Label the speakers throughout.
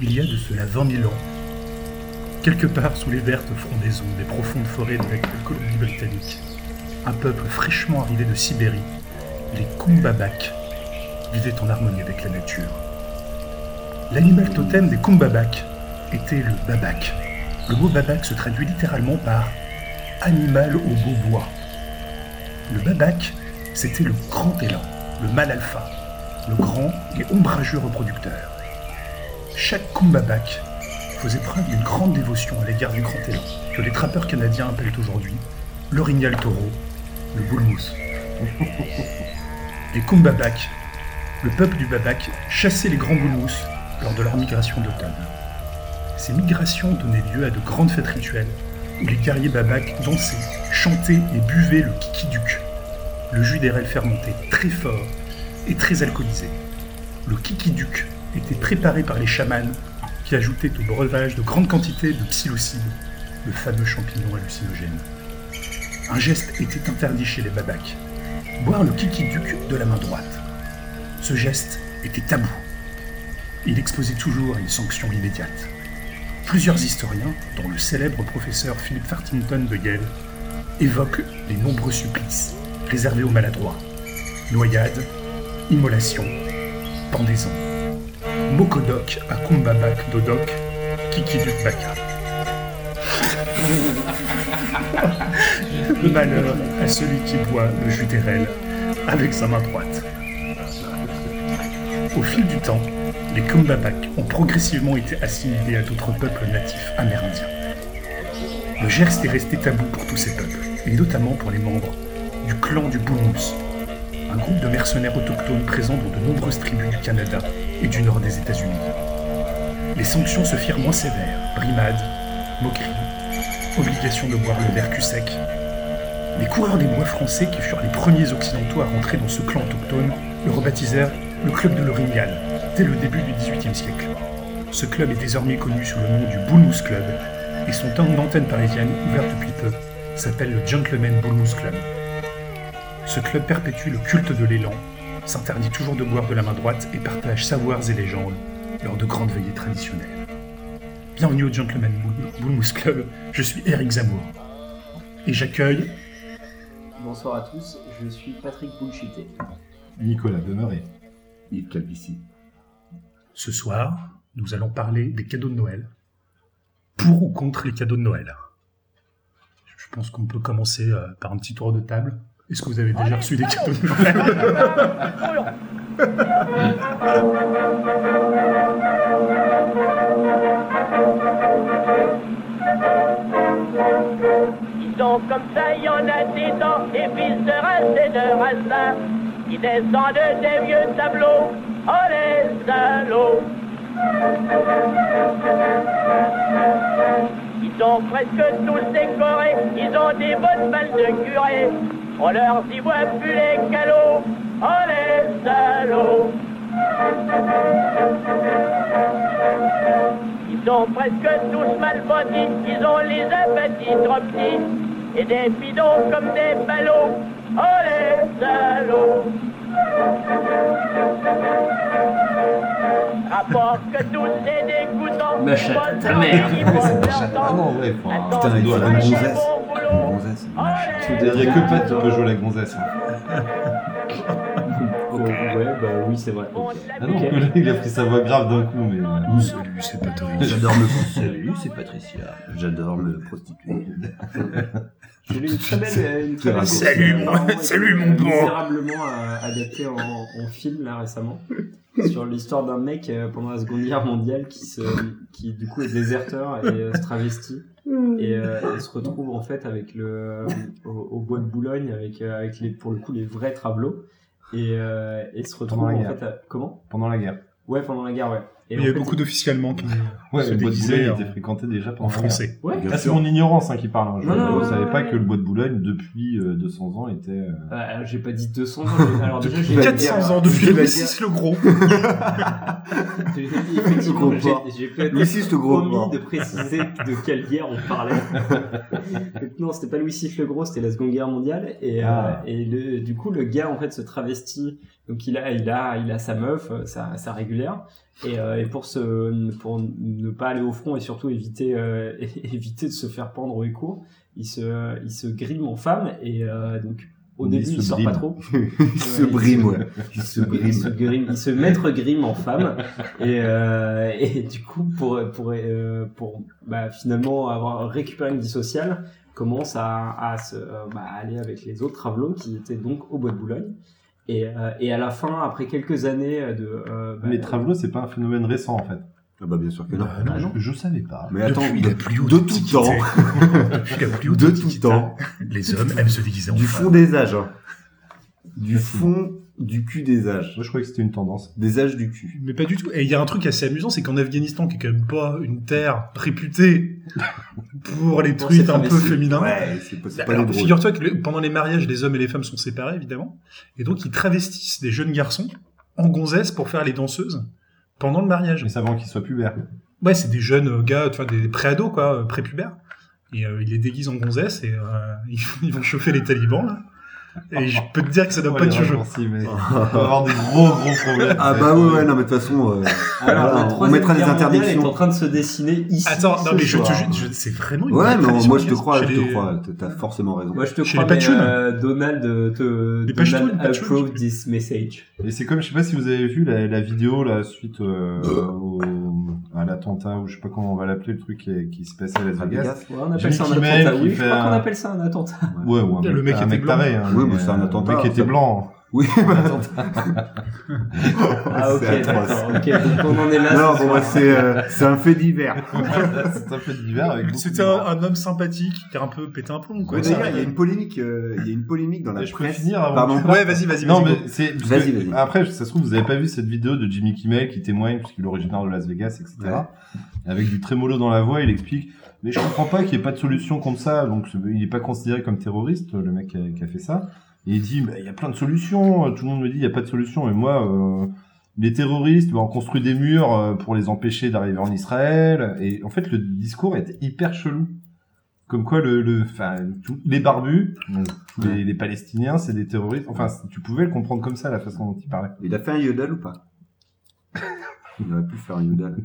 Speaker 1: il y a de cela 20 000 ans, quelque part sous les vertes frondaisons des profondes forêts de la colonie britannique, un peuple fraîchement arrivé de Sibérie, les Kumbabak, vivait en harmonie avec la nature. L'animal totem des Kumbabak était le babak. Le mot babak se traduit littéralement par animal au beau bois. Le babak, c'était le grand élan, le mâle alpha, le grand et ombrageux reproducteur. Chaque Kumbabak faisait preuve d'une grande dévotion à l'égard du grand élan, que les trappeurs canadiens appellent aujourd'hui l'orignal taureau, le boulmousse. les Kumbabak, le peuple du Babak, chassaient les grands boulmousses lors de leur migration d'automne. Ces migrations donnaient lieu à de grandes fêtes rituelles où les guerriers Babak dansaient, chantaient et buvaient le kikiduk, le jus d'érel fermenté, très fort et très alcoolisé. Le kikiduk était préparé par les chamans qui ajoutaient au breuvage de grandes quantités de psilocybe, le fameux champignon hallucinogène. Un geste était interdit chez les Babak boire le kikiduk de la main droite. Ce geste était tabou. Il exposait toujours à une sanction immédiate. Plusieurs historiens, dont le célèbre professeur Philip Fartington de Yale, évoquent les nombreux supplices réservés aux maladroits. Noyades, immolations, pendaisons. Mokodok à Kumbabak Dodok, Kikiduk Baka. Malheur à celui qui boit le jus d'érel avec sa main droite. Au fil du temps, les Kumbabak ont progressivement été assimilés à d'autres peuples natifs amérindiens. Le geste est resté tabou pour tous ces peuples, et notamment pour les membres du clan du Boulmous, un groupe de mercenaires autochtones présents dans de nombreuses tribus du Canada et du nord des États-Unis. Les sanctions se firent moins sévères, brimades, moqueries, obligation de boire le verre cul sec. Les coureurs des bois français, qui furent les premiers occidentaux à rentrer dans ce clan autochtone, le rebaptisèrent le club de l'Orignal dès le début du XVIIIe siècle. Ce club est désormais connu sous le nom du Boulmousse Club et son temps d'antenne parisienne, ouverte depuis peu, s'appelle le Gentleman Boulmousse Club. Ce club perpétue le culte de l'élan, s'interdit toujours de boire de la main droite et partage savoirs et légendes lors de grandes veillées traditionnelles. Bienvenue au Gentleman Boulmousse Club, je suis Eric Zamour. Et j'accueille
Speaker 2: Bonsoir à tous, je suis Patrick Bullshité.
Speaker 3: Nicolas Demeuré.
Speaker 4: Yves Calvici.
Speaker 1: ce soir, nous allons parler des cadeaux de Noël. Pour ou contre les cadeaux de Noël Je pense qu'on peut commencer euh, par un petit tour de table. Est-ce que vous avez déjà reçu des cadeaux de Noël
Speaker 5: Donc comme ça, il y en a des dents, des fils de race et de race qui descendent des vieux tableaux, oh les salauds. Ils sont presque tous décorés, ils ont des bonnes balles de curé, on leur y voit plus les calots, oh les salauds. Ils sont presque tous mal bâtis, ils ont les appétits trop petits, et des bidons comme des ballots, oh les salauds Rapport que tous ces dégoûtants,
Speaker 2: Ma chatte, Ah,
Speaker 5: bonnes
Speaker 2: ta mère.
Speaker 5: gens qui
Speaker 3: Ouais,
Speaker 5: boivent
Speaker 3: c'est ma
Speaker 5: leur
Speaker 3: chatte.
Speaker 5: temps.
Speaker 3: Ah non, ouais, enfin,
Speaker 5: Attends,
Speaker 3: putain, il doit la
Speaker 5: ouais, j'ai
Speaker 3: gonzesse.
Speaker 5: bon boulot.
Speaker 4: La gonzesse,
Speaker 2: Ah,
Speaker 4: c'est ma chatte.
Speaker 5: Oh,
Speaker 3: Il
Speaker 5: les
Speaker 3: n'y a que Pat qui peut jouer la gonzesse. hein.
Speaker 2: Ouais, bah oui, c'est vrai.
Speaker 5: On
Speaker 2: ok.
Speaker 5: l'a
Speaker 3: Ah
Speaker 5: vu.
Speaker 3: non, Nicolas, il a pris sa voix grave d'un coup, mais. euh,
Speaker 4: Ou salut, c'est Patricia. J'adore me salut, c'est Patricia. J'adore me prostituer.
Speaker 2: J'ai lu une très belle, euh, une très belle
Speaker 1: Salut,
Speaker 2: série,
Speaker 1: mon-
Speaker 2: vraiment,
Speaker 1: salut,
Speaker 2: euh,
Speaker 1: mon bon.
Speaker 2: Misérablement euh, adaptée en, en film là récemment sur l'histoire d'un mec euh, pendant la Seconde Guerre mondiale qui se, qui du coup est déserteur et euh, se travestit et euh, et se retrouve en fait avec le au, au bois de Boulogne avec euh, avec les pour le coup les vrais tableaux et euh, et se retrouve
Speaker 3: Pendant la
Speaker 2: en
Speaker 3: guerre.
Speaker 2: fait à- comment
Speaker 3: Pendant la guerre.
Speaker 2: ouais pendant la guerre ouais. Et
Speaker 1: Il
Speaker 2: en
Speaker 1: y a
Speaker 2: fait,
Speaker 1: beaucoup d'officiers allemands qui
Speaker 3: Ouais,
Speaker 1: se
Speaker 3: le bois de
Speaker 1: déguisaient
Speaker 3: Boulogne
Speaker 1: en,
Speaker 3: était fréquenté déjà
Speaker 1: en
Speaker 3: pendant la guerre.
Speaker 1: français.
Speaker 2: ouais
Speaker 3: Ah, c'est mon ignorance hein, qui parle. hein. Je
Speaker 2: Non, non,
Speaker 3: ne
Speaker 2: ouais,
Speaker 3: savais
Speaker 2: ouais,
Speaker 3: pas
Speaker 2: ouais.
Speaker 3: que le bois de Boulogne, depuis euh, 200 ans, était. euh,
Speaker 2: Euh, j'ai pas dit 200 ans mais- alors déjà j'ai
Speaker 1: 400 ans depuis Louis le Gros.
Speaker 2: J'ai- Effectivement,
Speaker 4: Le gros porc.
Speaker 2: j'ai- j'ai peut-être
Speaker 4: Louis VI, le gros porc.
Speaker 2: omis de préciser de quelle guerre on parlait. Donc non, c'était pas Louis VI le gros, c'était la Seconde Guerre mondiale. Et, euh,
Speaker 3: Ah.
Speaker 2: et le- du coup, le gars en fait se travestit. Donc il a, il a, il a sa meuf, euh, sa, sa régulière, et euh, euh, et pour, se, pour ne pas aller au front et surtout éviter, euh, éviter de se faire pendre au écho, il se, il se grime en femme et euh, donc au
Speaker 3: Mais
Speaker 2: début
Speaker 3: il
Speaker 2: il
Speaker 3: se
Speaker 2: sort
Speaker 3: brime.
Speaker 2: pas trop.
Speaker 5: Il se brime, ouais. Il se
Speaker 2: Il se,
Speaker 5: brime.
Speaker 2: grime, il se maître grime en femme et, euh, et du coup pour, pour, euh, pour bah, finalement avoir récupéré une vie sociale commence à, à se, euh, bah, aller avec les autres travaux qui étaient donc au bois de Boulogne et, euh, et à la fin après quelques années de euh, bah,
Speaker 3: Les travelots, c'est pas un phénomène récent en fait.
Speaker 5: Ah bah bien sûr que non.
Speaker 1: Bah, non.
Speaker 3: Je, je savais pas.
Speaker 5: Mais attends,
Speaker 1: depuis
Speaker 5: de,
Speaker 1: la plus haute
Speaker 5: de tout
Speaker 1: antiquité.
Speaker 5: temps,
Speaker 1: Depuis la plus haute
Speaker 5: de tout
Speaker 1: antiquité,
Speaker 5: temps,
Speaker 1: Les hommes aiment se déguiser en
Speaker 5: du
Speaker 1: femme.
Speaker 5: fond des âges, hein. du
Speaker 3: fou.
Speaker 5: fond du cul des âges,
Speaker 3: Moi, je croyais que c'était une tendance.
Speaker 5: des âges du cul.
Speaker 6: Mais pas du tout. Et il y a un truc assez amusant, c'est qu'en Afghanistan, qui est quand même pas une terre réputée pour les
Speaker 2: Pour
Speaker 6: truites
Speaker 2: ses
Speaker 6: un peu
Speaker 2: travestis.
Speaker 6: féminins.
Speaker 5: Ouais, c'est pas, c'est pas
Speaker 6: bah, Alors,
Speaker 5: les drôles.
Speaker 6: figure-toi que le- pendant les mariages, les hommes et les femmes sont séparés, évidemment. Et donc, ils travestissent des jeunes garçons en gonzesse pour faire les danseuses pendant le mariage.
Speaker 3: Mais ça avant qu'ils soient pubères.
Speaker 6: Ouais, c'est des jeunes euh, gars, enfin, des pré-ados, quoi, euh, prépubères. Et euh, ils les déguisent en gonzesse et euh, ils, ils vont chauffer les talibans, là. Et je peux te dire que ça doit
Speaker 3: Ouais,
Speaker 6: pas
Speaker 3: les
Speaker 6: être chaud.
Speaker 3: raccourcis, mais on va avoir des gros gros problèmes.
Speaker 5: Ah bah ouais, ouais, non mais de toute façon, euh,
Speaker 2: Alors,
Speaker 5: voilà,
Speaker 2: la
Speaker 5: on
Speaker 2: Troisième
Speaker 5: mettra des
Speaker 2: Guerre mondiale
Speaker 5: interdictions.
Speaker 2: est en train de se dessiner ici.
Speaker 6: Attends, non,
Speaker 2: ce
Speaker 6: mais je te
Speaker 2: soir.
Speaker 6: jure, je- c'est vraiment une
Speaker 5: Ouais,
Speaker 6: vraie
Speaker 5: mais
Speaker 6: tradition
Speaker 5: moi je te
Speaker 6: anglaise.
Speaker 5: crois, je
Speaker 6: Chez
Speaker 5: te
Speaker 6: les-
Speaker 5: crois, t'as forcément raison.
Speaker 2: Moi, je te
Speaker 6: Chez
Speaker 2: crois,
Speaker 6: les
Speaker 2: mais,
Speaker 6: Patchounes.
Speaker 2: euh, Donald euh, te,
Speaker 6: Les Patchounes,
Speaker 2: Donald
Speaker 6: Patchounes,
Speaker 2: approve
Speaker 6: je sais
Speaker 2: this message.
Speaker 3: Et c'est comme, je sais pas si vous avez vu la, la vidéo là suite euh, au, à l'attentat ou je sais pas comment on va l'appeler le truc qui, qui se passait à Las Vegas.
Speaker 2: Ouais, on
Speaker 3: J'ai
Speaker 2: appelle ça un attentat.
Speaker 3: Mickey Mouse qui
Speaker 2: Oui, je
Speaker 3: fait
Speaker 2: crois qu'on
Speaker 3: un-
Speaker 2: appelle ça un attentat.
Speaker 3: Ouais, ouais.
Speaker 6: Le mec
Speaker 3: un
Speaker 6: était
Speaker 3: mec
Speaker 6: blanc.
Speaker 3: taré, hein,
Speaker 5: Oui, mais c'est un attentat,
Speaker 3: Le mec était
Speaker 5: ça.
Speaker 3: blanc.
Speaker 5: Oui, bah,
Speaker 2: Ah, ok,
Speaker 5: c'est atroce.
Speaker 2: d'accord. Ok, donc on en est là.
Speaker 5: Non,
Speaker 2: ce
Speaker 5: bon,
Speaker 2: soir.
Speaker 5: bah, c'est euh, c'est un fait divers.
Speaker 3: c'est un peu d'hiver avec beaucoup
Speaker 6: C'était
Speaker 3: de
Speaker 6: un,
Speaker 3: blanc.
Speaker 6: un homme sympathique qui a un peu pété un plomb, quoi.
Speaker 5: Ouais,
Speaker 6: Ça-
Speaker 5: D'ailleurs, il y a une polémique, euh, il y a une polémique dans la
Speaker 3: Et je peux
Speaker 5: presse.
Speaker 3: finir avant
Speaker 5: Pardon.
Speaker 3: que tu
Speaker 6: Ouais, vas-y, vas-y,
Speaker 3: Non,
Speaker 6: vas-y.
Speaker 3: mais c'est. parce
Speaker 5: Vas-y,
Speaker 3: que-
Speaker 5: vas-y.
Speaker 3: Après, ça se trouve, vous avez pas vu cette vidéo de Jimmy Kimmel qui témoigne, puisqu'il est originaire de Las Vegas, etc. Avec du trémolo dans la voix, il explique. Mais je comprends pas qu'il n'y ait pas de solution comme ça. Donc, ce- il n'est pas considéré comme terroriste, le mec qui a, qui a fait ça. Et il dit, Bah, il y a plein de solutions. Tout le monde me dit, il n'y a pas de solution. Et moi, euh, les terroristes, bah, on construit des murs euh, pour les empêcher d'arriver en Israël. Et en fait, le discours est hyper chelou. Comme quoi, le, le, enfin, tous les barbus, donc, tous les, les Palestiniens, c'est des terroristes. Enfin, c- tu pouvais le comprendre comme ça, la façon dont il parlait.
Speaker 5: Il a fait un yodel ou pas Il aurait pu faire un yodel.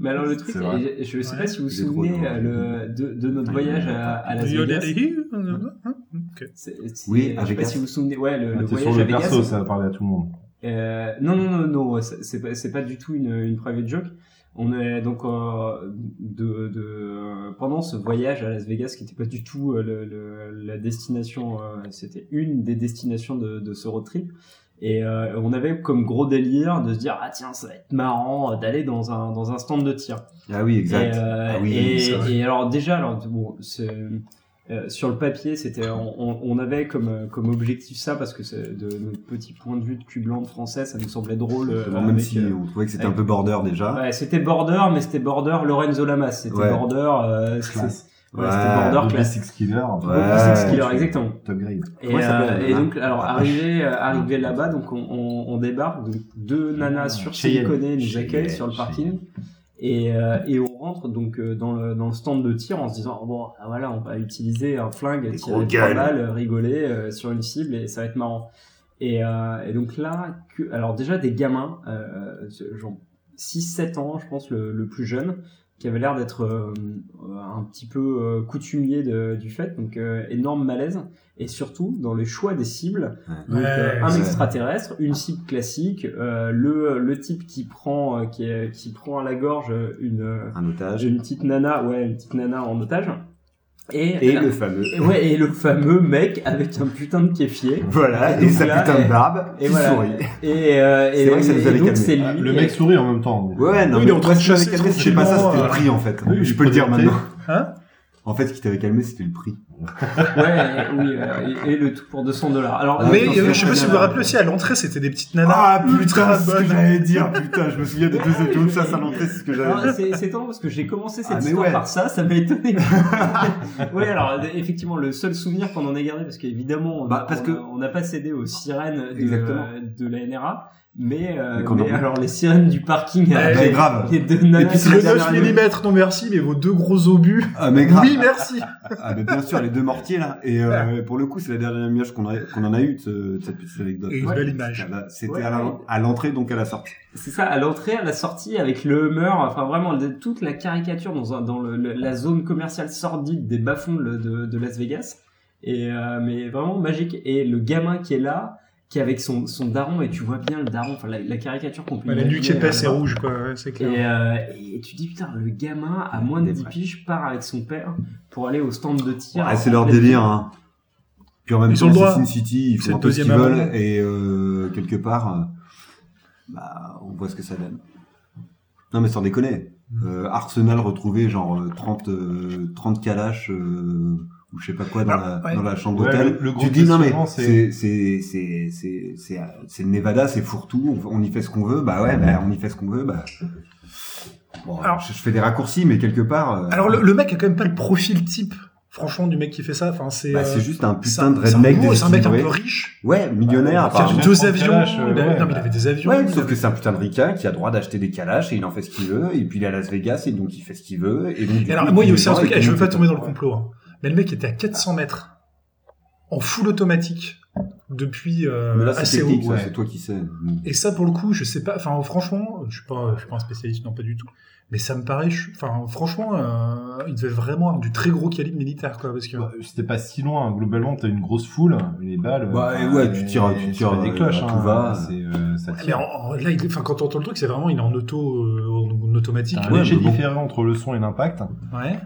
Speaker 2: Mais alors, le truc,
Speaker 3: C'est vrai.
Speaker 2: et je je sais
Speaker 6: Ouais.
Speaker 2: pas si vous vous
Speaker 5: Il est trop
Speaker 2: souvenez
Speaker 5: drôle.
Speaker 2: euh, le- de de notre
Speaker 5: Ouais,
Speaker 2: voyage
Speaker 5: il est
Speaker 2: à à Las
Speaker 6: Il y a
Speaker 2: Vegas.
Speaker 6: des- Hein Ok.
Speaker 2: C'est- c'est-
Speaker 5: Oui, à
Speaker 2: je sais pas
Speaker 5: Vegas.
Speaker 2: si vous vous souvenez. Ouais, le
Speaker 3: Ah,
Speaker 2: le
Speaker 3: T'es sur
Speaker 2: voyage à
Speaker 3: le
Speaker 2: Vegas.
Speaker 3: perso, ça va parler à tout le monde.
Speaker 2: Euh, non, non, non, non, c'est- c'est pas, c'est pas du tout une, une private joke. On est donc euh, de, de, pendant ce voyage à Las Vegas, qui n'était pas du tout euh, le- le- la destination, euh, c'était une des destinations de, de ce road trip. Et euh, on avait comme gros délire de se dire ah tiens ça va être marrant euh, d'aller dans un dans un stand de tir.
Speaker 5: Ah oui, exact.
Speaker 2: Et, euh,
Speaker 5: Ah oui,
Speaker 2: et-
Speaker 5: c'est vrai.
Speaker 2: et alors déjà, alors, bon, c'est, euh, sur le papier, c'était, on, on- on avait comme, euh, comme objectif ça parce que c'est- de notre petit point de vue de cul blanc de français, ça nous semblait drôle. euh,
Speaker 5: Bon, même
Speaker 2: avec,
Speaker 5: si
Speaker 2: euh,
Speaker 5: on trouvait que c'était un
Speaker 2: avec-
Speaker 5: peu border déjà.
Speaker 2: ouais, c'était border, mais c'était border Lorenzo Lamas, c'était
Speaker 5: Ouais.
Speaker 2: border euh,
Speaker 3: Classe. Euh,
Speaker 2: voilà,
Speaker 5: Ouais,
Speaker 2: c'était border
Speaker 3: Bobby
Speaker 2: classe.
Speaker 3: Six Killer.
Speaker 5: Ouais.
Speaker 2: Six Killer, exactement.
Speaker 3: Top grade.
Speaker 2: Et,
Speaker 5: Comment il s'appelle,
Speaker 2: euh,
Speaker 5: la
Speaker 2: et
Speaker 5: nana
Speaker 2: donc, alors,
Speaker 5: Ah,
Speaker 2: arrivé, euh, arrivé là-bas, donc on, on, on débarque, donc
Speaker 5: Mmh.
Speaker 2: deux nanas sur
Speaker 3: Cheyenne.
Speaker 2: siliconées nous
Speaker 5: Cheyenne,
Speaker 2: accueillent sur le parking. Et, euh, et on rentre donc euh, dans le, dans le stand de tir en se disant, oh, bon, ah, voilà, on va utiliser un flingue,
Speaker 5: gros
Speaker 2: tirer trois
Speaker 5: gueules.
Speaker 2: balles, euh, rigoler euh, sur une cible et ça va être marrant. Et, euh, et donc là, que, alors déjà des gamins, euh, genre 6-7 ans, je pense, le, le plus jeune, qui avait l'air d'être euh, un petit peu euh, coutumier de- du fait, donc euh, énorme malaise, et surtout dans le choix des cibles, donc, euh, un
Speaker 5: Ouais.
Speaker 2: extraterrestre, une cible classique, euh, le, le type qui prend, euh, qui, est- qui prend à la gorge euh, une, euh,
Speaker 5: Un otage.
Speaker 2: une petite nana, ouais, une petite nana en otage, et,
Speaker 5: Et le fameux.
Speaker 2: et ouais, et le fameux mec avec un putain de kéfier.
Speaker 5: Voilà,
Speaker 2: Et
Speaker 5: et
Speaker 2: donc
Speaker 5: sa
Speaker 2: là,
Speaker 5: putain
Speaker 2: et-
Speaker 5: de barbe
Speaker 2: Et
Speaker 5: qui
Speaker 2: voilà.
Speaker 5: sourit.
Speaker 2: Et, euh, et,
Speaker 5: C'est vrai que ça nous
Speaker 2: et
Speaker 5: avait
Speaker 2: donc,
Speaker 5: calmé.
Speaker 2: c'est lui.
Speaker 3: Ah, le
Speaker 2: et-
Speaker 3: mec sourit en même temps. donc.
Speaker 5: Ouais, non,
Speaker 6: Oui, il est en
Speaker 5: mais
Speaker 6: train de
Speaker 5: ce qui t'avait
Speaker 6: chasser
Speaker 5: calmé, c'était pas ça, c'était le prix en fait.
Speaker 3: Oui,
Speaker 5: Je peux le dire
Speaker 3: producteur.
Speaker 5: maintenant.
Speaker 6: Hein
Speaker 5: En fait, ce qui t'avait calmé, c'était le prix.
Speaker 2: Ouais, et- oui, euh, et, et le tout pour 200 dollars. Alors,
Speaker 6: Mais
Speaker 2: attention,
Speaker 6: euh, je sais pas si vous vous
Speaker 2: nana-
Speaker 6: rappelez aussi, à l'entrée, c'était des petites nanas.
Speaker 5: Ah
Speaker 6: ultra
Speaker 5: putain, c'est ce que
Speaker 6: bonne.
Speaker 5: j'allais dire, putain, je me souviens de deux étoiles, ça, ça l'entrée, c'est ce que j'allais
Speaker 2: Alors,
Speaker 5: dire.
Speaker 2: C'est c'est étonnant parce que j'ai commencé cette
Speaker 5: Ah, mais
Speaker 2: histoire
Speaker 5: ouais.
Speaker 2: par ça, ça m'a étonné. oui, alors effectivement, le seul souvenir qu'on en ait gardé, parce qu'évidemment, on
Speaker 5: Bah,
Speaker 2: n'a
Speaker 5: parce
Speaker 2: on
Speaker 5: que-
Speaker 2: a- on n'a pas cédé aux sirènes de,
Speaker 5: Exactement.
Speaker 2: euh, de la NRA, Mais, euh,
Speaker 3: Les condoms.
Speaker 2: mais alors les sirènes du parking,
Speaker 6: Ouais,
Speaker 5: Bah,
Speaker 3: Mais
Speaker 2: avec
Speaker 3: grave.
Speaker 2: les deux nanas
Speaker 3: Et puis,
Speaker 2: qui
Speaker 3: c'est
Speaker 6: Le
Speaker 3: la
Speaker 2: regardent
Speaker 6: 9
Speaker 2: derrière nous.
Speaker 6: mm, non merci, mais vos deux gros obus.
Speaker 4: Ah, mais grave.
Speaker 6: Oui, merci.
Speaker 4: Ah, mais bien sûr, les deux mortiers là. Et euh, pour le coup, c'est la dernière image qu'on a- qu'on en a eu de, ce- de cette petite anecdote.
Speaker 6: Et une
Speaker 4: Ouais.
Speaker 6: belle image.
Speaker 4: C'était à la- C'était
Speaker 2: Ouais,
Speaker 4: à la-
Speaker 2: ouais.
Speaker 4: à l'entrée, donc à la sortie.
Speaker 2: C'est ça, à l'entrée, à la sortie, avec le humeur, enfin vraiment le- toute la caricature dans, un- dans le- le- la zone commerciale sordide des bas-fonds de, de- de Las Vegas. Et, euh, mais vraiment magique. Et le gamin qui est là, qui est avec son, son daron, et tu vois bien le daron, enfin la, la caricature qu'on
Speaker 3: Ah,
Speaker 2: peut
Speaker 6: la nuque
Speaker 2: imaginer,
Speaker 6: épaisse et
Speaker 2: euh,
Speaker 6: rouge, quoi, ouais, c'est clair.
Speaker 2: Et, euh, et tu dis putain, le gamin à moins de
Speaker 4: Des
Speaker 2: 10
Speaker 4: vrais.
Speaker 2: piges part avec son père pour aller au stand de tir.
Speaker 4: Ah, c'est leur délire. Hein. Puis en même
Speaker 6: Ils ont
Speaker 4: temps,
Speaker 6: le droit.
Speaker 4: c'est Sin City, ils
Speaker 6: C'est
Speaker 4: font
Speaker 6: le
Speaker 4: un peu ce qu'ils
Speaker 6: deuxième
Speaker 4: veulent
Speaker 6: amendement.
Speaker 4: et euh, quelque part, euh, bah, on voit ce que ça donne. Non mais sans déconner.
Speaker 6: Mmh.
Speaker 4: Euh, Arsenal retrouvé genre euh, 30, euh, 30 calaches euh, ou je sais pas quoi dans,
Speaker 6: Ah,
Speaker 4: la,
Speaker 6: ouais.
Speaker 4: dans la chambre
Speaker 3: Ouais,
Speaker 4: d'hôtel.
Speaker 3: le- le
Speaker 4: tu
Speaker 3: gros
Speaker 4: dis non mais
Speaker 3: questionnement,
Speaker 4: c'est
Speaker 3: c'est-
Speaker 4: c'est c'est c'est c'est euh, c'est le Nevada, c'est fourre-tout. On, on y fait ce qu'on veut. Bah ouais, bah, on y fait ce qu'on veut. Bah bon,
Speaker 6: Alors-
Speaker 4: je, je fais des raccourcis, mais quelque part. euh,
Speaker 6: Alors, le, le mec a quand même pas le profil type, franchement, du mec qui fait ça. Enfin, c'est.
Speaker 4: bah,
Speaker 6: euh,
Speaker 4: c'est juste un
Speaker 6: c'est
Speaker 4: putain
Speaker 6: un,
Speaker 4: de
Speaker 6: c'est un
Speaker 4: redneck
Speaker 6: gros, c'est un mec un
Speaker 4: déséquilibré.
Speaker 6: peu riche.
Speaker 4: Ouais, millionnaire
Speaker 3: Bah,
Speaker 6: Qui
Speaker 4: apparemment.
Speaker 6: avait
Speaker 3: Pardon.
Speaker 6: deux avions.
Speaker 3: Kalash, euh,
Speaker 6: il avait-
Speaker 3: ouais,
Speaker 6: non, mais il
Speaker 3: bah.
Speaker 6: avait des avions.
Speaker 4: Ouais,
Speaker 6: il
Speaker 4: sauf
Speaker 6: avait-
Speaker 4: que c'est un putain de ricain qui a droit d'acheter des calaches et il en fait ce qu'il veut. Et puis il est à Las Vegas et donc il fait ce qu'il veut. Et donc, du
Speaker 6: Et alors,
Speaker 4: coup,
Speaker 6: moi, il y a
Speaker 4: est
Speaker 6: aussi un
Speaker 4: dedans
Speaker 6: truc,
Speaker 4: et
Speaker 6: eh, je veux
Speaker 4: tout le
Speaker 6: pas
Speaker 4: monde
Speaker 6: tomber dans le
Speaker 4: fait-
Speaker 6: complot, hein. mais le mec était à 400 mètres, en full automatique, depuis euh,
Speaker 4: Mais là, c'est
Speaker 6: assez haut.
Speaker 4: technique, ça,
Speaker 6: ouais. Mm.
Speaker 4: c'est toi qui sais.
Speaker 6: Et ça, pour le coup, je sais pas, enfin, franchement, je suis pas, je suis pas un spécialiste, non, pas du tout, mais ça me paraît, je- enfin, franchement, euh, il devait vraiment avoir du très gros calibre militaire, quoi, parce que.
Speaker 3: Bah, C'était pas si loin. Globalement, t'as une grosse foule, les balles.
Speaker 4: Ouais,
Speaker 3: euh,
Speaker 4: ouais, tu
Speaker 3: et-
Speaker 4: tires- tu
Speaker 3: c'est
Speaker 4: tires,
Speaker 3: pas des
Speaker 4: euh,
Speaker 3: cloches,
Speaker 4: à
Speaker 3: hein.
Speaker 4: tout va.
Speaker 3: C'est, euh, ça
Speaker 6: Ah, Mais
Speaker 3: tire.
Speaker 6: en- en- là, il- enfin, quand t'entends le truc, c'est vraiment, il est en auto, euh, en en automatique.
Speaker 3: T'as un
Speaker 6: Ouais,
Speaker 3: léger
Speaker 4: mais bon.
Speaker 3: différé entre le son et l'impact.
Speaker 6: ouais.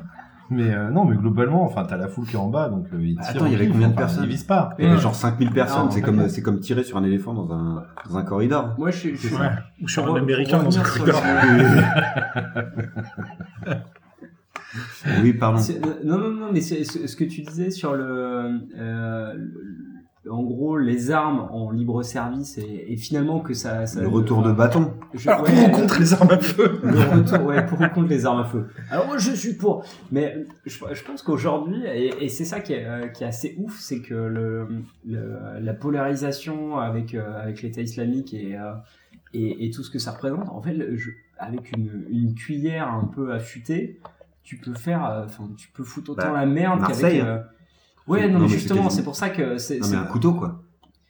Speaker 3: Mais euh, non, mais globalement, enfin, t'as la foule qui est en bas, donc euh, ils
Speaker 4: Bah,
Speaker 3: tirent.
Speaker 4: attends, il
Speaker 3: au
Speaker 4: y avait
Speaker 3: pif,
Speaker 4: combien de
Speaker 3: enfin,
Speaker 4: personnes
Speaker 3: Ils visent pas.
Speaker 4: Il y avait genre 5000 personnes.
Speaker 3: Ah,
Speaker 4: c'est
Speaker 3: ouais.
Speaker 4: comme, c'est comme tirer sur un éléphant dans un, dans un corridor.
Speaker 2: Moi, je suis. je suis-
Speaker 6: Ouais. Ou
Speaker 3: Ah,
Speaker 6: sur
Speaker 2: Pour
Speaker 6: un
Speaker 2: re-
Speaker 6: américain
Speaker 2: pour
Speaker 6: dans un
Speaker 2: revenir sur
Speaker 6: corridor.
Speaker 4: Oui, pardon.
Speaker 2: C'est- euh, Non, non, non, mais c'est- ce ce que tu disais sur le, euh, le- en gros, les armes en libre service et, et finalement que ça, ça
Speaker 4: Le retour de bâton.
Speaker 2: Je-
Speaker 6: Alors,
Speaker 2: ouais,
Speaker 6: pour ou contre les armes à feu
Speaker 2: le retour, ouais, pour ou contre les armes à feu. Alors moi, je suis pour, mais je, je pense qu'aujourd'hui, et, et c'est ça qui est, euh, qui est assez ouf, c'est que le, le- la polarisation avec euh, avec l'État islamique et, euh, et et tout ce que ça représente, en fait, le- je- avec une, une cuillère un peu affûtée, tu peux faire, euh, enfin, tu peux foutre autant
Speaker 4: Bah,
Speaker 2: la merde
Speaker 4: Marseille,
Speaker 2: qu'avec.
Speaker 4: hein.
Speaker 2: euh, Ouais,
Speaker 4: Non,
Speaker 2: non,
Speaker 4: mais
Speaker 2: mais
Speaker 4: c'est
Speaker 2: justement,
Speaker 4: quasiment-
Speaker 2: c'est pour ça que c'est
Speaker 4: Non,
Speaker 2: c'est-
Speaker 4: mais un couteau, quoi.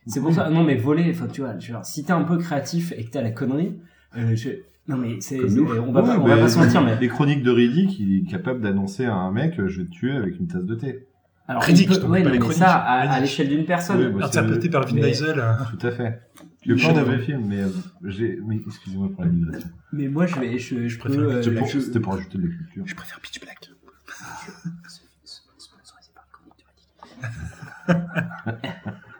Speaker 2: c'est pour ça, non mais voler, enfin tu vois, genre, si t'es un peu créatif et que t'as la connerie, euh, je... non mais c'est,
Speaker 4: Comme
Speaker 2: c'est-
Speaker 4: nous.
Speaker 2: on va,
Speaker 3: Ouais,
Speaker 2: pas, on
Speaker 3: mais-
Speaker 2: va pas se mentir, mais
Speaker 3: Les chroniques de Riddick, il est capable d'annoncer à un mec, euh, je vais te tuer avec une tasse de thé.
Speaker 2: alors
Speaker 6: Critique,
Speaker 2: il
Speaker 6: je
Speaker 2: peut,
Speaker 6: t'en
Speaker 2: ouais,
Speaker 6: prie pas
Speaker 2: non,
Speaker 6: les
Speaker 2: mais
Speaker 6: chroniques.
Speaker 2: ça à, à
Speaker 6: Critique.
Speaker 2: l'échelle d'une personne.
Speaker 3: Oui, bah, c'est-
Speaker 6: Interprété par Vin
Speaker 2: Mais-
Speaker 6: Diesel. euh,
Speaker 3: Tout à fait. Le
Speaker 6: Chef
Speaker 3: pas mauvais film, mais euh, j'ai, mais excusez-moi pour la digression.
Speaker 2: Mais moi je vais, je, je
Speaker 6: préfère
Speaker 2: peux,
Speaker 6: que
Speaker 2: euh,
Speaker 6: tu
Speaker 3: C'était
Speaker 2: je-
Speaker 3: pour- C'était pour ajouter de la culture.
Speaker 6: Je préfère Pitch Black.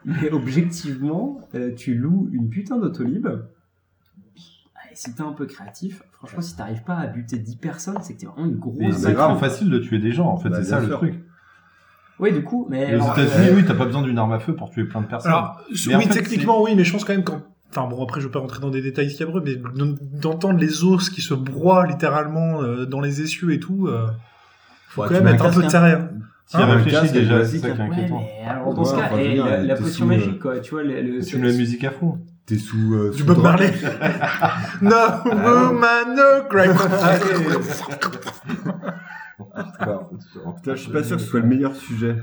Speaker 2: mais objectivement, euh, tu loues une putain d'autolib. Et si t'es un peu créatif, franchement, si t'arrives pas à buter 10 personnes, c'est que t'es vraiment une
Speaker 3: Mais
Speaker 2: grosse.
Speaker 3: c'est
Speaker 4: grave.
Speaker 3: trop facile de tuer des gens, en fait,
Speaker 4: Bah,
Speaker 3: c'est ça
Speaker 4: bien
Speaker 3: le
Speaker 4: sûr.
Speaker 3: truc.
Speaker 2: Ouais, du coup, mais
Speaker 3: Et aux
Speaker 2: alors,
Speaker 3: États-Unis,
Speaker 2: euh,
Speaker 3: oui, t'as pas besoin d'une arme à feu pour tuer plein de personnes.
Speaker 6: Alors, s-
Speaker 3: Mais en
Speaker 6: oui,
Speaker 3: fait,
Speaker 6: techniquement, oui, mais je pense quand même qu'en. Enfin bon, après, je vais pas rentrer dans des détails scabreux, mais d'en- d'entendre les os qui se broient littéralement euh, dans les essieux et tout, euh, faut
Speaker 4: Ouais,
Speaker 6: quand
Speaker 4: tu
Speaker 6: même
Speaker 4: mets un
Speaker 6: être un peu
Speaker 4: casque, hein.
Speaker 6: taré. hein.
Speaker 3: tu y
Speaker 4: Ah, le
Speaker 3: réfléchis
Speaker 4: casque,
Speaker 3: déjà,
Speaker 4: le
Speaker 3: c'est ça
Speaker 4: classique,
Speaker 3: qui
Speaker 2: ouais,
Speaker 3: est inquiétant.
Speaker 2: mais alors dans ce
Speaker 4: Ouais,
Speaker 2: cas,
Speaker 4: enfin, je veux
Speaker 2: et
Speaker 4: dire,
Speaker 2: la, la
Speaker 4: t'es
Speaker 2: potion
Speaker 4: sous, euh,
Speaker 2: magique, quoi, tu vois, le, le-
Speaker 3: Tu
Speaker 2: ce-
Speaker 3: mets la
Speaker 2: ce-
Speaker 3: musique à fond.
Speaker 4: T'es sous. euh,
Speaker 6: Du
Speaker 4: sous
Speaker 6: Bob
Speaker 4: drogue.
Speaker 6: Marley. no woman, no cry.
Speaker 4: Alors,
Speaker 6: Oh,
Speaker 4: putain, je suis pas sûr que ce soit le meilleur sujet.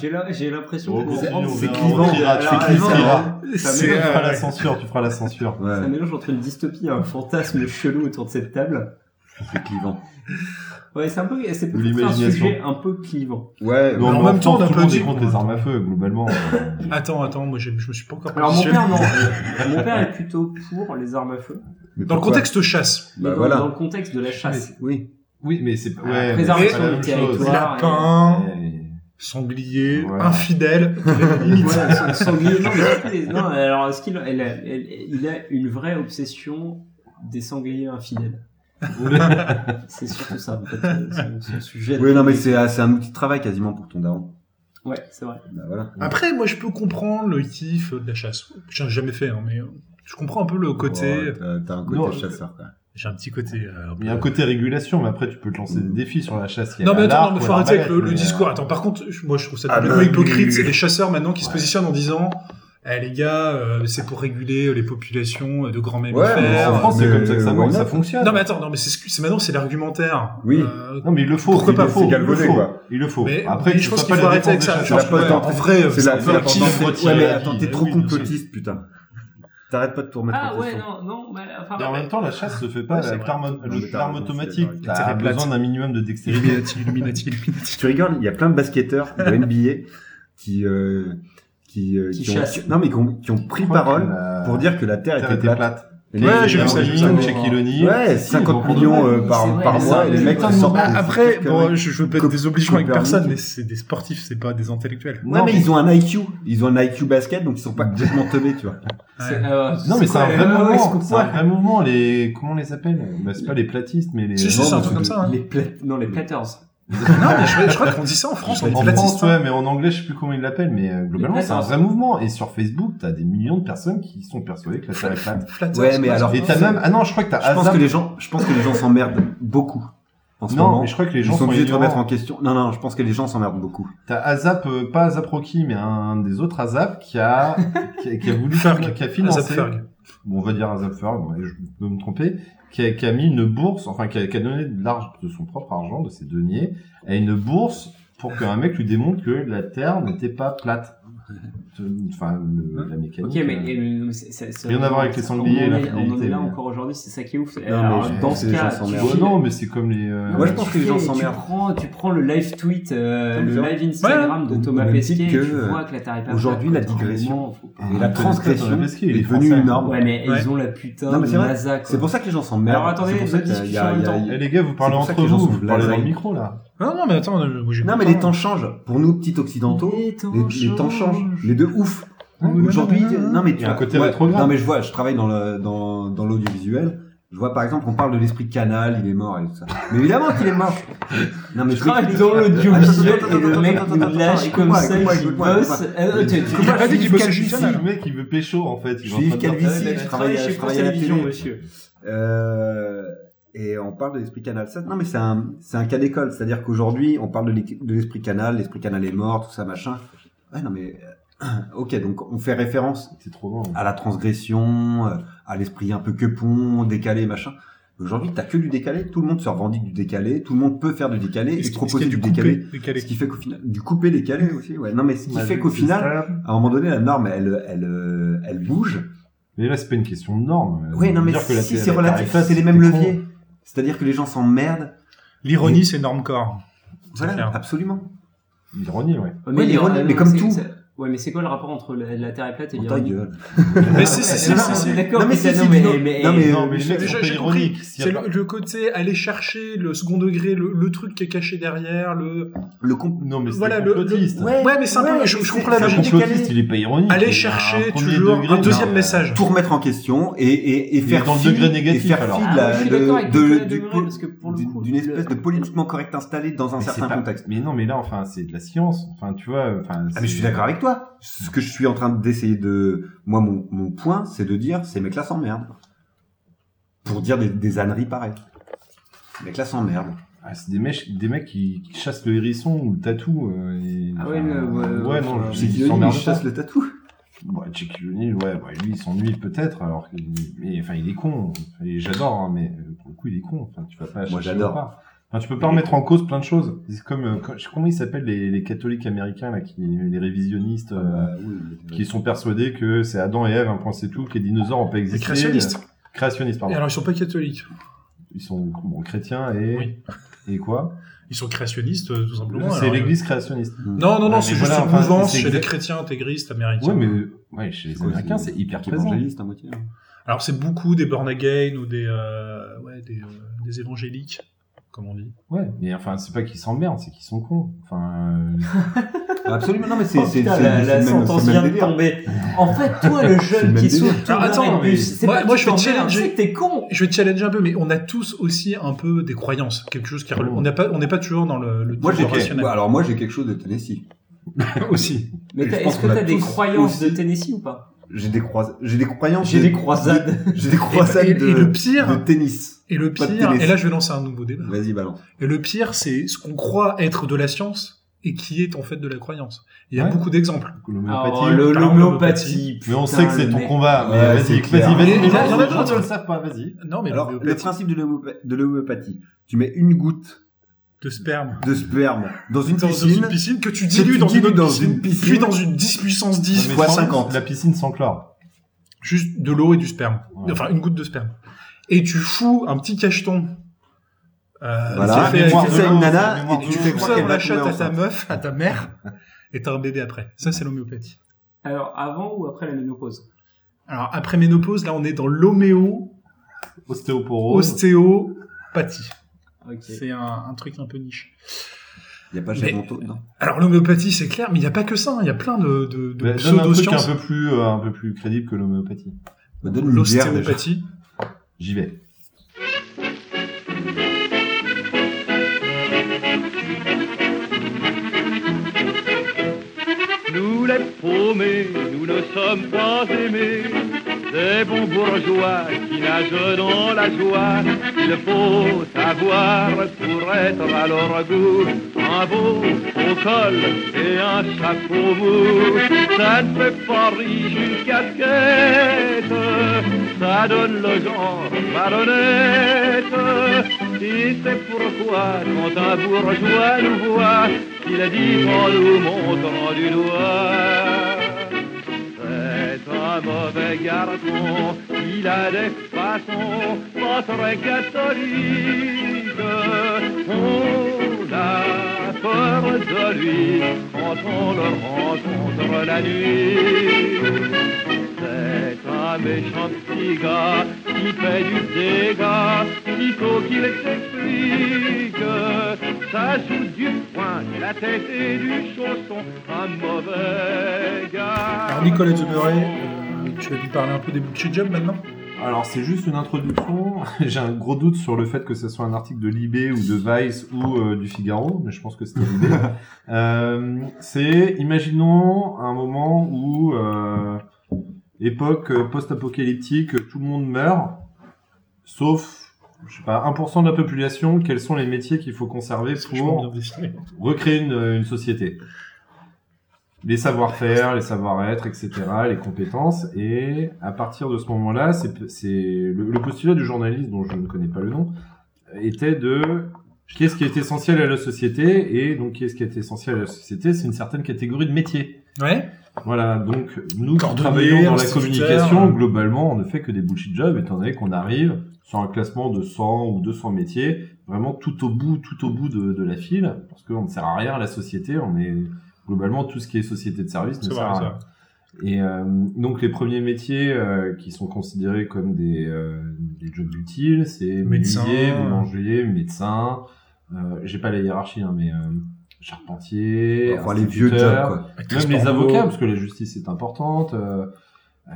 Speaker 2: J'ai la- j'ai l'impression
Speaker 3: Oh,
Speaker 2: que
Speaker 3: c'est-
Speaker 2: Oh,
Speaker 3: c'est
Speaker 2: non,
Speaker 3: clivant.
Speaker 2: mais-
Speaker 3: Ah, tu
Speaker 2: alors,
Speaker 3: fais
Speaker 2: non,
Speaker 3: clivant.
Speaker 2: alors,
Speaker 3: Tu
Speaker 6: C'est- euh,
Speaker 3: feras la
Speaker 6: ouais.
Speaker 3: censure, tu feras la censure.
Speaker 2: C'est un
Speaker 4: Ouais,
Speaker 2: mélange entre une dystopie et un fantasme chelou autour de cette table.
Speaker 4: c'est clivant.
Speaker 2: Ouais, c'est un peu, c'est
Speaker 3: Ou
Speaker 2: peut-être un
Speaker 3: l'imagination.
Speaker 2: sujet un peu clivant.
Speaker 4: Ouais,
Speaker 3: Non,
Speaker 6: en
Speaker 3: mais
Speaker 6: même temps,
Speaker 3: France,
Speaker 6: on
Speaker 3: tout le monde est
Speaker 6: applaudit.
Speaker 3: contre les armes à feu, globalement. euh,
Speaker 6: Attends, attends, moi j'ai- je me suis pas encore
Speaker 2: Alors mon
Speaker 6: positionné.
Speaker 2: père, non. Euh, mon père est plutôt pour les armes à feu.
Speaker 4: mais
Speaker 6: Dans le
Speaker 4: pourquoi
Speaker 6: contexte chasse,
Speaker 2: Mais
Speaker 4: Bah
Speaker 2: dans,
Speaker 4: voilà.
Speaker 2: dans le contexte de la chasse.
Speaker 4: Oui.
Speaker 3: Oui, mais c'est pas-
Speaker 2: Ah,
Speaker 3: ouais, mais c'est
Speaker 2: préservation
Speaker 3: pas la
Speaker 2: du
Speaker 3: même
Speaker 2: territoire.
Speaker 3: chose.
Speaker 2: Ouais.
Speaker 6: lapin,
Speaker 3: Ouais.
Speaker 6: sanglier,
Speaker 3: Ouais.
Speaker 6: infidèle,
Speaker 2: Voilà, sans- sans oublier- non, mais surtout les- non, alors est-ce qu'il elle a, elle- il a une vraie obsession des sangliers infidèles C'est surtout ça, en fait, euh, son, son sujet.
Speaker 4: Oui, non, mais c'est euh, c'est un outil de travail quasiment pour ton daron.
Speaker 2: Ouais, c'est vrai.
Speaker 4: Bah voilà.
Speaker 6: Après, moi, je peux comprendre le kiff de la chasse. J'en ai jamais fait, hein, mais euh, je comprends un peu le côté.
Speaker 4: Ouais, euh, T'as t'as un
Speaker 3: Non,
Speaker 4: côté
Speaker 3: je-
Speaker 4: chasseur, quoi.
Speaker 6: J'ai un petit côté. euh, un peu-
Speaker 3: Il y a un côté régulation, mais après, tu peux te lancer des défis sur la chasse. Il y a
Speaker 6: Non, mais
Speaker 3: la
Speaker 6: attends,
Speaker 3: larpe
Speaker 6: non, mais
Speaker 3: ou
Speaker 6: faut
Speaker 3: la
Speaker 6: arrêter avec le,
Speaker 3: arbalète,
Speaker 6: le
Speaker 3: mais, euh,
Speaker 6: discours. Attends, par contre, je- moi, je trouve ça
Speaker 4: Ah,
Speaker 6: complètement
Speaker 4: bah,
Speaker 6: hypocrite.
Speaker 4: oui.
Speaker 6: C'est les chasseurs maintenant qui se positionnent en disant Eh les gars, euh, c'est pour réguler les populations euh, de grands
Speaker 3: Ouais, mais
Speaker 6: mammifères.
Speaker 3: en France, c'est
Speaker 4: mais
Speaker 3: comme ça que ça,
Speaker 4: why
Speaker 3: marche, ça
Speaker 4: not
Speaker 3: fonctionne.
Speaker 6: non mais attends, non mais c'est ce que- c'est maintenant c'est l'argumentaire.
Speaker 4: Oui.
Speaker 6: Euh,
Speaker 3: Non, mais il le faut.
Speaker 6: Pourquoi
Speaker 3: il
Speaker 6: pas
Speaker 3: le
Speaker 6: faux
Speaker 3: faut,
Speaker 6: C'est
Speaker 3: il le
Speaker 7: galvaudé,
Speaker 3: faut.
Speaker 7: quoi.
Speaker 3: Il le faut.
Speaker 6: mais
Speaker 3: Après,
Speaker 6: mais
Speaker 3: tu
Speaker 6: je pense
Speaker 3: feras
Speaker 6: qu'il
Speaker 3: pas
Speaker 6: faut
Speaker 3: la
Speaker 6: arrêter avec
Speaker 3: défense
Speaker 6: ça.
Speaker 3: des
Speaker 6: Je
Speaker 3: chasseurs.
Speaker 6: pense que, en vrai,
Speaker 7: C'est
Speaker 6: ça
Speaker 7: la
Speaker 6: fait
Speaker 7: peur
Speaker 6: partie-
Speaker 7: d'en
Speaker 6: Ouais,
Speaker 7: retirer
Speaker 6: mais
Speaker 7: la
Speaker 6: attends,
Speaker 7: vie.
Speaker 3: Ah
Speaker 4: t'es
Speaker 7: Eh
Speaker 4: trop
Speaker 7: oui, bien sûr.
Speaker 4: complotiste, putain. T'arrêtes pas de tout remettre
Speaker 2: Ah
Speaker 4: en
Speaker 2: ouais,
Speaker 4: question.
Speaker 2: non, non, mais enfin,
Speaker 3: Et en même temps, la chasse se fait pas
Speaker 6: Ouais, c'est
Speaker 3: avec
Speaker 6: vrai.
Speaker 3: l'arme
Speaker 4: mais
Speaker 3: le-
Speaker 4: t'as
Speaker 3: l'arme
Speaker 4: raison,
Speaker 3: automatique.
Speaker 4: c'est
Speaker 6: vrai.
Speaker 3: T'as
Speaker 6: C'est plate.
Speaker 3: besoin d'un minimum de dextérité.
Speaker 6: Illuminati, Illuminati, Illuminati.
Speaker 4: Si tu rigoles, il y a plein de basketteurs de NBA qui, euh, qui, euh,
Speaker 2: Qui
Speaker 4: ont,
Speaker 2: chassent.
Speaker 4: non, mais qui ont, qui ont pris parole pour dire que la Terre
Speaker 3: Terre
Speaker 4: était
Speaker 3: était
Speaker 4: plate.
Speaker 3: plate.
Speaker 4: Les mecs,
Speaker 6: Ouais, j'ai
Speaker 4: ils
Speaker 6: vu
Speaker 4: ont
Speaker 6: ça,
Speaker 4: dit,
Speaker 6: j'ai vu ça.
Speaker 3: Shaquille O'Neal.
Speaker 4: Ouais,
Speaker 3: Si,
Speaker 4: 50
Speaker 3: ils
Speaker 4: millions
Speaker 3: vont
Speaker 4: euh,
Speaker 3: demander.
Speaker 4: par,
Speaker 2: C'est vrai,
Speaker 4: par
Speaker 2: mais
Speaker 4: mois
Speaker 2: ça,
Speaker 4: et les
Speaker 2: je-
Speaker 4: mecs
Speaker 2: Bah,
Speaker 4: ils sortent.
Speaker 6: Bah,
Speaker 4: des- euh,
Speaker 6: après,
Speaker 4: des-
Speaker 6: bon, je, je veux pas être
Speaker 4: Coupe-
Speaker 6: désobligeant avec
Speaker 4: Coupe
Speaker 6: personne, mais
Speaker 4: Bernier.
Speaker 6: c'est des sportifs, c'est pas des intellectuels.
Speaker 4: Ouais,
Speaker 3: Non,
Speaker 4: mais ils ont un IQ. Ils ont un IQ basket, donc ils sont pas complètement teubés, tu vois.
Speaker 6: Ouais.
Speaker 3: Non, mais c'est un vrai mouvement. C'est un
Speaker 2: mouvement.
Speaker 3: vrai mouvement. Les... Comment on les appelle bah, C'est pas les platistes, mais les.
Speaker 6: Si, si,
Speaker 3: Non,
Speaker 6: c'est un
Speaker 3: mais
Speaker 6: truc comme ça. hein.
Speaker 4: Les plates.
Speaker 2: Non, les platters.
Speaker 6: Non, mais je, je crois qu'on dit ça en France, on est
Speaker 3: En
Speaker 6: platiste.
Speaker 3: France, ouais, mais en anglais, je sais plus comment ils l'appellent, mais euh, globalement,
Speaker 2: Les
Speaker 3: c'est un
Speaker 2: platters.
Speaker 3: vrai mouvement. Et sur Facebook, t'as des millions de personnes qui sont persuadées que la Terre est plate.
Speaker 6: Flatteur,
Speaker 4: Ouais,
Speaker 6: c'est
Speaker 4: mais
Speaker 6: pas-
Speaker 4: alors.
Speaker 3: Et t'as même, ah non, je crois que t'as
Speaker 4: Je pense
Speaker 3: Azam.
Speaker 4: que les gens, je pense que les gens s'emmerdent beaucoup. En ce
Speaker 3: Non,
Speaker 4: moment,
Speaker 3: mais je crois que les
Speaker 4: ils
Speaker 3: gens
Speaker 4: sont
Speaker 3: sont
Speaker 4: obligés de
Speaker 3: ignorants.
Speaker 4: remettre en question. Non, non, je pense que les gens s'emmerdent beaucoup.
Speaker 3: T'as Azap, euh, pas Azap Rocky, mais un des autres Azap qui a, qui a, qui a voulu,
Speaker 6: Ferg.
Speaker 3: qui a
Speaker 6: Ah,
Speaker 3: financé,
Speaker 6: Zapferg.
Speaker 3: Bon, on va dire Azap Ferg, ouais, je peux me tromper, qui a, qui a mis une bourse, enfin qui a, qui a donné de l'argent, de son propre argent, de ses deniers, à une bourse pour qu'un mec lui démontre que la Terre n'était pas plate. Enfin,
Speaker 4: Hein
Speaker 3: le- la mécanique.
Speaker 2: Ok, mais,
Speaker 3: euh,
Speaker 2: et le- mais c'est- c'est- c'est-
Speaker 3: Rien à voir avec les sangliers,
Speaker 2: On en
Speaker 3: la
Speaker 2: est, on en est
Speaker 3: fidélité,
Speaker 2: là
Speaker 3: mais-
Speaker 2: encore aujourd'hui, c'est ça qui est ouf.
Speaker 4: mais
Speaker 2: Alors,
Speaker 4: je
Speaker 2: dans
Speaker 4: pense
Speaker 2: ce
Speaker 4: que les
Speaker 2: cas,
Speaker 4: gens
Speaker 2: tu
Speaker 4: s'emmerdent.
Speaker 3: ouais,
Speaker 2: files-
Speaker 3: non, mais c'est comme les. euh,
Speaker 4: Moi, je
Speaker 2: tu
Speaker 4: pense que les
Speaker 2: fais-
Speaker 4: gens s'emmerdent.
Speaker 2: Tu prends, tu prends le live tweet, euh,
Speaker 4: Comme
Speaker 2: le
Speaker 4: ça.
Speaker 2: live Instagram de
Speaker 4: Ouais.
Speaker 2: Thomas
Speaker 4: Mais
Speaker 2: Pesquet,
Speaker 4: dites
Speaker 2: et
Speaker 4: que,
Speaker 2: tu vois que la Terre est plate.
Speaker 4: aujourd'hui, la
Speaker 2: Attends, un
Speaker 4: digression.
Speaker 2: moment, faut-
Speaker 4: Et la
Speaker 3: Thomas
Speaker 4: transgression
Speaker 3: Pesquet, il est
Speaker 4: est devenue
Speaker 3: français.
Speaker 4: énorme.
Speaker 2: Ouais, mais
Speaker 6: Ouais.
Speaker 2: ils ont la putain
Speaker 4: Non, mais
Speaker 2: de
Speaker 4: c'est vrai.
Speaker 2: NASA, quoi.
Speaker 4: C'est pour ça que les gens s'emmerdent.
Speaker 2: Alors, attendez,
Speaker 4: C'est pour ça
Speaker 2: notre
Speaker 4: qu'il y a- il y a-
Speaker 2: discussion en
Speaker 4: il y
Speaker 3: Eh,
Speaker 4: a-
Speaker 3: les gars, vous parlez
Speaker 4: C'est pour ça
Speaker 3: entre
Speaker 4: que les gens
Speaker 3: vous,
Speaker 4: sont
Speaker 3: vous parlez dans le
Speaker 4: blasés.
Speaker 3: micro là.
Speaker 6: Non, non, mais attends, euh, moi, j'ai
Speaker 4: Non,
Speaker 6: pas
Speaker 4: mais
Speaker 6: le
Speaker 4: les
Speaker 6: temps.
Speaker 4: temps changent. Pour nous, petits occidentaux,
Speaker 2: Les temps
Speaker 4: les, les temps changent. Mais de ouf.
Speaker 6: Mmh.
Speaker 4: Aujourd'hui,
Speaker 6: Mmh.
Speaker 4: non, mais
Speaker 3: Il
Speaker 4: tu
Speaker 3: y a un
Speaker 4: vois-
Speaker 3: côté
Speaker 4: ouais,
Speaker 3: rétrograde.
Speaker 4: Non, mais je vois, je travaille dans le- dans dans l'audiovisuel. Je vois, par exemple, on parle de l'esprit canal, il est mort et tout ça. Mais évidemment qu'il est mort. Non, mais
Speaker 2: Je travaille dans l'audiovisuel et le mec me lâche comme ça, il bosse. Ah, non, tu- tu-
Speaker 6: Il a pas dit qu'il bossait du
Speaker 3: C'est
Speaker 6: canal.
Speaker 3: le mec, il veut pécho en fait. il est en
Speaker 4: Je
Speaker 3: train
Speaker 4: suis Yves
Speaker 3: de dire,
Speaker 4: Calvici,
Speaker 2: Ouais, mais
Speaker 4: je
Speaker 2: tu
Speaker 4: travaille,
Speaker 2: travailles
Speaker 4: je
Speaker 2: chez
Speaker 4: travaille à
Speaker 2: France
Speaker 4: la
Speaker 2: Télévisions,
Speaker 4: télé.
Speaker 2: monsieur.
Speaker 4: Euh, et on parle de l'esprit canal. Ça, non, mais c'est un, c'est un cas d'école. C'est-à-dire qu'aujourd'hui, on parle de l'é- de l'esprit canal, l'esprit canal est mort, tout ça, machin. Ouais, non, mais, euh, ok, donc on fait référence
Speaker 3: C'est trop long.
Speaker 4: à la transgression, euh, à l'esprit un peu quepon, décalé, machin. Aujourd'hui, t'as que du décalé. Tout le monde se revendique du décalé. Tout le monde peut faire du décalé et,
Speaker 6: Est-ce qu'il-
Speaker 4: proposer
Speaker 6: est-ce
Speaker 4: du
Speaker 6: qu'il y a du
Speaker 4: décalé.
Speaker 6: coupé, décalé
Speaker 4: Ce qui fait qu'au final, du coupé décalé aussi, ouais. Non, mais ce qui
Speaker 3: Ouais,
Speaker 4: fait qu'au
Speaker 3: c'est
Speaker 4: final,
Speaker 3: ça.
Speaker 4: à un moment donné, la norme, elle, elle, euh, elle bouge.
Speaker 3: Mais là, c'est pas une question de norme.
Speaker 4: Oui, non, mais
Speaker 3: Dire que la
Speaker 4: si
Speaker 3: télé-
Speaker 4: c'est
Speaker 3: la
Speaker 4: relatif,
Speaker 3: tarifa,
Speaker 4: c'est les mêmes
Speaker 3: des cons.
Speaker 4: leviers. C'est-à-dire que les gens s'emmerdent.
Speaker 6: L'ironie, c'est norme corps.
Speaker 4: Voilà,
Speaker 6: clair.
Speaker 4: absolument.
Speaker 3: L'ironie, ouais.
Speaker 4: Ouais,
Speaker 2: les-
Speaker 4: l'ironie,
Speaker 2: euh,
Speaker 4: mais
Speaker 2: non,
Speaker 4: comme
Speaker 2: c'est-
Speaker 4: tout.
Speaker 2: c'est- Ouais, mais c'est quoi le rapport entre la, la Terre est plate et
Speaker 4: Oh, ta
Speaker 2: l'ironie
Speaker 4: gueule.
Speaker 6: Mais si, si, si,
Speaker 2: Non,
Speaker 6: si, si.
Speaker 2: mais D'accord,
Speaker 4: Non, mais si,
Speaker 2: putain,
Speaker 4: si,
Speaker 2: non,
Speaker 4: dis
Speaker 2: mais-
Speaker 4: donc.
Speaker 2: mais-
Speaker 4: Non, mais- euh,
Speaker 3: Non, mais les
Speaker 6: Mais
Speaker 3: mecs sont
Speaker 6: j'ai-
Speaker 3: pas
Speaker 6: J'ai compris,
Speaker 3: ironiques. s'il y a
Speaker 6: c'est
Speaker 3: pas-
Speaker 6: le, le côté aller chercher le second degré, le, le truc qui est caché derrière, le.
Speaker 4: Le com-
Speaker 3: Non, mais c'est
Speaker 6: Voilà,
Speaker 3: le
Speaker 6: le-
Speaker 3: complotiste.
Speaker 6: Ouais, mais c'est un peu-
Speaker 4: ouais,
Speaker 6: je- je
Speaker 4: c'est-
Speaker 6: comprends la
Speaker 4: c'est un
Speaker 3: Le
Speaker 6: logique.
Speaker 4: décalé.
Speaker 3: complotiste, il est pas ironique. Il y a
Speaker 6: Aller
Speaker 3: un
Speaker 6: chercher
Speaker 3: premier
Speaker 6: toujours
Speaker 3: degré,
Speaker 6: un deuxième
Speaker 3: non,
Speaker 6: message.
Speaker 4: Tout remettre en question et, et, et
Speaker 3: Mais
Speaker 4: faire
Speaker 3: dans le
Speaker 4: fi-
Speaker 3: degré négatif,
Speaker 4: et faire
Speaker 3: alors.
Speaker 4: fi
Speaker 2: Ah,
Speaker 4: de la-
Speaker 2: moi, je suis
Speaker 4: de-
Speaker 2: d'accord avec
Speaker 4: de-
Speaker 2: Nicolas
Speaker 4: du
Speaker 2: Demeret,
Speaker 4: po-
Speaker 2: parce que pour le
Speaker 4: d'une-
Speaker 2: coup,
Speaker 4: d'une
Speaker 2: le-
Speaker 4: espèce de politiquement correct installée dans un
Speaker 3: Mais c'est
Speaker 4: certain
Speaker 3: pas-
Speaker 4: contexte.
Speaker 3: Mais non, mais là, enfin, c'est de la science. Enfin, tu vois, enfin.
Speaker 4: Ah mais je suis d'accord avec toi. Ce que je suis en train d'essayer de, moi mon, mon point, c'est de dire ces mecs-là s'emmerdent pour dire des, des âneries pareilles. Ces mecs-là s'emmerdent.
Speaker 3: Ah, c'est des mecs, des mecs qui, qui chassent le hérisson ou le tatou. euh, et-
Speaker 2: Ah ouais,
Speaker 3: enfin,
Speaker 2: le- ouais,
Speaker 3: ouais,
Speaker 2: ouais,
Speaker 3: non,
Speaker 2: enfin,
Speaker 3: je-
Speaker 4: C'est
Speaker 3: ils
Speaker 4: qu'ils
Speaker 3: s'emmerdent
Speaker 4: chassent
Speaker 3: pas.
Speaker 4: le tatou.
Speaker 3: Ouais, Jackie O'Neill, ouais, bah, lui, il s'ennuie peut-être, alors que, mais, enfin, il est con. Et j'adore, hein, mais euh, pour le coup, il est con. Enfin, tu vas pas. chercher
Speaker 4: j'adore.
Speaker 3: au pas. Enfin, tu peux pas remettre en cause plein de choses. C'est comme, euh, co- je- comment ils s'appellent les, les catholiques américains là, qui, les révisionnistes, euh,
Speaker 4: Ah, bah,
Speaker 3: qui sont persuadés que c'est Adam et Ève, un point c'est tout, que les dinosaures ont pas
Speaker 6: Les
Speaker 3: existé.
Speaker 6: créationnistes.
Speaker 3: Créationnistes, pardon.
Speaker 6: Et alors, ils sont pas catholiques.
Speaker 3: Ils sont bon, chrétiens et
Speaker 6: Oui.
Speaker 3: et quoi
Speaker 6: Ils sont créationnistes, euh, tout simplement.
Speaker 3: C'est
Speaker 6: alors,
Speaker 3: l'Église créationniste.
Speaker 4: Mmh.
Speaker 6: euh, Non, non, non,
Speaker 3: Ouais,
Speaker 6: c'est
Speaker 3: mais
Speaker 6: juste
Speaker 3: voilà,
Speaker 6: une
Speaker 3: enfin,
Speaker 6: mouvance
Speaker 3: c'est
Speaker 6: chez
Speaker 3: exact-
Speaker 6: les chrétiens intégristes américains.
Speaker 3: Ouais, mais ouais, chez les
Speaker 4: quoi,
Speaker 3: Américains,
Speaker 4: c'est-
Speaker 3: c'est hyper
Speaker 4: qui
Speaker 3: présent.
Speaker 4: évangéliste à moitié. hein.
Speaker 6: Alors, c'est beaucoup des born again ou des, euh, ouais, des, euh, des évangéliques, comme on dit.
Speaker 3: Ouais, mais enfin, c'est pas qu'ils s'emmerdent, c'est qu'ils sont cons. Enfin, euh,
Speaker 4: Absolument, non mais c'est
Speaker 2: Oh,
Speaker 4: c'est-
Speaker 2: putain,
Speaker 4: c'est-
Speaker 2: la,
Speaker 4: c'est
Speaker 2: la
Speaker 4: le même-
Speaker 2: sentence
Speaker 4: c'est le même
Speaker 2: vient de
Speaker 4: délire.
Speaker 2: tomber. En fait, toi, le
Speaker 4: C'est le
Speaker 2: jeune
Speaker 4: même
Speaker 2: qui est
Speaker 4: délire.
Speaker 2: sous ton
Speaker 6: Alors, attends, mais
Speaker 2: c'est
Speaker 6: moi-
Speaker 2: pas
Speaker 6: moi,
Speaker 2: que
Speaker 6: je vais
Speaker 2: t'emmerdes,
Speaker 6: challenger.
Speaker 2: c'est que t'es con.
Speaker 6: Je vais te challenger un peu, mais on a tous aussi un peu des croyances, quelque chose qui est rel-
Speaker 3: Oh.
Speaker 6: on n'a pas, on n'est pas toujours dans le, le
Speaker 4: Moi
Speaker 6: toujours
Speaker 4: j'ai
Speaker 6: rationnel.
Speaker 4: quelque- alors moi j'ai quelque chose de Tennessee.
Speaker 6: aussi.
Speaker 2: Mais
Speaker 4: Je
Speaker 2: t'as-
Speaker 4: pense
Speaker 2: est-ce que
Speaker 4: qu'on a
Speaker 2: t'as des
Speaker 4: tous
Speaker 2: croyances
Speaker 4: aussi-
Speaker 2: de Tennessee ou pas
Speaker 4: J'ai des crois j'ai des croyances
Speaker 2: J'ai
Speaker 4: de-
Speaker 2: des croisades.
Speaker 4: j'ai des
Speaker 6: bah, Et,
Speaker 4: croisades
Speaker 6: et-
Speaker 4: de,
Speaker 6: et le pire,
Speaker 4: de tennis.
Speaker 6: et le
Speaker 4: pas de
Speaker 6: pire,
Speaker 4: télé.
Speaker 6: et là je vais lancer un nouveau débat.
Speaker 4: Vas-y balance.
Speaker 6: Et le pire, c'est ce qu'on croit être de la science et qui est en fait de la croyance. Il y a
Speaker 3: Ouais.
Speaker 6: beaucoup d'exemples.
Speaker 3: L'homéopathie.
Speaker 2: Oh, le-
Speaker 6: Par
Speaker 2: l'homéopathie.
Speaker 3: Mais on
Speaker 2: putain,
Speaker 3: sait que c'est
Speaker 2: le
Speaker 3: ton
Speaker 2: mec.
Speaker 3: combat. Mais
Speaker 4: Ouais,
Speaker 3: vas-y,
Speaker 4: c'est clair.
Speaker 3: vas-y,
Speaker 6: Mais
Speaker 3: vas-y. Mais
Speaker 6: là,
Speaker 3: là,
Speaker 6: il y en a d'autres.
Speaker 3: ne le savent pas. Vas-y.
Speaker 6: Non, mais
Speaker 4: Alors, le
Speaker 6: l'homéopathie
Speaker 4: principe de l'homéopa- de l'homéopathie, tu mets une goutte
Speaker 6: de sperme
Speaker 4: de sperme dans une
Speaker 6: dans
Speaker 4: piscine,
Speaker 6: une piscine que tu
Speaker 4: tu
Speaker 6: dilues dans, une,
Speaker 4: dilues
Speaker 6: autre
Speaker 4: dans
Speaker 6: piscine,
Speaker 4: une piscine.
Speaker 6: puis dans une 10 puissance 10,
Speaker 3: Non, mais
Speaker 4: fois
Speaker 3: sans-
Speaker 4: 50.
Speaker 3: La piscine sans chlore.
Speaker 6: juste de l'eau et du sperme.
Speaker 3: Ouais.
Speaker 6: Enfin, une goutte de sperme. Et tu fous un petit cacheton. Euh,
Speaker 4: voilà,
Speaker 6: c'est fait-
Speaker 4: tu
Speaker 3: mémoire
Speaker 4: fais
Speaker 3: de
Speaker 4: ça à
Speaker 3: l'eau,
Speaker 4: une
Speaker 3: c'est la
Speaker 4: nana,
Speaker 3: mémoire
Speaker 4: et
Speaker 3: de
Speaker 4: tu
Speaker 3: l'eau.
Speaker 4: fais
Speaker 6: Tout
Speaker 4: croire
Speaker 6: ça, on
Speaker 4: qu'elle va
Speaker 6: l'achète à
Speaker 4: tomber
Speaker 6: ta
Speaker 4: enceinte.
Speaker 6: meuf, à ta mère, et t'as un bébé après. Ça, c'est l'homéopathie.
Speaker 2: Alors, avant ou après la ménopause
Speaker 6: Alors, après ménopause, là, on est dans l'homéo-ostéopathie.
Speaker 3: Ostéoporose.
Speaker 2: Ok.
Speaker 6: C'est un, un truc un peu niche.
Speaker 4: Il n'y a pas
Speaker 6: Mais-
Speaker 4: Charenton, non
Speaker 6: Alors, l'homéopathie, c'est clair, mais il n'y a pas que ça. hein. Il y a plein de, de, de
Speaker 3: Bah, Donne un truc un
Speaker 6: pseudo-sciences.
Speaker 3: peu plus, euh, un peu plus crédible que l'homéopathie.
Speaker 4: Bah, Donne une bière déjà.
Speaker 6: L'ostéopathie.
Speaker 3: J'y vais.
Speaker 7: Nous les paumés, nous ne sommes pas aimés. Des bons bourgeois qui nagent dans la joie. Il faut avoir pour être à leur goût un beau au col et un chapeau mou. Ça ne fait pas riche une casquette. Ça donne le genre malhonnête. Et c'est pourquoi quand un bourgeois nous voit, il a dit en nous montrant du doigt. C'est un mauvais garçon, il a des façons pas très catholiques. On a peur de lui quand on le rencontre la nuit. C'est un méchant petit gars qui fait du dégât, il faut qu'il s'explique. Ça joue du poing, de la tête et du chausson, un mauvais gars.
Speaker 6: Alors, Nicolas Demeuré, euh, tu vas nous parler un peu des bullshit jobs maintenant
Speaker 3: Alors c'est juste une introduction. J'ai un gros doute sur le fait que ce soit un article de Libé ou de Vice ou euh, du Figaro, mais je pense que c'était Libé. Euh, c'est imaginons un moment où euh, époque euh, post-apocalyptique, tout le monde meurt, sauf je sais pas 1% de la population. Quels sont les métiers qu'il faut conserver
Speaker 6: C'est vachement
Speaker 3: pour
Speaker 6: bien dessiné.
Speaker 3: recréer une, une société. Les savoir-faire, les savoir-être, etc., les compétences. Et à partir de ce moment-là, c'est c'est- le, le postulat du journaliste, dont je ne connais pas le nom, était de qu'est-ce qui est essentiel à la société Et donc, qu'est-ce qui est essentiel à la société C'est une certaine catégorie de métiers.
Speaker 6: Ouais.
Speaker 3: Voilà, donc nous qui
Speaker 6: Cordonnier,
Speaker 3: travaillons dans la
Speaker 6: instituteur.
Speaker 3: communication, globalement, on ne fait que des bullshit jobs, étant donné qu'on arrive sur un classement de 100 ou 200 métiers vraiment tout au bout, tout au bout de, de la file, parce qu'on ne sert à rien à la société, on est globalement tout ce qui est société de service ne
Speaker 6: C'est
Speaker 3: sert
Speaker 6: vrai,
Speaker 3: à
Speaker 6: c'est
Speaker 3: rien.
Speaker 6: vrai.
Speaker 3: Et euh, donc les premiers métiers euh, qui sont considérés comme des, euh, des jobs utiles, c'est
Speaker 6: Médecin.
Speaker 3: menuisier,
Speaker 4: Ah.
Speaker 3: boulanger, médecin. Euh, J'ai pas la hiérarchie, hein, mais euh, charpentier,
Speaker 4: Enfin, les vieux jobs,
Speaker 3: instituteur,
Speaker 4: quoi.
Speaker 6: Actrice
Speaker 3: même les
Speaker 6: porno.
Speaker 3: avocats, parce que la justice est importante. euh, euh,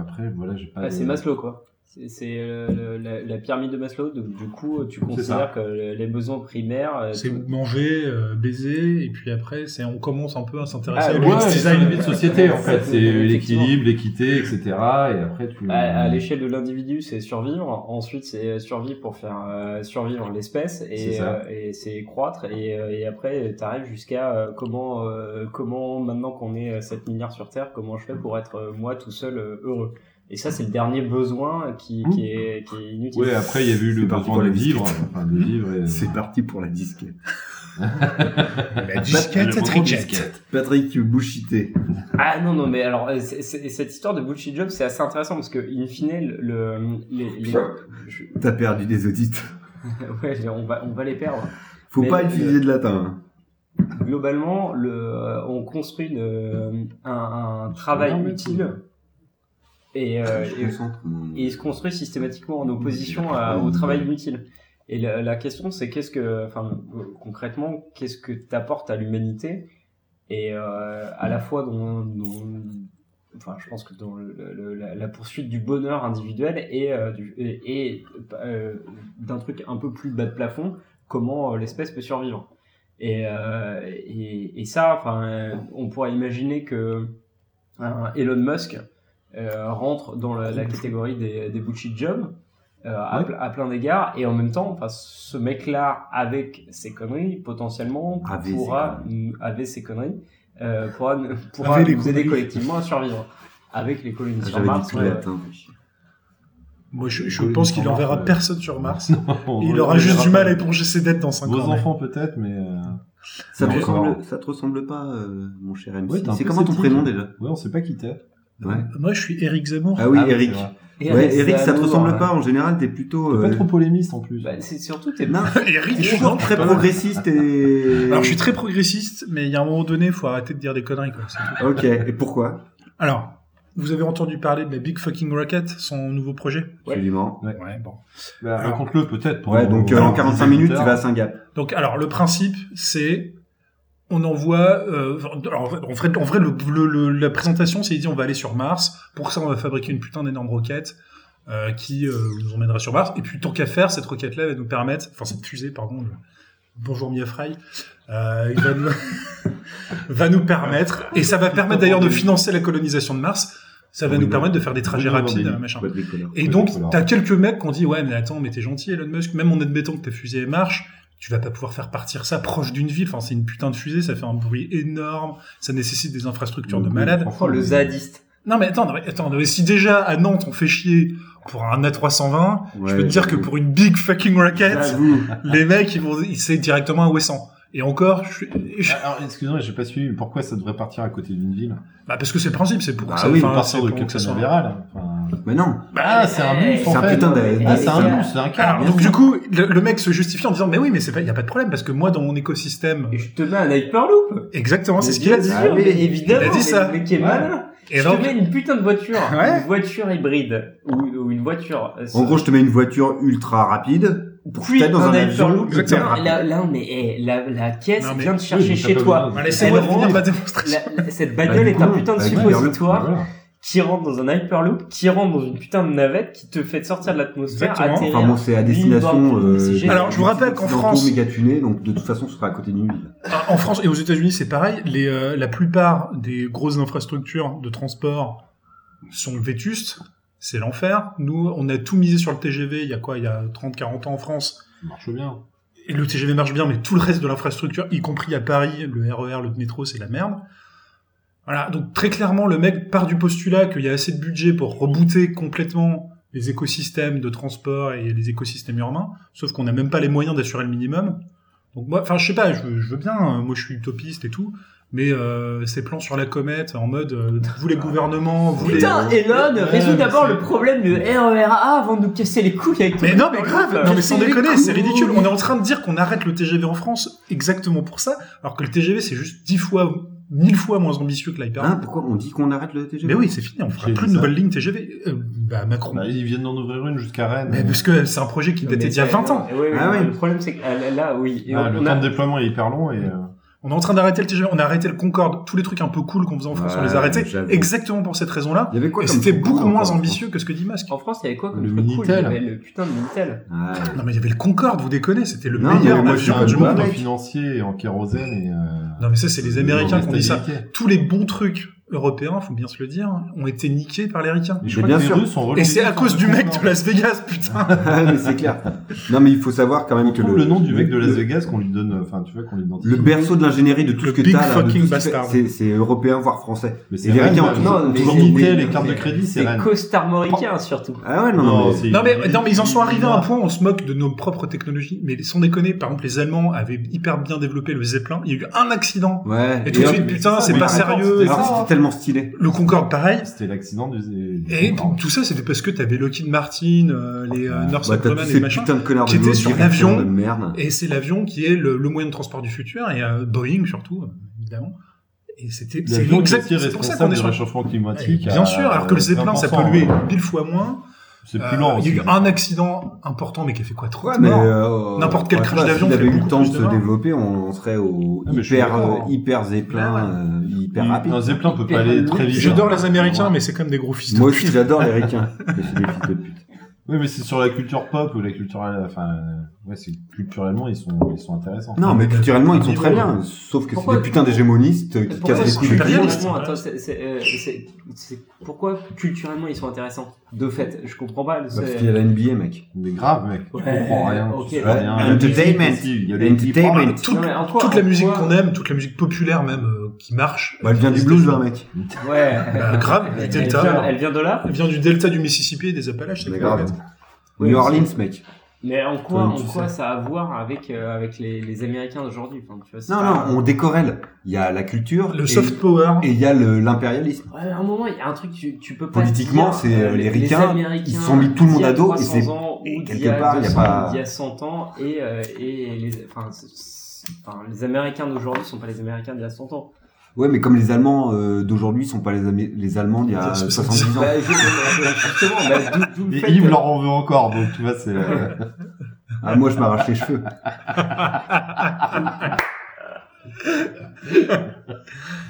Speaker 3: après, voilà, j'ai pas.
Speaker 2: Ouais,
Speaker 3: les-
Speaker 2: Ah, c'est Maslow, quoi. C'est- C'est euh, le- la, la pyramide de Maslow. Donc, du coup, tu
Speaker 3: ça.
Speaker 2: considères que euh, les besoins primaires. euh,
Speaker 6: C'est
Speaker 2: tout-
Speaker 6: manger, euh, baiser, et puis après, c'est on commence un peu à s'intéresser
Speaker 2: Ah,
Speaker 6: au
Speaker 3: Ouais,
Speaker 6: UX
Speaker 3: c'est ça,
Speaker 6: design.
Speaker 3: la vie de société en fait, c'est
Speaker 2: Effectivement. Ah,
Speaker 3: l'équilibre, l'équité, etc. Et après tu.
Speaker 2: À, à l'échelle de l'individu, c'est survivre. Ensuite, c'est survivre pour faire euh, survivre l'espèce,
Speaker 3: C'est
Speaker 2: et
Speaker 3: ça.
Speaker 2: euh, et c'est croître. Et, euh, et après, t'arrives jusqu'à euh, comment, euh, comment maintenant qu'on est euh, 7 milliards sur Terre, comment je fais pour être euh, moi tout seul euh, heureux. Et ça, c'est le dernier besoin qui, qui, est, qui est inutile.
Speaker 3: Ouais, après il y a eu le
Speaker 4: C'est parti
Speaker 3: besoin
Speaker 4: pour
Speaker 3: de
Speaker 4: la
Speaker 3: vivre,
Speaker 4: disquette.
Speaker 3: enfin de vivre. Et...
Speaker 4: C'est parti pour la disquette.
Speaker 6: La
Speaker 3: Le
Speaker 6: Bah, disquette
Speaker 3: moment
Speaker 6: Tridget.
Speaker 3: disquette.
Speaker 4: Patrick Bouchité.
Speaker 2: Ah non, non, mais alors, euh, c'est- c'est- cette histoire de bullshit job, c'est assez intéressant parce que, in fine, le, les, les- je-
Speaker 4: T'as perdu des audits.
Speaker 2: ouais, on va, on va les perdre.
Speaker 4: Faut
Speaker 2: Mais
Speaker 4: pas
Speaker 2: le-
Speaker 4: utiliser de latin.
Speaker 2: Globalement, le, euh, on construit une- euh, un, un travail
Speaker 3: Non, mais-
Speaker 2: utile et,
Speaker 4: hein.
Speaker 2: euh,
Speaker 4: Je
Speaker 2: et-
Speaker 4: concentre mon-
Speaker 2: et il se construit systématiquement en opposition à- au travail inutile. Et la, la question, c'est qu'est-ce que, enfin, euh, concrètement, qu'est-ce que t'apportes à l'humanité et euh, à la fois dans, dans- enfin, je pense que dans le- le- la, la poursuite du bonheur individuel et, euh, du- et, et, euh, d'un truc un peu plus bas de plafond, comment euh, l'espèce peut survivre. Et, euh, et, et ça, enfin, euh, on pourrait imaginer que euh, un Elon Musk euh, rentre dans la, la catégorie des, des bullshit jobs. euh, à,
Speaker 3: Ouais.
Speaker 2: ple- à plein d'égards. Et en même temps, enfin, ce mec-là, avec ses conneries, potentiellement,
Speaker 4: Avec ses
Speaker 2: pourra, nous- avec ses conneries, euh, pourra, nous- pourra
Speaker 6: Avec les
Speaker 2: nous aider
Speaker 6: colonies.
Speaker 2: collectivement à survivre. Avec les colonies sur
Speaker 4: J'avais dit
Speaker 2: Mars.
Speaker 4: tout
Speaker 2: ouais.
Speaker 4: latin.
Speaker 6: Moi, je, je
Speaker 3: Oui,
Speaker 6: pense
Speaker 3: sur
Speaker 6: qu'il enverra
Speaker 3: Mars, ouais.
Speaker 6: personne sur Mars.
Speaker 3: On
Speaker 6: il
Speaker 3: le
Speaker 6: aura juste
Speaker 3: verra
Speaker 6: du mal à
Speaker 3: pas.
Speaker 6: éponger ses dettes dans 5
Speaker 3: Vos
Speaker 6: ans.
Speaker 3: enfants peut-être, mais. euh,
Speaker 4: Ça te,
Speaker 3: Non,
Speaker 4: ressemble,
Speaker 3: encore.
Speaker 4: ça te ressemble pas, euh, mon cher MC
Speaker 3: ouais, t'es un
Speaker 4: C'est
Speaker 3: peu
Speaker 4: comment ton
Speaker 3: sceptique.
Speaker 4: prénom déjà
Speaker 3: Ouais, on sait pas qui t'es.
Speaker 4: ouais.
Speaker 6: Moi, je suis Eric Zemmour.
Speaker 4: Ah oui,
Speaker 3: Ah oui,
Speaker 4: Eric.
Speaker 3: c'est vrai.
Speaker 2: Et
Speaker 4: Ouais,
Speaker 2: avec
Speaker 4: Eric,
Speaker 2: ses
Speaker 4: ça te
Speaker 2: amours,
Speaker 4: ressemble
Speaker 2: ouais.
Speaker 4: pas. En général, t'es plutôt.
Speaker 3: T'es
Speaker 4: euh,
Speaker 3: pas trop polémiste en plus.
Speaker 2: Bah, c'est surtout, t'es
Speaker 4: Non,
Speaker 6: Eric,
Speaker 4: t'es
Speaker 6: je
Speaker 4: toujours
Speaker 6: suis-
Speaker 4: très progressiste et.
Speaker 6: Alors, je suis très progressiste, mais il y a un moment donné, il faut arrêter de dire des conneries. Quoi. C'est tout.
Speaker 4: Ok, et pourquoi
Speaker 6: Alors, vous avez entendu parler de la Big Fucking Rocket, son nouveau projet
Speaker 2: Ouais.
Speaker 4: Absolument.
Speaker 6: Ouais, bon.
Speaker 3: Bah,
Speaker 6: Alors-
Speaker 3: Raconte-le peut-être. pour
Speaker 4: Ouais,
Speaker 3: nos-
Speaker 4: donc euh, en
Speaker 3: nos
Speaker 4: 45 minutes, tu
Speaker 3: auditeurs.
Speaker 4: vas à Saint-Gap.
Speaker 6: Donc, alors, le principe, c'est. On envoie. euh, alors, en vrai, en vrai, le, le- le- la présentation, c'est il dit on va aller sur Mars. Pour ça, on va fabriquer une putain d'énorme roquette euh, qui euh, nous emmènera sur Mars. Et puis, tant qu'à faire, cette roquette-là va nous permettre. Enfin, cette fusée, pardon. le- Bonjour Mia Fry. Euh, il va nous, va nous permettre. Et ça va permettre d'ailleurs de financer la colonisation de Mars. Ça va
Speaker 3: Oui,
Speaker 6: nous
Speaker 3: bah,
Speaker 6: permettre de faire des trajets
Speaker 3: oui, oui,
Speaker 6: rapides,
Speaker 3: oui.
Speaker 6: machin.
Speaker 4: Quadricolore.
Speaker 6: Et
Speaker 3: Ouais,
Speaker 6: donc,
Speaker 3: voilà.
Speaker 6: t'as quelques mecs qui ont dit ouais, mais attends, mais t'es gentil, Elon Musk. Même en admettant que ta fusée elle marche, tu vas pas pouvoir faire partir ça proche d'une ville. Enfin, c'est une putain de fusée, ça fait un bruit énorme, ça nécessite des infrastructures de
Speaker 3: Oui,
Speaker 6: malade.
Speaker 3: franchement,
Speaker 2: Oh,
Speaker 4: Mmh.
Speaker 2: le
Speaker 3: mais-
Speaker 2: zadiste.
Speaker 6: Non, mais attends, non, mais attends. mais Si déjà à Nantes on fait chier pour un A320, je peux te
Speaker 4: Ouais,
Speaker 6: dire que
Speaker 4: j'avoue.
Speaker 6: pour une big fucking rocket,
Speaker 4: J'avoue.
Speaker 6: les mecs ils vont, ils c'est directement un Wesson. Et encore, je, suis- je-
Speaker 3: Alors, excusez-moi, ah, j'ai pas suivi. mais Pourquoi ça devrait partir à côté d'une ville
Speaker 6: bah parce que c'est le principe, c'est pour
Speaker 4: Bah
Speaker 6: que ça,
Speaker 4: oui,
Speaker 6: enfin, c'est
Speaker 3: Partir de
Speaker 6: pour que
Speaker 3: Cap
Speaker 6: ça Bah, soit-
Speaker 3: Canaveral. Enfin...
Speaker 4: Mais non.
Speaker 3: Ah, c'est un bus
Speaker 4: C'est
Speaker 3: en
Speaker 4: un
Speaker 3: fait.
Speaker 4: putain de-
Speaker 3: Ah, c'est un bus, c'est un Ah car.
Speaker 6: Alors, donc du coup, le, le mec se justifie en disant mais oui, mais c'est pas, y a pas de problème parce que moi dans mon écosystème,
Speaker 2: Et je te mets un Hyperloop.
Speaker 6: exactement, c'est
Speaker 2: Mais
Speaker 6: ce qu'il a
Speaker 2: bien
Speaker 6: dit.
Speaker 2: sûr,
Speaker 4: Ah
Speaker 2: Bah mais
Speaker 4: oui.
Speaker 2: évidemment.
Speaker 6: Il a dit
Speaker 2: mais-
Speaker 6: ça.
Speaker 2: Mais qui est
Speaker 3: Ouais.
Speaker 2: malin.
Speaker 6: Et
Speaker 2: je
Speaker 6: donc,
Speaker 2: te mets une putain de voiture,
Speaker 6: Ouais.
Speaker 2: une voiture hybride ou, ou une voiture. euh,
Speaker 4: En gros, je te mets une voiture ultra rapide pour que
Speaker 2: puis
Speaker 4: t'ailles dans un avion
Speaker 2: Hyperloop.
Speaker 4: hyper
Speaker 6: exactement.
Speaker 2: Putain,
Speaker 4: rapide.
Speaker 2: Là, là, on est, eh, la, la caisse
Speaker 6: Non, mais-
Speaker 2: vient de chercher
Speaker 3: mais t'as
Speaker 2: chez
Speaker 3: pas
Speaker 2: toi.
Speaker 3: besoin Eh,
Speaker 6: bah, laissez-moi
Speaker 2: Elle
Speaker 6: finir
Speaker 2: rentre.
Speaker 6: ma démonstration.
Speaker 2: La- la- cette
Speaker 4: Bah,
Speaker 2: bagnole
Speaker 4: du
Speaker 2: est
Speaker 4: coup,
Speaker 2: un putain de
Speaker 4: bah,
Speaker 2: suppositoire
Speaker 3: Voilà.
Speaker 2: qui rentre dans un hyperloop, qui rentre dans une putain de navette, qui te fait sortir de l'atmosphère,
Speaker 6: Exactement.
Speaker 2: atterrir.
Speaker 4: Enfin bon, c'est à
Speaker 2: L'île
Speaker 4: destination. euh,
Speaker 2: Bordeaux, c'est génial.
Speaker 6: Alors, je vous rappelle qu'en France-
Speaker 4: méga tuné, donc de toute façon, ce sera à côté d'une ville.
Speaker 6: En France et aux États-Unis, c'est pareil. Les, euh, la plupart des grosses infrastructures de transport sont vétustes. C'est l'enfer. Nous, on a tout misé sur le TGV il y a quoi Il y a 30, 40 ans en France.
Speaker 3: Ça marche bien.
Speaker 6: Et le TGV marche bien, mais tout le reste de l'infrastructure, y compris à Paris, le RER, le métro, c'est la merde. Voilà, donc très clairement, le mec part du postulat qu'il y a assez de budget pour rebooter complètement les écosystèmes de transport et les écosystèmes urbains, sauf qu'on n'a même pas les moyens d'assurer le minimum. Donc moi, enfin je sais pas, je, veux- je veux bien, euh, moi je suis utopiste et tout, mais euh, ces plans sur la comète, en mode, euh, vous les gouvernements, vous les...
Speaker 2: Putain, Elon,
Speaker 3: Ouais,
Speaker 2: résous
Speaker 3: mais
Speaker 2: d'abord
Speaker 3: c'est-
Speaker 2: le problème de RERA avant de nous casser les couilles avec ton
Speaker 6: Mais non, mais grave, non, mais sans
Speaker 2: Casser les
Speaker 6: déconner,
Speaker 2: couilles.
Speaker 6: Euh, c'est ridicule. On est en train de dire qu'on arrête le TGV en France exactement pour ça, alors que le TGV c'est juste 10 fois, 1000 fois moins ambitieux que l'hyper.
Speaker 4: Hein, pourquoi on dit qu'on arrête le TGV
Speaker 6: mais oui, c'est fini, on fera
Speaker 3: Qui a
Speaker 6: plus
Speaker 3: dit
Speaker 6: de
Speaker 3: ça
Speaker 6: nouvelles lignes TGV. Euh, bah, Macron.
Speaker 3: Bah, ils viennent d'en ouvrir une jusqu'à Rennes.
Speaker 6: Mais parce que c'est un projet qui
Speaker 2: Non,
Speaker 6: datait
Speaker 2: mais
Speaker 6: d'il y a
Speaker 2: c'est- euh,
Speaker 6: 20 ans.
Speaker 2: Ouais, ouais,
Speaker 4: Ah
Speaker 2: mais
Speaker 4: oui.
Speaker 2: Le problème, c'est que ah, là, là, oui. Et
Speaker 3: Ah,
Speaker 2: on-
Speaker 3: le
Speaker 2: on a-
Speaker 3: temps de déploiement est hyper long et. euh,
Speaker 6: On est en train d'arrêter le TGV, on a arrêté le Concorde, tous les trucs un peu cool qu'on faisait en France, on les a
Speaker 4: Ouais,
Speaker 6: arrêtés
Speaker 4: j'avoue.
Speaker 6: exactement pour cette raison-là.
Speaker 4: Il y avait quoi
Speaker 6: Et
Speaker 4: comme
Speaker 6: c'était
Speaker 4: truc
Speaker 6: beaucoup
Speaker 4: cool,
Speaker 6: moins
Speaker 4: encore,
Speaker 6: ambitieux que ce que dit Musk.
Speaker 2: En France, il y avait quoi comme
Speaker 3: Le
Speaker 2: truc cool Il y
Speaker 3: Minitel.
Speaker 2: avait le putain de Minitel.
Speaker 4: hein. Ouais.
Speaker 6: Non mais il y avait le Concorde, vous déconnez, c'était le
Speaker 4: Non,
Speaker 6: meilleur
Speaker 4: mais moi,
Speaker 3: C'est
Speaker 4: Sur
Speaker 6: avion
Speaker 3: un
Speaker 6: du
Speaker 4: je vois
Speaker 3: bon
Speaker 6: monde.
Speaker 4: pas. mec.
Speaker 3: financier et en kérosène et. euh,
Speaker 6: Non mais ça c'est les
Speaker 3: et
Speaker 6: Américains
Speaker 3: en
Speaker 6: qui ont dit ça.
Speaker 3: stabilité.
Speaker 6: Tous les bons trucs européens, faut bien se le dire, ont été niqués par les ricains.
Speaker 3: Mais je
Speaker 4: Mais
Speaker 3: crois
Speaker 4: bien
Speaker 3: que les
Speaker 4: sûr.
Speaker 3: Russes ont
Speaker 6: Et
Speaker 3: relayé
Speaker 6: c'est à
Speaker 3: sur
Speaker 6: cause
Speaker 3: le
Speaker 6: du mec de
Speaker 3: continent.
Speaker 6: Las Vegas, putain.
Speaker 4: Ah, mais c'est clair. Non, mais il faut savoir quand même que
Speaker 3: Trouve
Speaker 4: le,
Speaker 3: le nom du mec de Las
Speaker 4: le-
Speaker 3: Vegas qu'on lui donne, enfin tu vois qu'on lui identifie.
Speaker 4: Le berceau de l'ingénierie de tout
Speaker 6: Le
Speaker 4: ce que
Speaker 6: big
Speaker 4: t'as là, de
Speaker 6: fucking
Speaker 4: tout ce qui fait-
Speaker 6: bastard.
Speaker 4: c'est, c'est européen voire français.
Speaker 3: Mais
Speaker 4: Les
Speaker 3: Rennes,
Speaker 4: Américains
Speaker 3: bah,
Speaker 4: ont toujours-
Speaker 3: ils ont
Speaker 4: mais
Speaker 3: toujours
Speaker 4: c'est-
Speaker 3: Minitel,
Speaker 4: mais-
Speaker 3: les cartes de crédit, c'est
Speaker 2: C'est
Speaker 3: Rennes.
Speaker 2: costarmoricain, surtout.
Speaker 4: Ah ouais, non, non, mais-
Speaker 3: c'est-
Speaker 6: Non mais, non mais ils en sont arrivés à un point, on se moque de nos propres technologies. Mais sans déconner, par exemple les Allemands avaient hyper bien développé le Zeppelin, il y a eu un accident.
Speaker 4: Ouais.
Speaker 6: Et tout de
Speaker 4: hop,
Speaker 6: suite,
Speaker 4: mais
Speaker 6: putain,
Speaker 3: ça,
Speaker 6: c'est
Speaker 3: mais
Speaker 6: pas
Speaker 3: attends,
Speaker 6: sérieux.
Speaker 3: c'était
Speaker 4: Alors,
Speaker 3: ça.
Speaker 4: c'était tellement stylé.
Speaker 6: Le Concorde, pareil.
Speaker 3: C'était l'accident du. du-
Speaker 6: Et
Speaker 3: du-
Speaker 6: donc, tout ça, c'était parce que t'avais Lockheed Martin, euh, les euh, Northrop
Speaker 4: Bah, t'as tous
Speaker 6: Grumman et
Speaker 4: ces
Speaker 6: machin.
Speaker 4: putains de connards
Speaker 6: qui
Speaker 4: de
Speaker 6: étaient
Speaker 4: l'eau
Speaker 6: sur
Speaker 4: directement
Speaker 6: l'avion.
Speaker 4: de merde.
Speaker 6: Et c'est l'avion qui est le, le moyen de transport du futur, et euh, Boeing surtout, euh, évidemment. Et c'était
Speaker 3: Il y a
Speaker 6: c'est
Speaker 3: donc
Speaker 6: exact-
Speaker 3: aussi
Speaker 6: c'est pour ça qu'on
Speaker 3: responsable
Speaker 6: est
Speaker 3: du
Speaker 6: sur...
Speaker 3: réchauffement
Speaker 6: Ouais,
Speaker 3: climatique.
Speaker 6: Bien
Speaker 3: à-
Speaker 6: sûr, alors que le
Speaker 3: à
Speaker 6: Zeppelin, ça
Speaker 3: 20%,
Speaker 6: polluait
Speaker 3: hein.
Speaker 6: mille fois moins.
Speaker 3: C'est
Speaker 6: Euh,
Speaker 3: plus lent
Speaker 6: Il y a
Speaker 3: aussi.
Speaker 6: eu un accident important, mais qui a fait quoi Trois
Speaker 4: Ouais, mais
Speaker 6: morts
Speaker 4: euh,
Speaker 6: N'importe quel
Speaker 4: ouais,
Speaker 6: crash
Speaker 4: si
Speaker 6: d'avion
Speaker 4: il
Speaker 6: fait
Speaker 4: avait eu
Speaker 6: beaucoup
Speaker 4: le temps de
Speaker 6: plus de
Speaker 4: se
Speaker 6: morts.
Speaker 4: développer, on, on serait au
Speaker 3: Ah, mais je suis
Speaker 4: hyper,
Speaker 3: d'accord.
Speaker 4: euh, hyper
Speaker 6: Ah,
Speaker 4: zeppelin, euh, hyper rapide.
Speaker 3: Un Zeppelin peut pas aller très vite.
Speaker 6: J'adore les Américains, mais c'est comme des gros fils de
Speaker 4: Moi
Speaker 6: pute.
Speaker 4: aussi, j'adore les ricains. Mais c'est des fils de pute.
Speaker 3: Oui, mais c'est sur la culture pop ou la culture, enfin, euh, ouais, c'est culturellement ils sont, ils sont intéressants.
Speaker 4: Non, mais culturellement, ils sont très
Speaker 6: Pourquoi-
Speaker 4: bien. Sauf que c'est
Speaker 2: pourquoi-
Speaker 4: des putains d'hégémonistes qui
Speaker 2: Pourquoi
Speaker 4: cassent les
Speaker 6: est-ce
Speaker 4: couilles
Speaker 6: que
Speaker 4: du
Speaker 6: t'as rien
Speaker 4: client.
Speaker 6: dit
Speaker 2: culturellement, attends, c'est- c'est, euh, c'est- c'est- pourquoi culturellement ils sont intéressants De fait, je comprends pas. le-
Speaker 4: Bah, Parce
Speaker 2: c'est-
Speaker 4: qu'il y a la NBA, mec.
Speaker 3: Mais grave, mec.
Speaker 2: Ouais,
Speaker 3: tu comprends rien.
Speaker 2: ok.
Speaker 3: tu sais rien.
Speaker 4: Ouais, entertainment.
Speaker 3: Si, Il y a le
Speaker 4: Entertainment.
Speaker 6: Toute,
Speaker 2: Non, mais en quoi-
Speaker 6: toute la
Speaker 2: en
Speaker 6: musique
Speaker 2: quoi-
Speaker 6: qu'on aime, toute la musique populaire même euh, qui marche,
Speaker 4: Bah, elle vient du blues, là, mec.
Speaker 2: Ouais.
Speaker 6: bah, grave,
Speaker 2: Elle,
Speaker 6: du
Speaker 2: elle vient,
Speaker 6: delta.
Speaker 2: elle vient de là
Speaker 6: Elle vient du delta du Mississippi et des Appalaches, c'est
Speaker 4: Mais
Speaker 6: quoi, en
Speaker 4: grave.
Speaker 6: fait
Speaker 2: Ouais,
Speaker 4: New
Speaker 2: c'est-
Speaker 4: Orleans, mec.
Speaker 2: Mais en quoi,
Speaker 4: Comme
Speaker 2: en
Speaker 4: tu
Speaker 2: quoi ça a à voir avec, euh, avec les, les Américains d'aujourd'hui enfin, tu vois, c'est
Speaker 4: Non,
Speaker 2: pas-
Speaker 4: non, on décorelle. Il y a la culture.
Speaker 6: Le
Speaker 4: et-
Speaker 6: soft power.
Speaker 4: Et il y a le- l'impérialisme.
Speaker 2: Ouais, mais à un moment, il y a un truc, tu, tu peux pas.
Speaker 4: Politiquement,
Speaker 2: dire,
Speaker 4: c'est, euh, les Ricains,
Speaker 2: Américains
Speaker 4: ils se sont mis tout le monde
Speaker 2: d'il y a
Speaker 4: à dos et
Speaker 2: 300
Speaker 4: c'est-
Speaker 2: ans,
Speaker 4: et
Speaker 2: ou
Speaker 4: quelque
Speaker 2: d'il y a
Speaker 4: part, il y a
Speaker 2: 200,
Speaker 4: pas-
Speaker 2: d'il y a 100 ans, et, euh, et les, enfin, c'est- c'est- enfin, les Américains d'aujourd'hui sont pas les Américains d'il y a 100 ans.
Speaker 4: Ouais, mais comme les Allemands euh, d'aujourd'hui sont pas les, Amé- les Allemands d'il y a 70 ans.
Speaker 2: Bah, je- euh, justement, bah, d'où- d'où le
Speaker 3: Et
Speaker 2: fait
Speaker 3: Yves
Speaker 2: que-
Speaker 3: leur en veut encore, donc tu vois, c'est. euh,
Speaker 4: Ah, moi, je m'arrache les cheveux.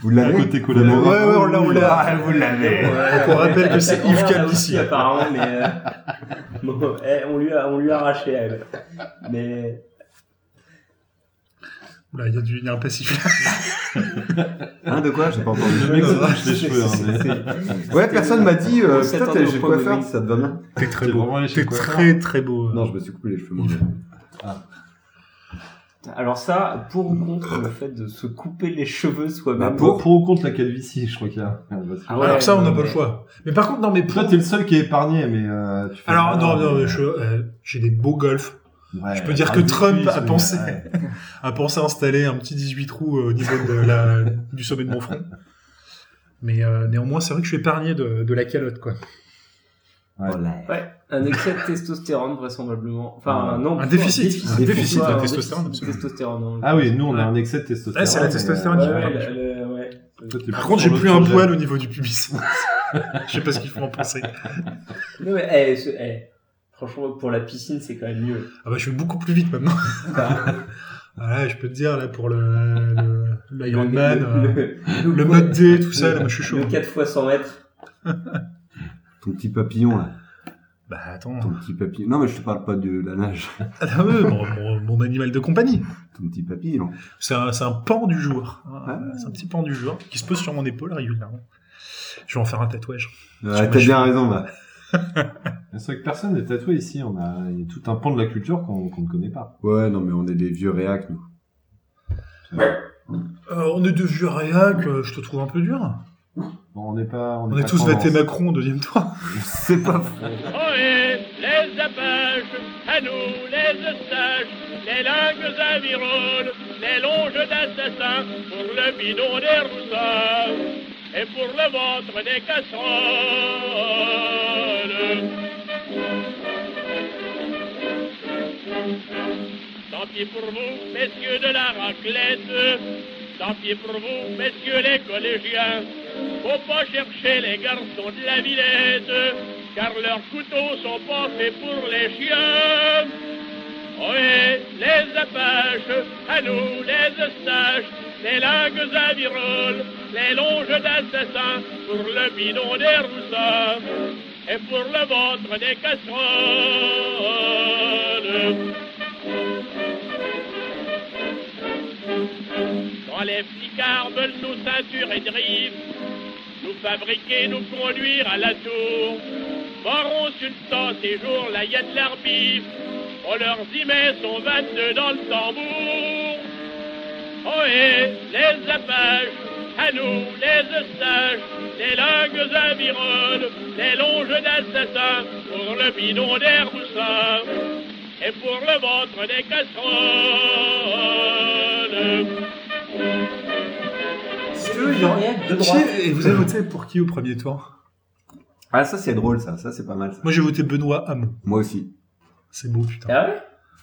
Speaker 4: Vous
Speaker 3: Un
Speaker 4: l'avez
Speaker 3: côté collabo.
Speaker 4: Vous l'avez
Speaker 6: Ouais, ouais, on l'a, on l'a.
Speaker 4: Ah, vous l'avez.
Speaker 2: euh,
Speaker 6: Donc, on rappelle que c'est
Speaker 2: D'accord,
Speaker 6: Yves
Speaker 2: on l'a
Speaker 6: Calvici.
Speaker 2: aussi, hein, apparemment, mais euh, bon, eh, on lui a, on lui a arraché à elle. Mais
Speaker 6: Oula, Il y a du- il y a un passif là.
Speaker 4: Hein, de quoi J'ai pas entendu.
Speaker 3: Le mec se touche les cheveux, hein, mais-
Speaker 4: Ouais, personne m'a dit, euh,
Speaker 2: On s'attend
Speaker 4: putain, t'es
Speaker 2: au
Speaker 4: chez le
Speaker 2: point de
Speaker 4: coiffeur,
Speaker 2: vue.
Speaker 4: ça te va bien.
Speaker 6: T'es très
Speaker 3: T'es
Speaker 6: beau.
Speaker 3: vraiment Ah, allé chez
Speaker 6: T'es
Speaker 3: le coiffeur.
Speaker 6: très très beau. euh,
Speaker 4: Non, je me suis coupé les cheveux, moi.
Speaker 2: alors ça, pour ou contre le fait de se couper les cheveux
Speaker 4: Bah,
Speaker 2: soi-même.
Speaker 3: Pour, pour ou contre la calvitie, je crois qu'il y a. bah,
Speaker 2: Ah ouais,
Speaker 6: Alors ça, on n'a
Speaker 2: non,
Speaker 6: pas le
Speaker 2: mais-
Speaker 6: choix. Mais par contre, non, mais pour...
Speaker 3: Toi, t'es le seul qui est épargné, mais. euh, tu fais-
Speaker 6: Alors, non, non, mais je- euh, j'ai des beaux golfs.
Speaker 3: Ouais, ah,
Speaker 6: je peux dire
Speaker 3: un
Speaker 6: que
Speaker 3: dix-huit,
Speaker 6: Trump a
Speaker 3: ouais,
Speaker 6: pensé.
Speaker 3: ouais.
Speaker 6: a pensé installer un petit 18 trous euh, au niveau de la- du sommet de mon front. Mais euh, néanmoins, c'est vrai que je suis épargné de, de la calotte, quoi.
Speaker 3: Ouais.
Speaker 2: Ouais, un excès de testostérone vraisemblablement. Enfin,
Speaker 3: Ah.
Speaker 2: non,
Speaker 6: Un déficit. Un déficit de
Speaker 2: Ouais, un
Speaker 6: testostérone,
Speaker 2: déficit de testostérone. non.
Speaker 3: Ah oui, nous, on a un excès de testostérone.
Speaker 6: Ouais, c'est la
Speaker 3: mais, euh,
Speaker 6: testostérone
Speaker 2: Ouais,
Speaker 6: qui
Speaker 2: ouais, le- le- ouais.
Speaker 3: Toi, t'es
Speaker 6: Par
Speaker 3: plus
Speaker 6: contre, j'ai
Speaker 3: sur
Speaker 6: plus
Speaker 3: l'autre
Speaker 6: un
Speaker 3: projet.
Speaker 6: poil au niveau du pubis. Je sais pas ce qu'il faut en penser.
Speaker 2: Non, mais, eh, ce- eh, franchement, pour la piscine, c'est quand même mieux.
Speaker 6: Ah bah, je vais beaucoup plus vite maintenant. voilà, je peux te dire, là, pour le, le, l'Ironman, euh, le,
Speaker 2: le-
Speaker 6: mode D, tout ça,
Speaker 2: le-
Speaker 6: là, moi, je suis chaud. hein.
Speaker 2: Le 4 x 100 mètres.
Speaker 4: Ton petit papillon, là.
Speaker 6: Bah, attends.
Speaker 4: Ton petit papillon. Non, mais je te parle pas de la nage.
Speaker 6: Ah, non, ouais, mon, mon- mon animal de compagnie.
Speaker 4: Ton petit papillon.
Speaker 6: C'est un, c'est un pan du jour. hein. C'est un petit pan du jour qui se pose sur mon épaule régulièrement. Je vais en faire un tatouage.
Speaker 4: Ouais, t'as bien raison, bah.
Speaker 3: Mais C'est vrai que personne n'est tatoué ici. On a il y a tout un pan de la culture qu'on qu'on ne connaît pas.
Speaker 4: Ouais, non, mais on est des vieux réacs, nous.
Speaker 6: Euh, on est deux vieux réac, euh, je te trouve un peu dur.
Speaker 3: Bon, on n'est pas.
Speaker 6: On
Speaker 3: n'est
Speaker 6: est
Speaker 3: pas
Speaker 6: tous
Speaker 3: tendance.
Speaker 6: votés Macron au deuxième tour.
Speaker 4: C'est pas
Speaker 8: Ohé, les apaches, à nous les ostaches, les langues avironnes, les longes d'assassins, pour le bidon des roussards et pour le ventre des casseroles. Tant pis pour vous, messieurs de la raclette, tant pis pour vous, messieurs les collégiens, faut pas chercher les garçons de la villette, car leurs couteaux sont pas faits pour les chiens. Oui, les apaches, à nous les eustaches, les langues aviroles, les longes d'assassins, pour le bidon des roussards et pour le ventre des casseroles. Quand les flicards veulent nos ceintures et drivent, nous fabriquer, nous conduire à la tour. Baron Sultan, ces jours-là, y a de l'arbitre. Oh, On leur y met son 22 dans le tambour. Ohé, les apaches, à nous les eustaches, les langues avironnes, les longes d'assassins, pour le bidon des roussins et pour le ventre des casseroles.
Speaker 2: Si tu veux, il y en a de droite.
Speaker 6: Qui- Et vous avez voté pour qui au premier tour
Speaker 4: Ah, ça, c'est drôle, ça. Ça, c'est pas mal, ça.
Speaker 6: Moi j'ai voté Benoît Hamon.
Speaker 4: Moi aussi.
Speaker 6: C'est beau putain.
Speaker 2: Ah ouais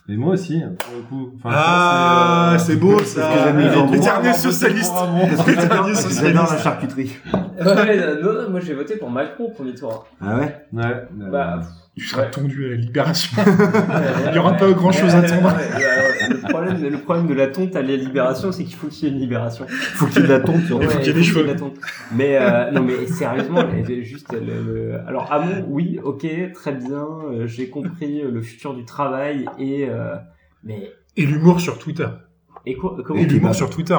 Speaker 3: Mais moi aussi, hein, pour le coup. Enfin,
Speaker 6: Ah,
Speaker 3: tu vois,
Speaker 6: c'est beau
Speaker 4: parce que
Speaker 6: ça.
Speaker 4: j'aime les gens
Speaker 6: Les
Speaker 4: droits,
Speaker 6: derniers
Speaker 3: avoir voté
Speaker 6: socialistes.
Speaker 3: pour Hamon.
Speaker 4: Parce que
Speaker 6: Les derniers
Speaker 4: j'adore j'adore la
Speaker 6: socialistes.
Speaker 4: charcuterie.
Speaker 2: Ah Ouais, non, non, moi j'ai voté pour Macron au premier tour. hein.
Speaker 4: Ah ouais
Speaker 3: Ouais. euh,
Speaker 2: Bah,
Speaker 6: Tu seras
Speaker 2: Ouais.
Speaker 6: tondu à la libération.
Speaker 2: Il
Speaker 6: y aura pas grand-chose à attendre.
Speaker 2: Ouais, ouais, ouais. Le problème, le problème de la tonte à la libération, c'est qu'il faut qu'il y ait une libération.
Speaker 4: Faut qu'il y ait de la tombe sur
Speaker 2: Ouais,
Speaker 6: qu'il y ait des
Speaker 2: faut
Speaker 6: cheveux.
Speaker 2: de la tonte. Mais euh, non, mais sérieusement, elle- juste le, le- alors Hamon, oui, ok, très bien, euh, j'ai compris euh, le futur du travail et euh, mais
Speaker 6: Et l'humour sur Twitter.
Speaker 2: et quoi comment
Speaker 6: Et
Speaker 4: Et
Speaker 6: l'humour
Speaker 4: kebab.
Speaker 6: sur Twitter.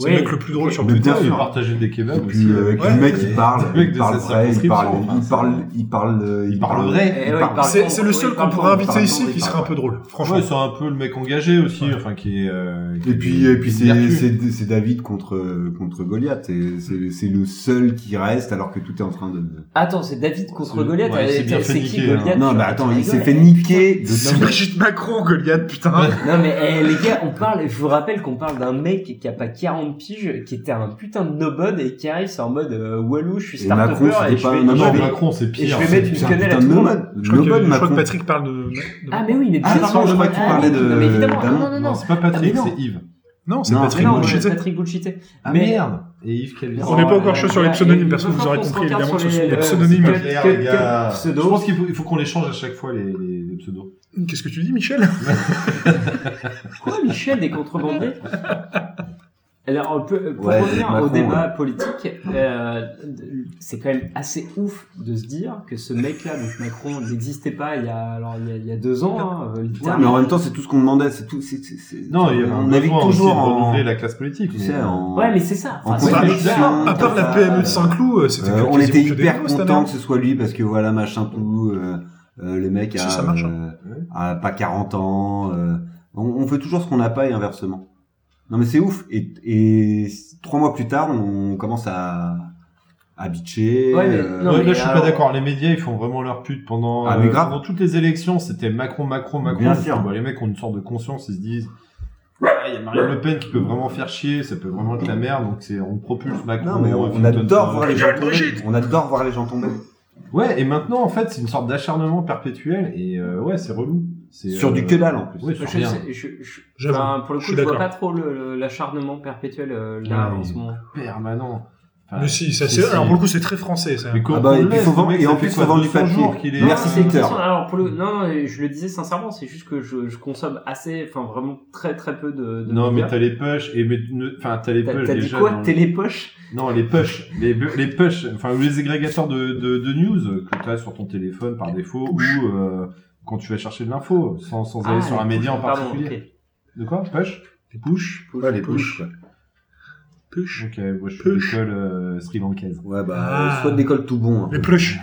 Speaker 6: C'est
Speaker 2: Ouais.
Speaker 6: le mec le plus drôle sur
Speaker 4: Mais
Speaker 6: Twitter.
Speaker 4: bien
Speaker 3: Putain, il
Speaker 4: sûr.
Speaker 3: partageait des kebabs
Speaker 4: Et puis, euh,
Speaker 3: aussi. euh,
Speaker 4: avec
Speaker 6: Ouais,
Speaker 4: le mec,
Speaker 3: des-
Speaker 4: il parle,
Speaker 3: des mecs
Speaker 4: il
Speaker 3: de
Speaker 4: parle
Speaker 3: sa
Speaker 4: vrai, il parle,
Speaker 3: circonscription,
Speaker 4: il parle,
Speaker 3: enfin,
Speaker 4: il parle, euh,
Speaker 3: Il parle vrai.
Speaker 2: Eh ouais, il parle
Speaker 6: C'est
Speaker 2: fort,
Speaker 6: c'est le
Speaker 2: ouais,
Speaker 6: seul
Speaker 2: il
Speaker 6: qu'on
Speaker 2: parle
Speaker 6: pourrait
Speaker 2: fort,
Speaker 6: inviter
Speaker 4: parle
Speaker 6: ici
Speaker 4: fort,
Speaker 6: qui
Speaker 4: il
Speaker 6: serait un
Speaker 4: parle
Speaker 6: peu drôle, franchement.
Speaker 3: Ouais, c'est un peu le mec engagé aussi, enfin qui est. euh, qui
Speaker 4: Et puis, et puis
Speaker 3: qui
Speaker 4: c'est,
Speaker 3: vertu.
Speaker 4: c'est, c'est David contre, contre Goliath. C'est, c'est, c'est le seul qui reste alors que tout est en train de.
Speaker 2: Attends, c'est David contre
Speaker 3: C'est-
Speaker 2: Goliath.
Speaker 3: ouais, il s'est
Speaker 2: euh,
Speaker 3: bien
Speaker 2: c'est
Speaker 3: fait
Speaker 2: qui
Speaker 3: niquer, hein.
Speaker 2: Goliath
Speaker 4: Non,
Speaker 2: tu
Speaker 4: mais
Speaker 2: vois,
Speaker 4: attends,
Speaker 2: tu
Speaker 4: il s'est
Speaker 2: rigoles.
Speaker 4: fait niquer de
Speaker 6: C'est Brigitte Macron, Goliath, putain.
Speaker 2: Non mais eh, les gars, on parle. Je vous rappelle qu'on parle d'un mec qui a pas 40 piges, qui était un putain de nobody et qui arrive, c'est en mode euh, Walou, je suis
Speaker 4: Et Macron,
Speaker 2: start-upper et
Speaker 4: c'était
Speaker 2: je
Speaker 4: pas
Speaker 2: vais-
Speaker 4: un
Speaker 3: Non,
Speaker 2: je
Speaker 3: non,
Speaker 2: vais-
Speaker 4: homme. hein.
Speaker 3: Macron, c'est
Speaker 2: Et je
Speaker 3: pire.
Speaker 2: vais
Speaker 3: c'est-
Speaker 2: mettre une
Speaker 4: C'est un
Speaker 2: quenelle à
Speaker 4: putain
Speaker 2: tout
Speaker 4: de
Speaker 2: le monde.
Speaker 4: nomade.
Speaker 6: Je crois, que,
Speaker 4: Nomade
Speaker 6: je crois que
Speaker 4: Macron.
Speaker 6: Patrick parle de. de-
Speaker 2: Ah mais oui, mais bien
Speaker 4: Ah,
Speaker 2: sûr,
Speaker 4: pardon, je crois
Speaker 2: Macron.
Speaker 4: que tu parlais
Speaker 2: Ah,
Speaker 4: de-
Speaker 2: mais évidemment.
Speaker 4: d'Amon.
Speaker 2: Non, non, non.
Speaker 3: Non, c'est pas
Speaker 2: Ah, mais
Speaker 3: Patrick,
Speaker 2: non.
Speaker 3: c'est Yves.
Speaker 6: Non, c'est
Speaker 4: Non,
Speaker 6: Patrick
Speaker 2: Non,
Speaker 6: Bullshit.
Speaker 2: euh, Patrick Bullshité.
Speaker 3: Ah
Speaker 2: Mais-
Speaker 3: merde Et Yves
Speaker 4: Oh,
Speaker 3: Calvi.
Speaker 6: On n'est pas encore chaud sur les
Speaker 2: Oh, Ouais, Bah,
Speaker 6: pseudonymes,
Speaker 2: et
Speaker 6: parce que
Speaker 2: il va
Speaker 6: vous
Speaker 2: falloir
Speaker 6: aurez
Speaker 2: qu'on se
Speaker 6: compris,
Speaker 2: regarde
Speaker 6: évidemment,
Speaker 2: sur
Speaker 6: que ce sont des
Speaker 2: euh,
Speaker 6: pseudonymes.
Speaker 2: quel-
Speaker 3: Merde,
Speaker 2: quel-
Speaker 3: les gars.
Speaker 2: quel
Speaker 3: Je
Speaker 2: pseudo
Speaker 3: pense qu'il faut, il faut qu'on les change à chaque fois, les, les, les pseudos.
Speaker 6: Qu'est-ce que tu dis, Michel
Speaker 2: Quoi, Michel, des contrebandiers Alors, on peut, pour
Speaker 4: Ouais,
Speaker 2: revenir
Speaker 4: Macron,
Speaker 2: au débat politique, euh, c'est quand même assez ouf de se dire que ce mec-là, donc Macron, n'existait pas il y a, alors, il y a, il y a deux ans, hein, euh,
Speaker 4: Ouais,
Speaker 2: littéralement.
Speaker 4: mais en même temps, c'est tout ce qu'on demandait. C'est tout, c'est, c'est, c'est-
Speaker 3: Non, il y avait un
Speaker 4: on navigue
Speaker 3: besoin aussi de
Speaker 4: toujours en,
Speaker 3: renouveler la classe politique.
Speaker 4: tu
Speaker 3: mais-
Speaker 4: sais, en,
Speaker 2: Ouais, mais c'est ça.
Speaker 4: en
Speaker 2: Enfin, c'est-
Speaker 4: contradiction.
Speaker 6: À part la
Speaker 4: enfin,
Speaker 6: PME de Saint-Cloud, euh, c'était
Speaker 4: euh,
Speaker 6: que
Speaker 4: on était
Speaker 6: quasiment que des
Speaker 4: hyper
Speaker 6: gros cette
Speaker 4: content
Speaker 6: année.
Speaker 4: que ce soit lui parce que voilà, machin tout, euh, euh, le mec a,
Speaker 6: Ça, ça marche,
Speaker 3: hein.
Speaker 4: euh, a pas 40 ans. euh, on, on veut toujours ce qu'on n'a pas et inversement. Non mais c'est ouf. Et, et trois mois plus tard, on commence à, à bitcher.
Speaker 2: Ouais, mais-
Speaker 4: euh,
Speaker 2: non,
Speaker 3: Ouais,
Speaker 2: mais
Speaker 3: là, je suis
Speaker 2: alors-
Speaker 3: pas d'accord. Les médias, ils font vraiment leur pute pendant,
Speaker 4: Ah, mais
Speaker 3: euh,
Speaker 4: grave.
Speaker 3: pendant toutes les élections. C'était Macron, Macron, Macron.
Speaker 4: Bien
Speaker 3: Parce que,
Speaker 4: sûr.
Speaker 3: bah, les mecs ont une sorte de conscience. Ils se disent, Ouais, il y a Marine Le Pen qui peut vraiment faire chier. Ça peut vraiment être la merde. Donc, c'est, on propulse Macron. euh,
Speaker 4: non, mais on, on
Speaker 3: Washington
Speaker 4: adore
Speaker 3: sur-
Speaker 4: voir les gens tomber. On adore voir les gens tomber.
Speaker 3: Ouais, et maintenant, en fait, c'est une sorte d'acharnement perpétuel. Et euh, ouais, c'est relou. C'est, euh,
Speaker 4: Sur du que dalle, en plus.
Speaker 3: Ouais, sur
Speaker 2: Je
Speaker 3: rien.
Speaker 2: sais- je- je-
Speaker 6: J'avoue,
Speaker 2: enfin, pour le
Speaker 6: je
Speaker 2: coup,
Speaker 6: suis
Speaker 2: je vois
Speaker 6: d'accord.
Speaker 2: pas trop le- le- l'acharnement perpétuel euh, là
Speaker 3: Ouais.
Speaker 2: en ce moment.
Speaker 3: Permanent. Enfin,
Speaker 6: Mais si, ça
Speaker 3: si,
Speaker 6: c'est.
Speaker 3: si.
Speaker 6: Alors pour le coup, c'est très français, ça.
Speaker 3: Mais quand
Speaker 4: Ah bah,
Speaker 3: on
Speaker 4: et
Speaker 3: le
Speaker 4: puis
Speaker 3: laisse,
Speaker 4: faut
Speaker 3: le
Speaker 4: vendre-
Speaker 3: mec,
Speaker 4: et
Speaker 3: ça
Speaker 4: en
Speaker 3: fait
Speaker 4: plus,
Speaker 3: quoi,
Speaker 4: faut vendre du
Speaker 3: 200
Speaker 4: papier.
Speaker 3: jours qu'il est-
Speaker 4: Merci,
Speaker 3: Ah,
Speaker 2: c'est une
Speaker 4: Twitter.
Speaker 2: question. Alors pour le, non, non, je le disais sincèrement, c'est juste que je, je consomme assez, enfin vraiment très très peu de. de
Speaker 3: Non, mais
Speaker 2: médias.
Speaker 3: t'as les push et mais, ne- enfin t'as les
Speaker 2: T'as-
Speaker 3: push
Speaker 2: t'as dit
Speaker 3: déjà.
Speaker 2: quoi
Speaker 3: dans le-
Speaker 2: T'es les poches
Speaker 3: Non, les push, les, bu- les push, enfin ou les agrégateurs de, de, de news que t'as sur ton téléphone par défaut ou euh, quand tu vas chercher de l'info sans, sans aller sur un média en
Speaker 2: Ah, pardon,
Speaker 3: particulier.
Speaker 2: ok.
Speaker 3: De quoi Push
Speaker 6: Les push,
Speaker 3: Ouais, les
Speaker 6: push.
Speaker 3: push. quoi.
Speaker 6: push.
Speaker 3: Donc euh, moi je suis
Speaker 6: Push.
Speaker 3: l'école euh, sri lankaise.
Speaker 4: Ouais, bah,
Speaker 6: Ah.
Speaker 4: soit de l'école tout bon. hein.
Speaker 6: Les push.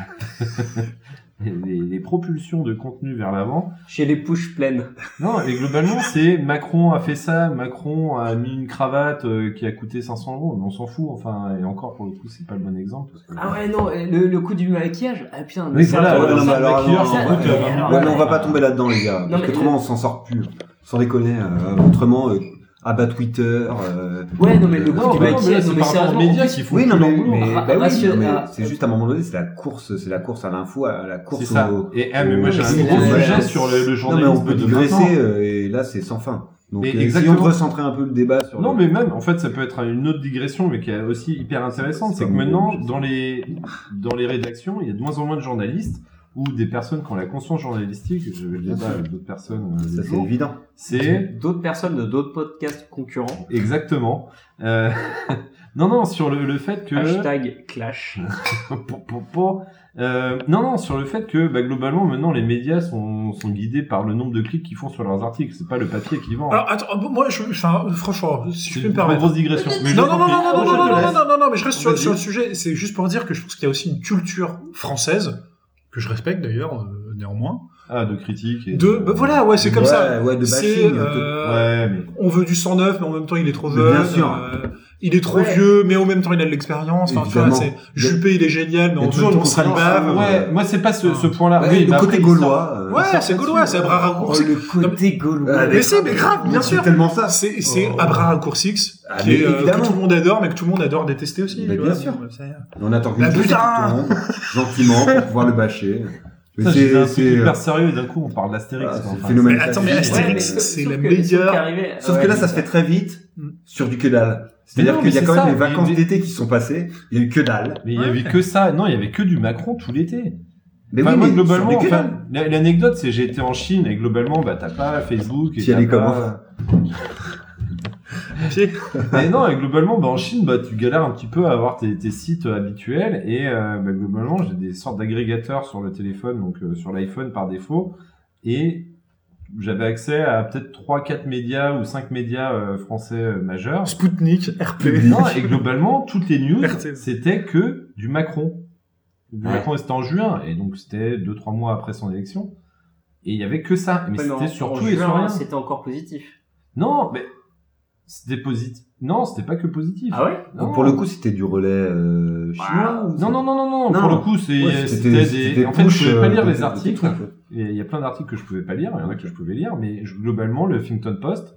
Speaker 3: Les, les propulsions de contenu vers l'avant.
Speaker 2: J'ai les poches pleines.
Speaker 3: Non, et globalement c'est Macron a fait ça, Macron a mis une cravate euh, qui a coûté 500 euros, mais on s'en fout. Enfin et encore pour le coup c'est pas le bon exemple. parce que-
Speaker 2: Ah ouais, non, et le, le coup du maquillage. Ah putain, mais
Speaker 3: Oui,
Speaker 2: ça,
Speaker 3: voilà,
Speaker 2: euh,
Speaker 4: Ouais, non, mais
Speaker 2: ça-
Speaker 4: alors,
Speaker 3: maquilleur,
Speaker 4: non,
Speaker 2: ça-
Speaker 4: non, ouais,
Speaker 3: euh,
Speaker 2: mais alors,
Speaker 4: hein.
Speaker 2: euh,
Speaker 4: ouais, mais on va pas tomber là-dedans, les gars. parce
Speaker 2: mais-
Speaker 4: que autrement, on s'en sort plus. Sans déconner. euh, autrement, euh, abat Twitter. euh,
Speaker 2: Ouais, non, mais le
Speaker 4: euh,
Speaker 2: coup
Speaker 3: Non,
Speaker 2: du
Speaker 3: mais non, mais
Speaker 2: maquillage,
Speaker 3: là,
Speaker 2: non,
Speaker 3: c'est
Speaker 2: mais
Speaker 3: par rapport aux
Speaker 2: sérieusement.
Speaker 3: médias qui font
Speaker 4: Oui, non,
Speaker 3: tout
Speaker 4: mais,
Speaker 3: leur boulot.
Speaker 4: mais-
Speaker 2: Ah,
Speaker 4: bah oui,
Speaker 2: rationnel.
Speaker 4: non, mais
Speaker 2: Ah,
Speaker 4: c'est juste à un moment donné, c'est la course, c'est la course à l'info, à la
Speaker 3: C'est
Speaker 4: course
Speaker 3: ça.
Speaker 4: au.
Speaker 3: Et ah, mais moi j'ai un
Speaker 2: C'est
Speaker 3: gros
Speaker 2: la-
Speaker 3: sujet sur le, le
Speaker 4: Non, mais
Speaker 3: journalisme
Speaker 4: on peut
Speaker 3: de
Speaker 4: digresser
Speaker 3: maintenant.
Speaker 4: euh, et là, c'est sans fin. Donc,
Speaker 3: Mais
Speaker 4: euh, si
Speaker 3: exactement.
Speaker 4: on peut recentrer un peu le débat sur.
Speaker 3: Non,
Speaker 4: le-
Speaker 3: mais même en fait, ça peut être une autre digression, mais qui est aussi hyper intéressante,
Speaker 4: C'est
Speaker 3: c'est que
Speaker 4: pas mon
Speaker 3: maintenant
Speaker 4: rôle, je
Speaker 3: dans les dans les rédactions, il y a de moins en moins de journalistes ou des personnes qui ont la conscience journalistique. Je vais le débat avec d'autres personnes. euh,
Speaker 4: ça
Speaker 3: le
Speaker 4: c'est
Speaker 3: jour.
Speaker 4: évident.
Speaker 3: C'est
Speaker 2: D'autres personnes de d'autres podcasts concurrents.
Speaker 3: exactement. Euh, Non, non, sur le, le fait que Ah,
Speaker 2: Hashtag clash.
Speaker 3: Pour- pour- pour. Euh, non, non, sur le fait que bah, globalement maintenant les médias sont, sont guidés par le nombre de clics qu'ils font sur leurs articles. C'est pas le papier qui vend.
Speaker 6: Alors attends, moi, je, enfin, franchement, si je
Speaker 3: C'est
Speaker 6: peux me
Speaker 3: une
Speaker 6: permettre.
Speaker 3: grosse digression. Mais je
Speaker 6: Non, non, non,
Speaker 3: t'en
Speaker 6: non, non,
Speaker 3: prie.
Speaker 6: non, non,
Speaker 3: Je te
Speaker 6: non,
Speaker 3: laisse.
Speaker 6: non, non, non, non, mais je reste sur,
Speaker 3: Vas-y.
Speaker 6: sur le sujet. C'est juste pour dire que je pense qu'il y a aussi une culture française, que je respecte d'ailleurs, euh, néanmoins.
Speaker 3: Ah, de critique. Et
Speaker 6: De, bah, voilà, ouais, c'est comme
Speaker 4: Ouais,
Speaker 6: ça.
Speaker 4: Ouais, de
Speaker 6: C'est,
Speaker 4: bashing. de-
Speaker 6: euh,
Speaker 3: Ouais, mais.
Speaker 6: on veut du 109, mais en même temps, il est trop
Speaker 4: Mais
Speaker 6: jeune.
Speaker 4: bien sûr.
Speaker 6: euh, il est trop vieux, mais en même temps, il a de l'expérience. Enfin, tu vois,
Speaker 4: Évidemment.
Speaker 6: c'est, Juppé, il est génial, mais
Speaker 4: Il y a
Speaker 6: en
Speaker 4: toujours
Speaker 6: même
Speaker 4: une
Speaker 6: temps, c'est
Speaker 4: contradiction,
Speaker 6: bave.
Speaker 3: Ah Ouais, moi c'est pas ce, ce point-là.
Speaker 4: Ouais,
Speaker 3: oui,
Speaker 4: le
Speaker 3: bah,
Speaker 4: côté
Speaker 3: après,
Speaker 4: gaulois. euh,
Speaker 6: Ouais, c'est gaulois, c'est à bras
Speaker 2: Oh,
Speaker 6: raccourcis.
Speaker 2: le côté gaulois.
Speaker 4: Ah,
Speaker 6: Mais c'est, mais grave, bien
Speaker 4: c'est
Speaker 6: sûr.
Speaker 4: tellement ça.
Speaker 6: C'est, c'est
Speaker 4: Oh.
Speaker 6: Abra Raccourcix,
Speaker 4: Ah,
Speaker 6: qui
Speaker 4: mais
Speaker 6: est, euh, que
Speaker 4: évidemment.
Speaker 6: tout le monde adore, mais que tout le monde adore détester aussi.
Speaker 4: Mais
Speaker 6: tu
Speaker 4: bien
Speaker 6: vois.
Speaker 4: sûr.
Speaker 6: Bon, c'est-
Speaker 4: On attend
Speaker 6: Bah,
Speaker 4: qu'une chose, c'est
Speaker 6: putain
Speaker 4: que tout le monde, gentiment, pour pouvoir le bâcher.
Speaker 3: Ça,
Speaker 4: Mais
Speaker 3: je disais un
Speaker 4: c'est,
Speaker 3: truc
Speaker 4: c'est, euh,
Speaker 3: hyper sérieux et d'un coup on parle d'Astérix.
Speaker 4: ah,
Speaker 3: quoi,
Speaker 4: c'est
Speaker 3: enfin.
Speaker 4: phénoménal.
Speaker 6: Mais attends, mais
Speaker 4: Ouais,
Speaker 6: Astérix,
Speaker 4: mais-
Speaker 6: c'est
Speaker 2: sauf
Speaker 6: la
Speaker 2: que-
Speaker 6: meilleure-
Speaker 2: sauf qu'arriver-
Speaker 4: Sauf
Speaker 2: ouais,
Speaker 4: que là, ça
Speaker 2: mais-
Speaker 4: se fait très vite
Speaker 6: Mm.
Speaker 4: sur du que dalle.
Speaker 3: Mais
Speaker 4: C'est-à-dire
Speaker 3: non,
Speaker 4: qu'il y
Speaker 3: mais
Speaker 4: a quand
Speaker 3: c'est
Speaker 4: même
Speaker 3: ça,
Speaker 4: les vacances
Speaker 3: mais-
Speaker 4: d'été qui sont passées, il y a eu que dalle.
Speaker 3: Mais il y avait que ça. Non, il y avait que du Macron tout l'été.
Speaker 5: Mais
Speaker 3: Enfin,
Speaker 5: oui,
Speaker 3: moi,
Speaker 5: mais
Speaker 3: globalement,
Speaker 5: sur lesquels
Speaker 3: enfin, la- l'anecdote, c'est j'étais en Chine et globalement, bah, t'as pas Facebook. et
Speaker 4: T'y allais
Speaker 3: t'as
Speaker 4: comment
Speaker 3: pas-
Speaker 6: Pied.
Speaker 3: Mais non, et globalement, bah, en Chine, bah, tu galères un petit peu à avoir tes, tes sites euh, habituels. Et euh, bah, globalement, j'ai des sortes d'agrégateurs sur le téléphone, donc euh, sur l'iPhone par défaut. Et j'avais accès à peut-être 3-4 médias ou 5 médias euh, français euh, majeurs.
Speaker 6: Spoutnik, RP.
Speaker 3: Non, et globalement, toutes les news,
Speaker 6: RTL.
Speaker 3: c'était que du Macron. Du
Speaker 2: Ouais.
Speaker 3: Macron, c'était en juin, et donc c'était 2-3 mois après son élection. Et il y avait que ça. Mais
Speaker 2: Ouais,
Speaker 3: c'était
Speaker 2: en- en
Speaker 3: surtout et
Speaker 2: juin,
Speaker 3: sur rien.
Speaker 2: C'était encore positif.
Speaker 3: Non, mais c'était positif. Non, c'était pas que positif.
Speaker 2: Ah ouais
Speaker 3: Non. Bah,
Speaker 4: Pour le coup, c'était du relais euh, chinois. ou
Speaker 3: Non, non, non, non, non,
Speaker 4: Non.
Speaker 3: pour le coup, c'est,
Speaker 4: Ouais,
Speaker 3: c'était, des. En fait, je
Speaker 4: push,
Speaker 3: pouvais pas
Speaker 4: euh,
Speaker 3: lire les
Speaker 4: des-
Speaker 3: articles.
Speaker 4: des trucs.
Speaker 3: Et Il y a plein d'articles que je pouvais pas lire, il y en a que je pouvais lire, mais je- globalement, le Huffington Post,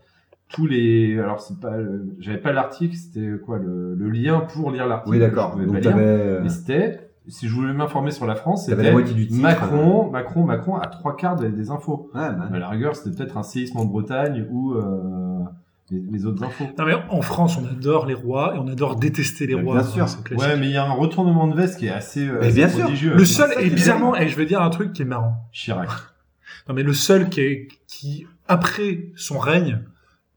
Speaker 3: tous les. Alors, c'est pas. le- J'avais pas l'article, c'était quoi le, le lien pour lire l'article.
Speaker 4: Oui, d'accord.
Speaker 3: que Je pouvais
Speaker 4: Donc
Speaker 3: pas
Speaker 4: t'avais
Speaker 3: lire.
Speaker 4: euh,
Speaker 3: Mais c'était. Si je voulais m'informer sur la France,
Speaker 4: t'avais
Speaker 3: c'était
Speaker 4: la moitié du titre. euh.
Speaker 3: Macron, Macron, Macron, à trois quarts des, des infos.
Speaker 4: Ouais, bah,
Speaker 3: À la rigueur, c'était peut-être un séisme en Bretagne ou euh, les, les autres infos.
Speaker 6: Non, mais en France, on adore les rois et on adore détester les
Speaker 4: Bien
Speaker 6: rois.
Speaker 4: sûr.
Speaker 6: c'est classique.
Speaker 3: Ouais, mais il y a un retournement de veste qui est assez, euh,
Speaker 4: Mais
Speaker 3: assez
Speaker 4: bien sûr.
Speaker 3: prodigieux.
Speaker 6: Le seul,
Speaker 4: ça,
Speaker 6: et
Speaker 4: c'est
Speaker 6: bizarrement, et je vais dire un truc qui est marrant.
Speaker 3: Chirac.
Speaker 6: Non, mais le seul qui, est- qui, après son règne,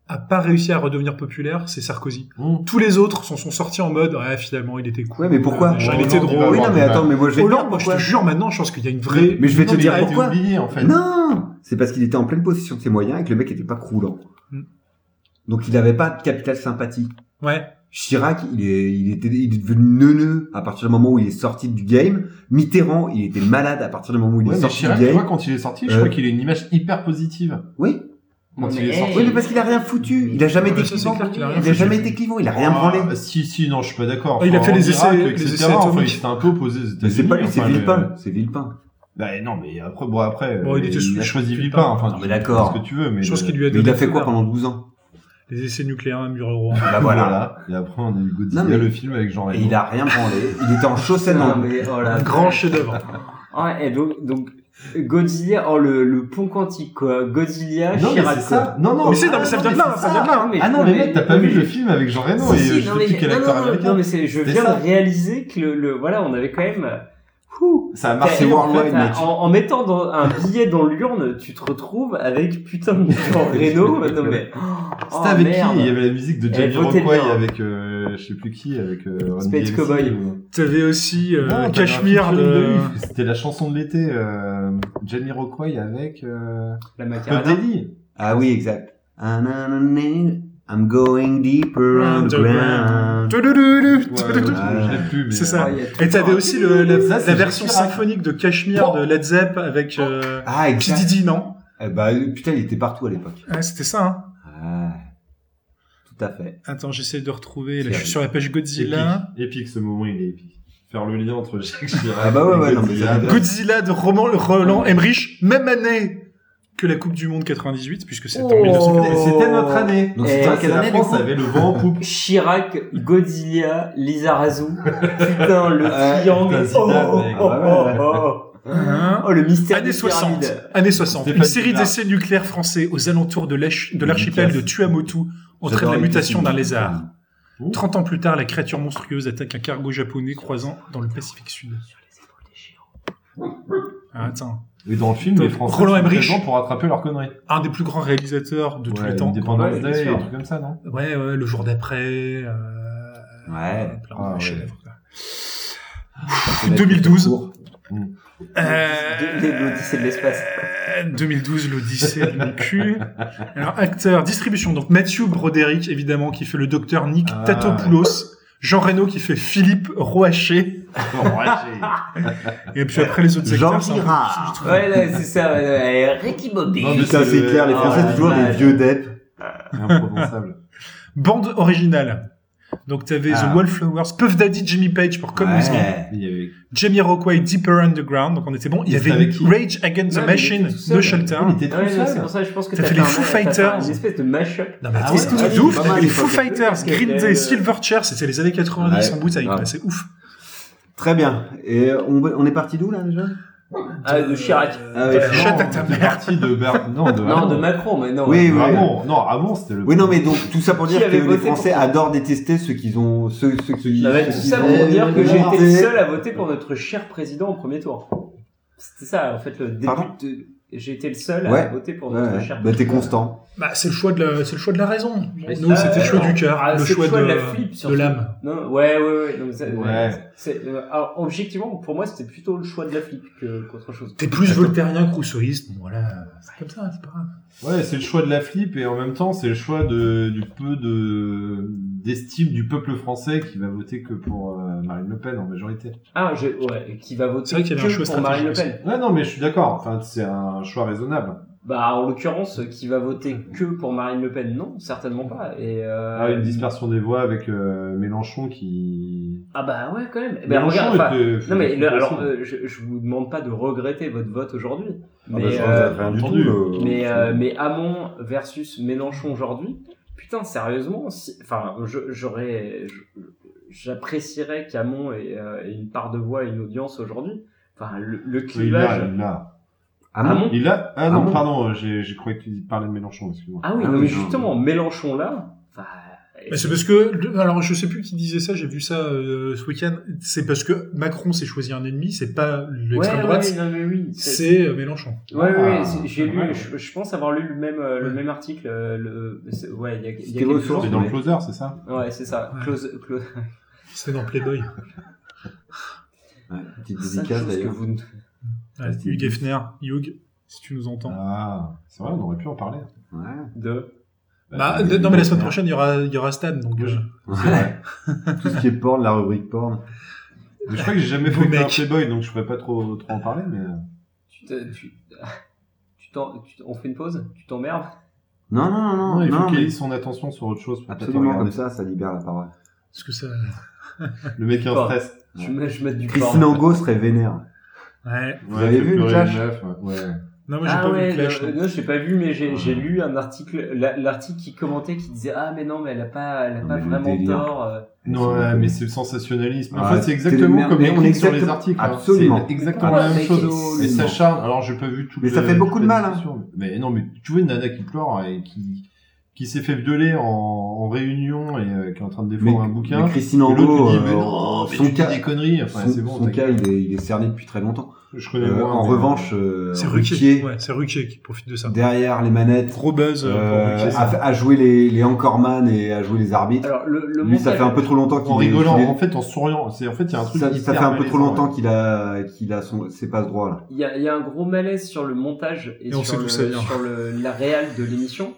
Speaker 6: a pas réussi à redevenir populaire, c'est Sarkozy.
Speaker 3: Hmm.
Speaker 6: Tous les autres sont, sont sortis en mode, ouais, finalement, il était cool. euh,
Speaker 4: Ouais, mais pourquoi
Speaker 6: machin, Il
Speaker 3: Hollande,
Speaker 6: était
Speaker 3: il va
Speaker 6: drôle.
Speaker 4: Oui, Oh non,
Speaker 3: avoir
Speaker 4: mais
Speaker 3: du mal.
Speaker 4: attends, mais moi je vais te
Speaker 6: Hollande,
Speaker 4: dire
Speaker 6: moi, je te
Speaker 4: pourquoi.
Speaker 6: jure, maintenant, je pense qu'il y a une vraie.
Speaker 4: Mais je vais te
Speaker 3: Non, mais
Speaker 4: dire
Speaker 3: il a été
Speaker 4: pourquoi.
Speaker 3: oublié, en fait.
Speaker 4: Non, c'est parce qu'il était en pleine possession de ses moyens et que le mec était pas croulant.
Speaker 3: Mm.
Speaker 6: Hmm.
Speaker 4: Donc il n'avait pas de capital sympathie.
Speaker 6: Ouais.
Speaker 4: Chirac, il est, il était, il est devenu neuneux à partir du moment où il est sorti du game. Mitterrand, il était malade à partir du moment où il
Speaker 3: Ouais,
Speaker 4: est
Speaker 3: mais
Speaker 4: sorti
Speaker 3: Chirac,
Speaker 4: du
Speaker 3: tu
Speaker 4: game.
Speaker 3: vois, quand il est sorti, je
Speaker 4: Euh.
Speaker 3: crois qu'il a une image hyper positive.
Speaker 4: Oui.
Speaker 3: Quand
Speaker 2: Mais
Speaker 3: il est
Speaker 2: hey,
Speaker 3: sorti.
Speaker 4: Oui, mais parce qu'il a rien foutu. Il a jamais
Speaker 6: Ouais,
Speaker 4: été
Speaker 6: ça, c'est
Speaker 4: clivant.
Speaker 6: clair qu'il a rien
Speaker 4: Il a
Speaker 6: foutu.
Speaker 4: jamais été clivant. Il a rien branlé.
Speaker 3: Ah, si, si, non, je suis pas d'accord.
Speaker 6: Ah, il a
Speaker 3: Enfin,
Speaker 6: fait
Speaker 3: en
Speaker 6: les essais-
Speaker 3: Irak,
Speaker 6: les
Speaker 3: etc.,
Speaker 6: essais
Speaker 3: enfin,
Speaker 6: atomiques.
Speaker 3: il s'était un peu opposé aux
Speaker 4: Mais
Speaker 3: États-Unis.
Speaker 4: c'est pas lui, c'est
Speaker 3: enfin, le-
Speaker 4: Villepin. C'est Villepin.
Speaker 3: Bah, non, mais après, bon, après, euh,
Speaker 6: Bon, il
Speaker 3: il,
Speaker 6: était sous-
Speaker 3: a choisi
Speaker 6: sous-
Speaker 3: Villepin. Enfin,
Speaker 4: Non,
Speaker 3: tu
Speaker 4: mais
Speaker 3: fais
Speaker 4: d'accord.
Speaker 3: ce que tu veux, mais.
Speaker 6: Chose
Speaker 3: le-
Speaker 6: qui lui a
Speaker 4: Mais
Speaker 6: donné.
Speaker 4: il a fait
Speaker 6: le
Speaker 4: quoi
Speaker 6: pouvoir.
Speaker 4: pendant 12 ans
Speaker 6: Les essais nucléaires à mur euro.
Speaker 4: Bah voilà.
Speaker 3: Voilà. Et après, on a eu Godzilla,
Speaker 4: Non, mais-
Speaker 3: le film avec Jean
Speaker 4: Et
Speaker 3: Reno.
Speaker 4: il a rien branlé. Il était en chaussettes
Speaker 2: Non,
Speaker 4: en
Speaker 2: mais oh la
Speaker 6: Un grand chef-d'œuvre.
Speaker 2: Ah, et donc, donc Godzilla, oh le, le pont quantique quoi. Godzilla,
Speaker 3: Non, mais
Speaker 2: Chirac.
Speaker 3: c'est ça. Non, non.
Speaker 6: Mais c'est, non, mais
Speaker 3: ah,
Speaker 6: ça
Speaker 3: non,
Speaker 6: vient de là, ça vient de là. hein.
Speaker 3: Ah non, mais mec, t'as pas vu le film avec Jean Reno et
Speaker 2: Si, si,
Speaker 3: je
Speaker 2: non,
Speaker 3: sais
Speaker 2: mais-
Speaker 3: plus quel
Speaker 2: non,
Speaker 3: acteur
Speaker 2: non, non, non,
Speaker 3: américain.
Speaker 2: mais c'est- je
Speaker 3: C'était
Speaker 2: viens
Speaker 3: ça.
Speaker 2: de réaliser que le, le- voilà, on avait quand même. Ouh.
Speaker 3: Ça a
Speaker 2: T'as-
Speaker 3: marché
Speaker 2: en
Speaker 3: worldwide,
Speaker 2: fait,
Speaker 3: mec.
Speaker 2: En, en mettant dans un billet dans l'urne, tu te retrouves avec putain de genre Renault. Non mais. oh,
Speaker 3: C'était avec
Speaker 2: merde.
Speaker 3: qui Il y avait la musique de
Speaker 2: Eh,
Speaker 3: Jamie
Speaker 2: votez
Speaker 3: Rockway
Speaker 2: bien.
Speaker 3: avec euh, je sais plus qui, avec euh, Run
Speaker 2: Space
Speaker 3: DMC
Speaker 2: Cowboy.
Speaker 3: ou-
Speaker 6: T'avais aussi euh,
Speaker 3: Non, t'avais un
Speaker 6: Cachemire
Speaker 3: featuring
Speaker 6: de.
Speaker 3: lui. C'était la chanson de l'été, euh, Jamie Rockway avec euh,
Speaker 2: La
Speaker 3: Bob
Speaker 2: macarena.
Speaker 3: Daly.
Speaker 4: Ah oui, exact. Ah, I'm going deeper underground.
Speaker 6: Toudoudou,
Speaker 3: Ouais,
Speaker 6: toudoudou.
Speaker 3: je l'ai plus, mais
Speaker 6: C'est
Speaker 3: euh,
Speaker 6: ça.
Speaker 2: Oh, il y a tout
Speaker 6: Et t'avais
Speaker 2: un-
Speaker 6: aussi le- la,
Speaker 3: Ça, c'est
Speaker 6: la version
Speaker 3: Shakira.
Speaker 6: symphonique de Cachemire de Led Zepp avec euh,
Speaker 4: Ah,
Speaker 6: P.
Speaker 4: exact.
Speaker 6: Diddy, non
Speaker 4: Eh bah, putain, il était partout à l'époque.
Speaker 6: Ouais, C'était ça, hein.
Speaker 4: Ah, tout à fait.
Speaker 6: Attends, j'essaie de retrouver. Là,
Speaker 4: C'est
Speaker 6: je suis sur la page Godzilla.
Speaker 3: épique. épique, ce moment, il est épique. Faire le lien entre Jacques Chirac.
Speaker 4: Ah bah ouais,
Speaker 3: et
Speaker 4: ouais, non, mais
Speaker 3: Godzilla.
Speaker 4: c'est-
Speaker 6: Godzilla de Roman, Roland Emmerich, même année que la Coupe du Monde 98, puisque c'est en
Speaker 2: Oh.
Speaker 6: 1998.
Speaker 3: C'était notre année.
Speaker 4: Donc
Speaker 2: Eh,
Speaker 4: c'était un
Speaker 2: c'est
Speaker 4: quelle
Speaker 3: La
Speaker 4: année, du
Speaker 3: France
Speaker 4: coup
Speaker 3: avait le vent en poupe.
Speaker 2: Chirac, Godzilla, Lizarazu. Putain, le
Speaker 4: Ah,
Speaker 2: triangle.
Speaker 3: putain,
Speaker 2: Oh,
Speaker 3: Zidane,
Speaker 2: oh,
Speaker 3: mec.
Speaker 2: oh,
Speaker 4: Ah ouais, ouais.
Speaker 2: oh, oh.
Speaker 6: Hein
Speaker 2: Oh, le mystère
Speaker 6: Année
Speaker 2: des
Speaker 6: 60.
Speaker 2: pyramides.
Speaker 6: Année 60.
Speaker 3: Stéphane
Speaker 6: Une série
Speaker 3: Bernard.
Speaker 6: d'essais nucléaires français aux alentours de l'ach- de l'archipel de
Speaker 4: Lucas.
Speaker 6: Tuamotu entraîne
Speaker 4: J'adore
Speaker 6: la
Speaker 4: les
Speaker 6: mutation
Speaker 4: films.
Speaker 6: d'un lézard. 30 ans plus tard, la créature monstrueuse attaque un cargo japonais croisant dans le Pacifique Sud. Ah, Attends.
Speaker 3: Et dans le film, les Français
Speaker 6: Roland
Speaker 3: sont
Speaker 6: Emmerich.
Speaker 3: présents pour rattraper leurs conneries.
Speaker 6: Un des plus grands réalisateurs de tous
Speaker 3: Ouais,
Speaker 6: les temps.
Speaker 3: Independence
Speaker 2: Ouais, bien
Speaker 3: Day,
Speaker 2: sûr.
Speaker 3: et trucs comme ça, non
Speaker 6: Ouais, ouais, le jour d'après. euh,
Speaker 4: Ouais.
Speaker 6: plein
Speaker 3: Ah,
Speaker 6: de
Speaker 3: ouais.
Speaker 6: chefs-d'œuvre, quoi. 2012.
Speaker 2: De- de- de Euh, l'Odyssée de l'espace.
Speaker 6: Euh, 2012, l'Odyssée de mon cul. Alors, acteur, distribution. Donc, Mathieu Broderick, évidemment, qui fait le docteur Nick
Speaker 3: Ah.
Speaker 6: Tatopoulos. Jean Reno qui fait Philippe Roaché. Et puis après, les autres
Speaker 4: Jean
Speaker 6: acteurs. ça,
Speaker 4: Girard.
Speaker 2: Ouais, là, c'est ça. ouais, là, et Euh, Ricky Bobby.
Speaker 3: Non, mais Ah,
Speaker 4: Putain, c'est clair, les
Speaker 2: Oh,
Speaker 4: Français,
Speaker 2: la
Speaker 4: c'est toujours des
Speaker 2: vache.
Speaker 4: vieux dettes.
Speaker 3: Imprononçable.
Speaker 6: Bande originale. Donc, t'avais
Speaker 4: Ah.
Speaker 6: The Wallflowers, Puff Daddy, Jimmy Page pour Come With Me,
Speaker 4: Ouais.
Speaker 3: Il y avait
Speaker 6: Jamie Rockway, Deeper Underground. Donc, on était bon. Il y
Speaker 3: Et
Speaker 6: avait
Speaker 3: c'était avec qui
Speaker 6: Rage Against
Speaker 2: Ouais,
Speaker 6: the
Speaker 2: mais il était
Speaker 6: Machine,
Speaker 2: tout seul.
Speaker 6: No Shelter.
Speaker 3: Il était tout
Speaker 2: Ouais, non, c'est
Speaker 3: seul.
Speaker 2: pour ça, je pense que
Speaker 6: T'as
Speaker 2: t'as
Speaker 6: fait les
Speaker 2: un-
Speaker 6: Foo
Speaker 2: t'as fait
Speaker 6: Fighters.
Speaker 2: Une espèce de mash-up.
Speaker 6: Non, mais
Speaker 3: Ah
Speaker 6: t'es
Speaker 3: ouais,
Speaker 6: c'était
Speaker 3: ouais,
Speaker 6: de
Speaker 3: c'est
Speaker 6: ouf.
Speaker 4: pas
Speaker 6: T'avais
Speaker 4: mal,
Speaker 6: les
Speaker 4: les
Speaker 6: Foo
Speaker 4: Foo Fighters,
Speaker 6: Fighters, Green
Speaker 4: qui
Speaker 6: Day,
Speaker 4: étaient, euh,
Speaker 6: Silverchair. C'était les années 90
Speaker 4: Ouais,
Speaker 6: en Bretagne.
Speaker 4: grave.
Speaker 6: quoi. C'est ouf.
Speaker 4: Très bien. Et on, on est parti d'où, là, déjà
Speaker 2: Ah, de Chirac.
Speaker 4: Ah ouais,
Speaker 3: Non,
Speaker 6: Chate à ta
Speaker 3: on
Speaker 6: mère.
Speaker 3: fait partie de Ber- Ah, Non, de
Speaker 2: Non, de
Speaker 3: Hamon.
Speaker 2: Macron, mais non.
Speaker 4: Oui,
Speaker 3: De
Speaker 4: oui.
Speaker 3: Hamon. Non, Hamon, c'était le.
Speaker 4: Oui, non, mais donc, tout ça pour
Speaker 2: Qui
Speaker 4: dire que
Speaker 2: avait
Speaker 4: les
Speaker 2: voté pour
Speaker 4: Français adorent détester ceux qu'ils ont, ceux, ceux qui
Speaker 2: Non, mais tout
Speaker 4: ceux
Speaker 2: ça
Speaker 4: qu'ils
Speaker 2: pour
Speaker 4: ont
Speaker 2: dire que j'ai été
Speaker 4: voté.
Speaker 2: le seul à voter pour notre cher président au premier tour. C'était ça, en fait, le début.
Speaker 4: Pardon
Speaker 2: de- J'ai été le seul
Speaker 4: Ouais.
Speaker 2: à voter pour
Speaker 4: Ouais,
Speaker 2: notre
Speaker 4: ouais.
Speaker 2: cher.
Speaker 4: Bah, t'es constant.
Speaker 6: Bah, c'est le choix de la, c'est le choix de la raison. Bon,
Speaker 2: Mais
Speaker 6: nous,
Speaker 2: c'est-
Speaker 6: c'était le choix du cœur,
Speaker 2: Ah,
Speaker 6: le
Speaker 2: c'est
Speaker 6: choix de,
Speaker 2: la flippe,
Speaker 6: de
Speaker 2: surtout.
Speaker 6: l'âme.
Speaker 2: Non, ouais, ouais, ouais. donc ça-
Speaker 3: Ouais.
Speaker 2: c'est- euh, alors, objectivement, pour moi, c'était plutôt le choix de la flippe que- qu'autre chose.
Speaker 6: T'es plus voltairien que rousseauiste, bon, voilà. C'est comme ça, c'est pas grave.
Speaker 3: Ouais, c'est le choix de la flip et en même temps c'est le choix de, du peu de d'estime du peuple français qui va voter que pour euh, Marine Le Pen en majorité.
Speaker 2: Ah, je, ouais, qui va voter
Speaker 6: C'est vrai qu'il y avait un
Speaker 2: que
Speaker 6: choix
Speaker 2: pour Marine Le
Speaker 6: stratégique
Speaker 2: Pen.
Speaker 3: Ouais, non, mais je suis d'accord. Enfin, c'est un choix raisonnable.
Speaker 2: Bah, en l'occurrence, qui va voter que pour Marine Le Pen Non, certainement pas. Et euh,
Speaker 3: Ah, une dispersion des voix avec euh, Mélenchon qui.
Speaker 2: ah bah ouais, quand même. Eh ben,
Speaker 3: Mélenchon
Speaker 2: regarde, enfin,
Speaker 3: était-
Speaker 2: non mais
Speaker 3: était
Speaker 2: le- alors,
Speaker 3: possible.
Speaker 2: euh, je, je vous demande pas de regretter votre vote aujourd'hui,
Speaker 4: Ah,
Speaker 2: mais
Speaker 4: bah, ça,
Speaker 2: euh,
Speaker 4: ça, rien du
Speaker 3: entendu.
Speaker 4: tout, euh,
Speaker 2: Mais,
Speaker 4: c'est-
Speaker 2: euh, mais Hamon versus Mélenchon aujourd'hui, putain, sérieusement, si- enfin, je- j'aurais, je- j'apprécierais qu'Hamon ait, euh, ait une part de voix et une audience aujourd'hui. Enfin, le, le
Speaker 3: Oui, il a,
Speaker 2: clivage.
Speaker 3: il a.
Speaker 4: Ah non,
Speaker 2: Hamon
Speaker 3: Il a. Ah non,
Speaker 4: Ah bon
Speaker 3: pardon, euh, j'ai j'ai cru que tu parlais de Mélenchon, excuse-moi.
Speaker 2: Ah oui,
Speaker 4: Ah
Speaker 2: non,
Speaker 4: oui,
Speaker 2: mais
Speaker 4: non.
Speaker 2: justement, Mélenchon là, enfin,
Speaker 6: Mais c'est parce que, le- alors je sais plus qui disait ça, j'ai vu ça euh, ce week-end, c'est parce que Macron s'est choisi un ennemi, c'est pas l'extrême
Speaker 2: ouais,
Speaker 6: droite,
Speaker 2: ouais, non, mais oui, c'est-
Speaker 6: c'est euh, Mélenchon.
Speaker 2: Ouais, ouais,
Speaker 3: Ah,
Speaker 2: ouais, c'est- j'ai
Speaker 3: pas
Speaker 2: lu,
Speaker 3: mal.
Speaker 2: je, je pense avoir lu le même, euh, le
Speaker 6: Ouais.
Speaker 2: même article, euh, le, c'est- ouais, il y a, il y a
Speaker 4: C'était
Speaker 2: quelques
Speaker 4: ressource,
Speaker 2: jours.
Speaker 3: C'est dans le closer, c'est ça
Speaker 2: Ouais, c'est ça.
Speaker 6: Ouais.
Speaker 2: Close, close.
Speaker 6: C'est dans Playboy.
Speaker 4: ouais, petite
Speaker 2: Cinq
Speaker 4: dédicace
Speaker 2: choses que
Speaker 4: d'ailleurs.
Speaker 2: vous ne-
Speaker 6: Ouais, Hugh Hefner, Hugh, si tu nous entends.
Speaker 3: Ah, c'est vrai, on aurait pu en parler.
Speaker 4: Ouais.
Speaker 2: de-
Speaker 6: Bah,
Speaker 3: Euh,
Speaker 6: d- non mais la semaine
Speaker 3: non.
Speaker 6: prochaine il y aura, il y aura Stan, donc euh,
Speaker 4: Tout ce qui est porn, euh, la rubrique porn.
Speaker 3: Mais je crois que j'ai jamais
Speaker 6: Beau
Speaker 3: fait un
Speaker 6: mec.
Speaker 3: Playboy, donc je pourrais pas trop, trop en parler, mais. euh,
Speaker 2: tu te- tu- tu t'en- tu t'en- on fait une pause Tu t'emmerdes
Speaker 4: Non, non, non,
Speaker 3: Non,
Speaker 4: non.
Speaker 3: il faut
Speaker 4: non,
Speaker 3: qu'il
Speaker 4: mais-
Speaker 3: ait son attention sur autre chose pour peut-être
Speaker 4: Absolument,
Speaker 3: regarder.
Speaker 4: comme ça, ça libère la parole.
Speaker 6: parce que ça...
Speaker 3: Le mec est en
Speaker 2: Pas.
Speaker 3: stress.
Speaker 2: Je mets, je mets du
Speaker 4: Chris
Speaker 2: porno.
Speaker 4: Nango serait vénère.
Speaker 6: Ouais.
Speaker 4: Vous avez vu le clash
Speaker 3: Ouais.
Speaker 6: Non moi j'ai
Speaker 2: Ah
Speaker 6: pas vu
Speaker 2: ouais,
Speaker 6: le clash.
Speaker 2: non,
Speaker 6: non.
Speaker 2: non, j'ai pas vu, mais j'ai j'ai lu un article, la- l'article qui commentait, qui disait ah mais non, mais elle a pas, elle a
Speaker 4: Non,
Speaker 2: pas
Speaker 4: mais le
Speaker 2: vraiment
Speaker 4: délire.
Speaker 2: tort. euh.
Speaker 3: Non, ouais, mais c'est le sensationnalisme. En
Speaker 4: Ah,
Speaker 3: fait, c'est
Speaker 4: c'est les
Speaker 3: exactement
Speaker 4: merdes.
Speaker 3: comme
Speaker 4: Mais
Speaker 3: les
Speaker 4: on
Speaker 3: clics
Speaker 4: est
Speaker 3: sur les
Speaker 4: exactement-
Speaker 3: articles. hein.
Speaker 4: absolument.
Speaker 3: C'est exactement
Speaker 2: Ouais,
Speaker 3: la même
Speaker 2: mais
Speaker 3: chose.
Speaker 2: c'est-
Speaker 3: Et ça charge. Alors, j'ai pas vu tout
Speaker 4: Mais ça fait beaucoup de mal, hein.
Speaker 3: Mais non, mais tu vois une nana qui pleure et qui, qui s'est fait violer en, en réunion et euh, qui est en train de défendre un bouquin.
Speaker 4: mais Christine
Speaker 3: Et l'autre
Speaker 4: Nango,
Speaker 3: lui dit, mais
Speaker 4: euh,
Speaker 3: non, mais
Speaker 4: son
Speaker 3: tu dis
Speaker 4: cas,
Speaker 3: des conneries. Enfin, c'est
Speaker 4: son,
Speaker 3: bon.
Speaker 4: son
Speaker 3: ta
Speaker 4: cas,
Speaker 3: gueule.
Speaker 4: il est, il est cerné depuis très longtemps.
Speaker 3: Je connais
Speaker 4: Euh,
Speaker 3: moins,
Speaker 4: en
Speaker 3: mais-
Speaker 4: revanche, euh,
Speaker 6: C'est Ruquier.
Speaker 4: Ruquier,
Speaker 6: Ouais, c'est Ruquier qui profite de ça.
Speaker 4: derrière les manettes,
Speaker 6: Gros buzz euh,
Speaker 4: euh,
Speaker 6: pour Ruquier.
Speaker 4: à,
Speaker 6: ça.
Speaker 4: à jouer les, les anchorman et à jouer les arbitres.
Speaker 2: Alors le, le
Speaker 4: Lui, ça
Speaker 2: montage-
Speaker 4: fait un peu trop longtemps qu'il
Speaker 3: En
Speaker 4: est-
Speaker 3: rigolant,
Speaker 4: qu'il est-
Speaker 3: en fait, en souriant. C'est, en fait, il y a un truc.
Speaker 4: ça,
Speaker 3: hyper
Speaker 4: ça fait un peu
Speaker 3: malaisant,
Speaker 4: trop
Speaker 3: ouais.
Speaker 4: longtemps qu'il a, qu'il a son, c'est pas ce droit là.
Speaker 2: Il y a, il y a un gros malaise sur le montage et,
Speaker 6: Et on sait
Speaker 2: sur,
Speaker 6: d'où
Speaker 2: le,
Speaker 6: ça vient.
Speaker 2: sur le, la réal de l'émission.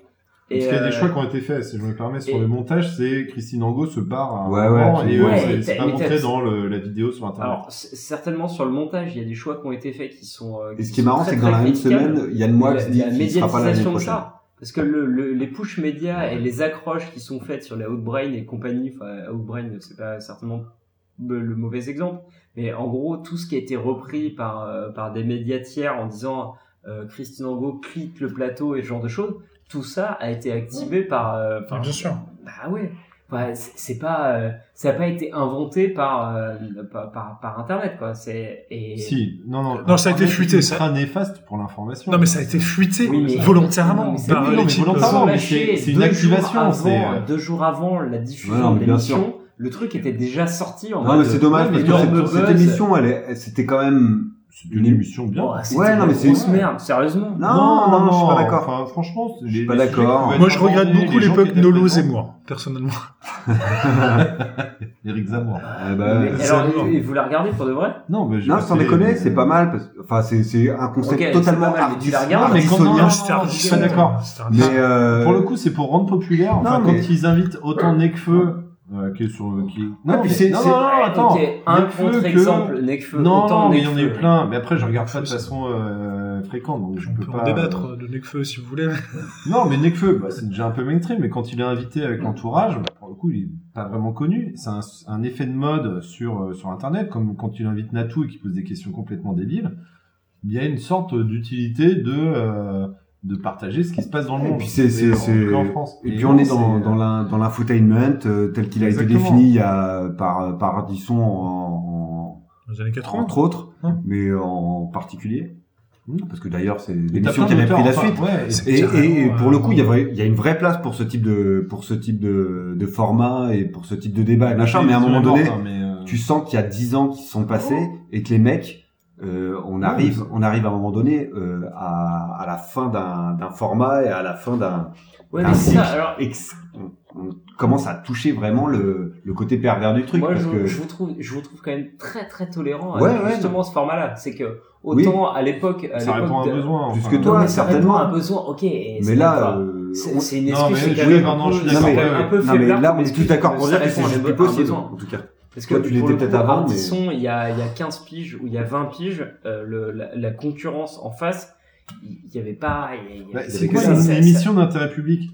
Speaker 2: Et,
Speaker 3: hein. Parce qu'il y a des
Speaker 2: euh,
Speaker 3: choix qui ont été faits, si je me permets, sur
Speaker 2: et-
Speaker 3: le montage, c'est Christine Angot se barre à un
Speaker 4: Ouais,
Speaker 3: moment
Speaker 4: ouais,
Speaker 3: et euh,
Speaker 4: ouais,
Speaker 3: c'est- c'est
Speaker 2: mais
Speaker 3: pas
Speaker 2: t'as-
Speaker 3: montré dans le- la vidéo sur internet.
Speaker 2: Alors c- certainement sur le montage, il y a des choix qui ont été faits qui sont. euh,
Speaker 4: Et ce
Speaker 2: qui
Speaker 4: qui est
Speaker 2: sont
Speaker 4: marrant,
Speaker 2: très,
Speaker 4: c'est que dans
Speaker 2: très
Speaker 4: la même
Speaker 2: critiquables.
Speaker 4: semaine, il y a le mois
Speaker 2: la,
Speaker 4: qui dit
Speaker 2: la
Speaker 4: qu'il sera pas là l'année
Speaker 2: médiatisation de
Speaker 4: prochaine.
Speaker 2: ça. Parce que le, le- les push médias et les accroches qui sont faites sur les Outbrain et compagnie, enfin Outbrain c'est pas certainement le le mauvais exemple, mais en gros tout ce qui a été repris par, euh, par des médias tiers en disant euh, Christine Angot clique le plateau et ce genre de choses, tout ça a été activé par... euh,
Speaker 6: Ouais,
Speaker 2: par-
Speaker 6: bien sûr.
Speaker 2: bah ouais, Enfin, c'est c'est pas, euh, ça n'a pas été inventé par, euh, par, par, par Internet quoi. C'est et
Speaker 3: Si, non, non.
Speaker 6: Non, ça a été
Speaker 3: Internet
Speaker 6: fuité, ça.
Speaker 3: ultra néfaste pour l'information.
Speaker 6: Non mais ça a été fuité
Speaker 2: Oui, mais-
Speaker 6: volontairement
Speaker 2: Non, mais c'est-
Speaker 6: par
Speaker 3: Oui, non, mais
Speaker 6: l'équipe, euh,
Speaker 3: volontairement.
Speaker 2: Sans
Speaker 3: mais
Speaker 2: lâcher,
Speaker 3: c'est- c'est
Speaker 2: deux
Speaker 3: une
Speaker 2: jours
Speaker 3: activation,
Speaker 2: avant-
Speaker 3: c'est, euh,
Speaker 2: Deux jours avant la
Speaker 4: Ouais,
Speaker 2: diffusion
Speaker 4: non,
Speaker 2: de
Speaker 4: mais bien
Speaker 2: l'émission, le truc était déjà sorti en
Speaker 4: Non, mais c'est dommage parce que
Speaker 2: énorme
Speaker 4: cette, cette
Speaker 2: buzz.
Speaker 4: émission, elle, est- c'était quand même.
Speaker 3: C'est une émission bien.
Speaker 2: Oh, c'était
Speaker 4: Ouais, non,
Speaker 2: une
Speaker 4: mais c'est-
Speaker 2: grosse merde, sérieusement.
Speaker 4: Non, non, non, je suis pas d'accord.
Speaker 3: Enfin, franchement,
Speaker 4: Je suis pas d'accord.
Speaker 6: Moi je regrette beaucoup les peuples Nolos et
Speaker 3: moi.
Speaker 6: moi, personnellement.
Speaker 3: Eric Zemmour.
Speaker 4: Ah
Speaker 2: Mais
Speaker 4: bah,
Speaker 6: c'est
Speaker 2: alors,
Speaker 6: énorme.
Speaker 2: et, et vous la regardez pour de vrai
Speaker 3: Non, mais j'ai
Speaker 4: non,
Speaker 3: pas
Speaker 4: sans
Speaker 3: fait-
Speaker 4: déconner, c'est pas mal. Parce... Enfin, c'est c'est un concept
Speaker 2: Ok, c'est
Speaker 4: totalement
Speaker 2: pas mal, mais tu la
Speaker 4: artis-
Speaker 2: regardes,
Speaker 3: mais quand-
Speaker 4: artisonien.
Speaker 3: non,
Speaker 6: C'était un-
Speaker 3: je suis
Speaker 6: c'était
Speaker 3: pas
Speaker 6: un-
Speaker 3: d'accord.
Speaker 6: c'était un-
Speaker 4: Mais euh,
Speaker 3: Ah, Pour le coup, c'est pour rendre populaire. Enfin,
Speaker 4: non,
Speaker 3: quand
Speaker 4: mais-
Speaker 3: ils invitent autant Necfeu, euh, qui est sur, qui...
Speaker 4: Ah, puis c'est-
Speaker 3: non,
Speaker 4: c'est-
Speaker 3: non, non, attends.
Speaker 2: Ok, un
Speaker 3: Necfeu que-
Speaker 2: contre-exemple, Necfeu,
Speaker 3: Non,
Speaker 2: autant
Speaker 3: non, mais il y en a eu
Speaker 2: Necfeu.
Speaker 3: plein. Mais après, je regarde ça de façon euh, fréquente, donc je
Speaker 6: On
Speaker 3: peux
Speaker 6: peut
Speaker 3: pas.
Speaker 6: en débattre euh, de Necfeu si vous voulez.
Speaker 3: Non, mais Nekfeu, bah, c'est déjà un peu mainstream, mais quand il est invité
Speaker 4: Mm.
Speaker 3: avec l'entourage, bah, pour le coup, il est pas vraiment connu. C'est un, un effet de mode sur, euh, sur Internet, comme quand il invite Natou et qu'il pose des questions complètement débiles. Il y a une sorte d'utilité de, euh, de partager ce qui se passe dans le
Speaker 4: Et
Speaker 3: monde.
Speaker 4: puis c'est- c'est-
Speaker 3: Mais en-
Speaker 4: c'est-
Speaker 3: que en France.
Speaker 4: Et puis on est dans,
Speaker 3: c'est-
Speaker 4: dans l'in- dans l'infotainment euh, tel qu'il a été
Speaker 3: euh, Exactement.
Speaker 4: défini il y a- par, par Ardisson en,
Speaker 6: Dans les années
Speaker 4: en-
Speaker 6: 80.
Speaker 4: entre autres,
Speaker 6: Hein.
Speaker 4: mais en particulier. Parce que d'ailleurs, c'est
Speaker 3: Mais euh, t'as plein
Speaker 4: l'émission qui avait
Speaker 3: d'auteurs,
Speaker 4: pris la
Speaker 3: enfin,
Speaker 4: suite.
Speaker 3: ouais,
Speaker 6: C'est
Speaker 4: Et, et- et
Speaker 6: carrément,
Speaker 4: pour
Speaker 6: euh,
Speaker 4: le coup, il y, a vrai- il y a une vraie place pour ce type de pour ce type de, de format et pour ce
Speaker 3: hein.
Speaker 4: type de débat et machin. Mais à un moment donné,
Speaker 3: mais, euh,
Speaker 4: tu sens qu'il y a 10 ans qui se sont passés et que les mecs euh, on arrive, on arrive à un moment donné euh, à, à la fin d'un d'un format et à la fin d'un
Speaker 2: Ouais,
Speaker 4: d'un
Speaker 2: mais c'est ça.
Speaker 4: cycle.
Speaker 2: Alors,
Speaker 4: Et que c- on, on commence à toucher vraiment le, le côté pervers du truc
Speaker 2: moi,
Speaker 4: parce
Speaker 2: je,
Speaker 4: que
Speaker 2: je vous trouve, je vous trouve quand même très très tolérant
Speaker 4: Ouais,
Speaker 2: avec
Speaker 4: ouais,
Speaker 2: justement ce format-là. C'est que autant à l'époque, à
Speaker 3: Ça
Speaker 2: l'époque
Speaker 3: répond à
Speaker 2: de-
Speaker 3: un besoin. enfin. euh,
Speaker 4: Plus que
Speaker 2: Non,
Speaker 4: toi,
Speaker 2: mais ça répond
Speaker 4: certainement.
Speaker 2: à un besoin. Ok. et
Speaker 4: mais
Speaker 2: c'est
Speaker 4: là,
Speaker 2: pas-
Speaker 4: euh,
Speaker 2: c'est
Speaker 4: on-
Speaker 2: c'est une
Speaker 3: Non,
Speaker 2: excuse.
Speaker 3: mais
Speaker 2: c'est quand
Speaker 3: oui,
Speaker 2: même un
Speaker 3: pardon,
Speaker 2: peu-
Speaker 3: je suis
Speaker 2: c'est
Speaker 3: d'accord.
Speaker 2: quand même un peu
Speaker 4: non, mais
Speaker 2: faiblarde,
Speaker 4: là, on
Speaker 2: mais
Speaker 4: est tout
Speaker 2: ça
Speaker 4: d'accord pour dire que
Speaker 2: répond
Speaker 4: c'est
Speaker 2: à un
Speaker 4: juste
Speaker 2: besoin.
Speaker 4: plus possible. En tout cas,
Speaker 2: Parce que
Speaker 4: Toi, tu
Speaker 2: pour
Speaker 4: l'étais
Speaker 2: le
Speaker 4: peut-être
Speaker 2: coup,
Speaker 4: avant, mais-
Speaker 2: Ardisson, il y, a, il y a 15 piges ou il y a 20 piges, euh, le, la, la concurrence en face, il il y avait pas. il y- il y
Speaker 3: Bah,
Speaker 2: avait-
Speaker 3: c'est
Speaker 2: ça-
Speaker 3: quoi
Speaker 2: ça-
Speaker 3: une
Speaker 2: ça-
Speaker 3: émission d'intérêt public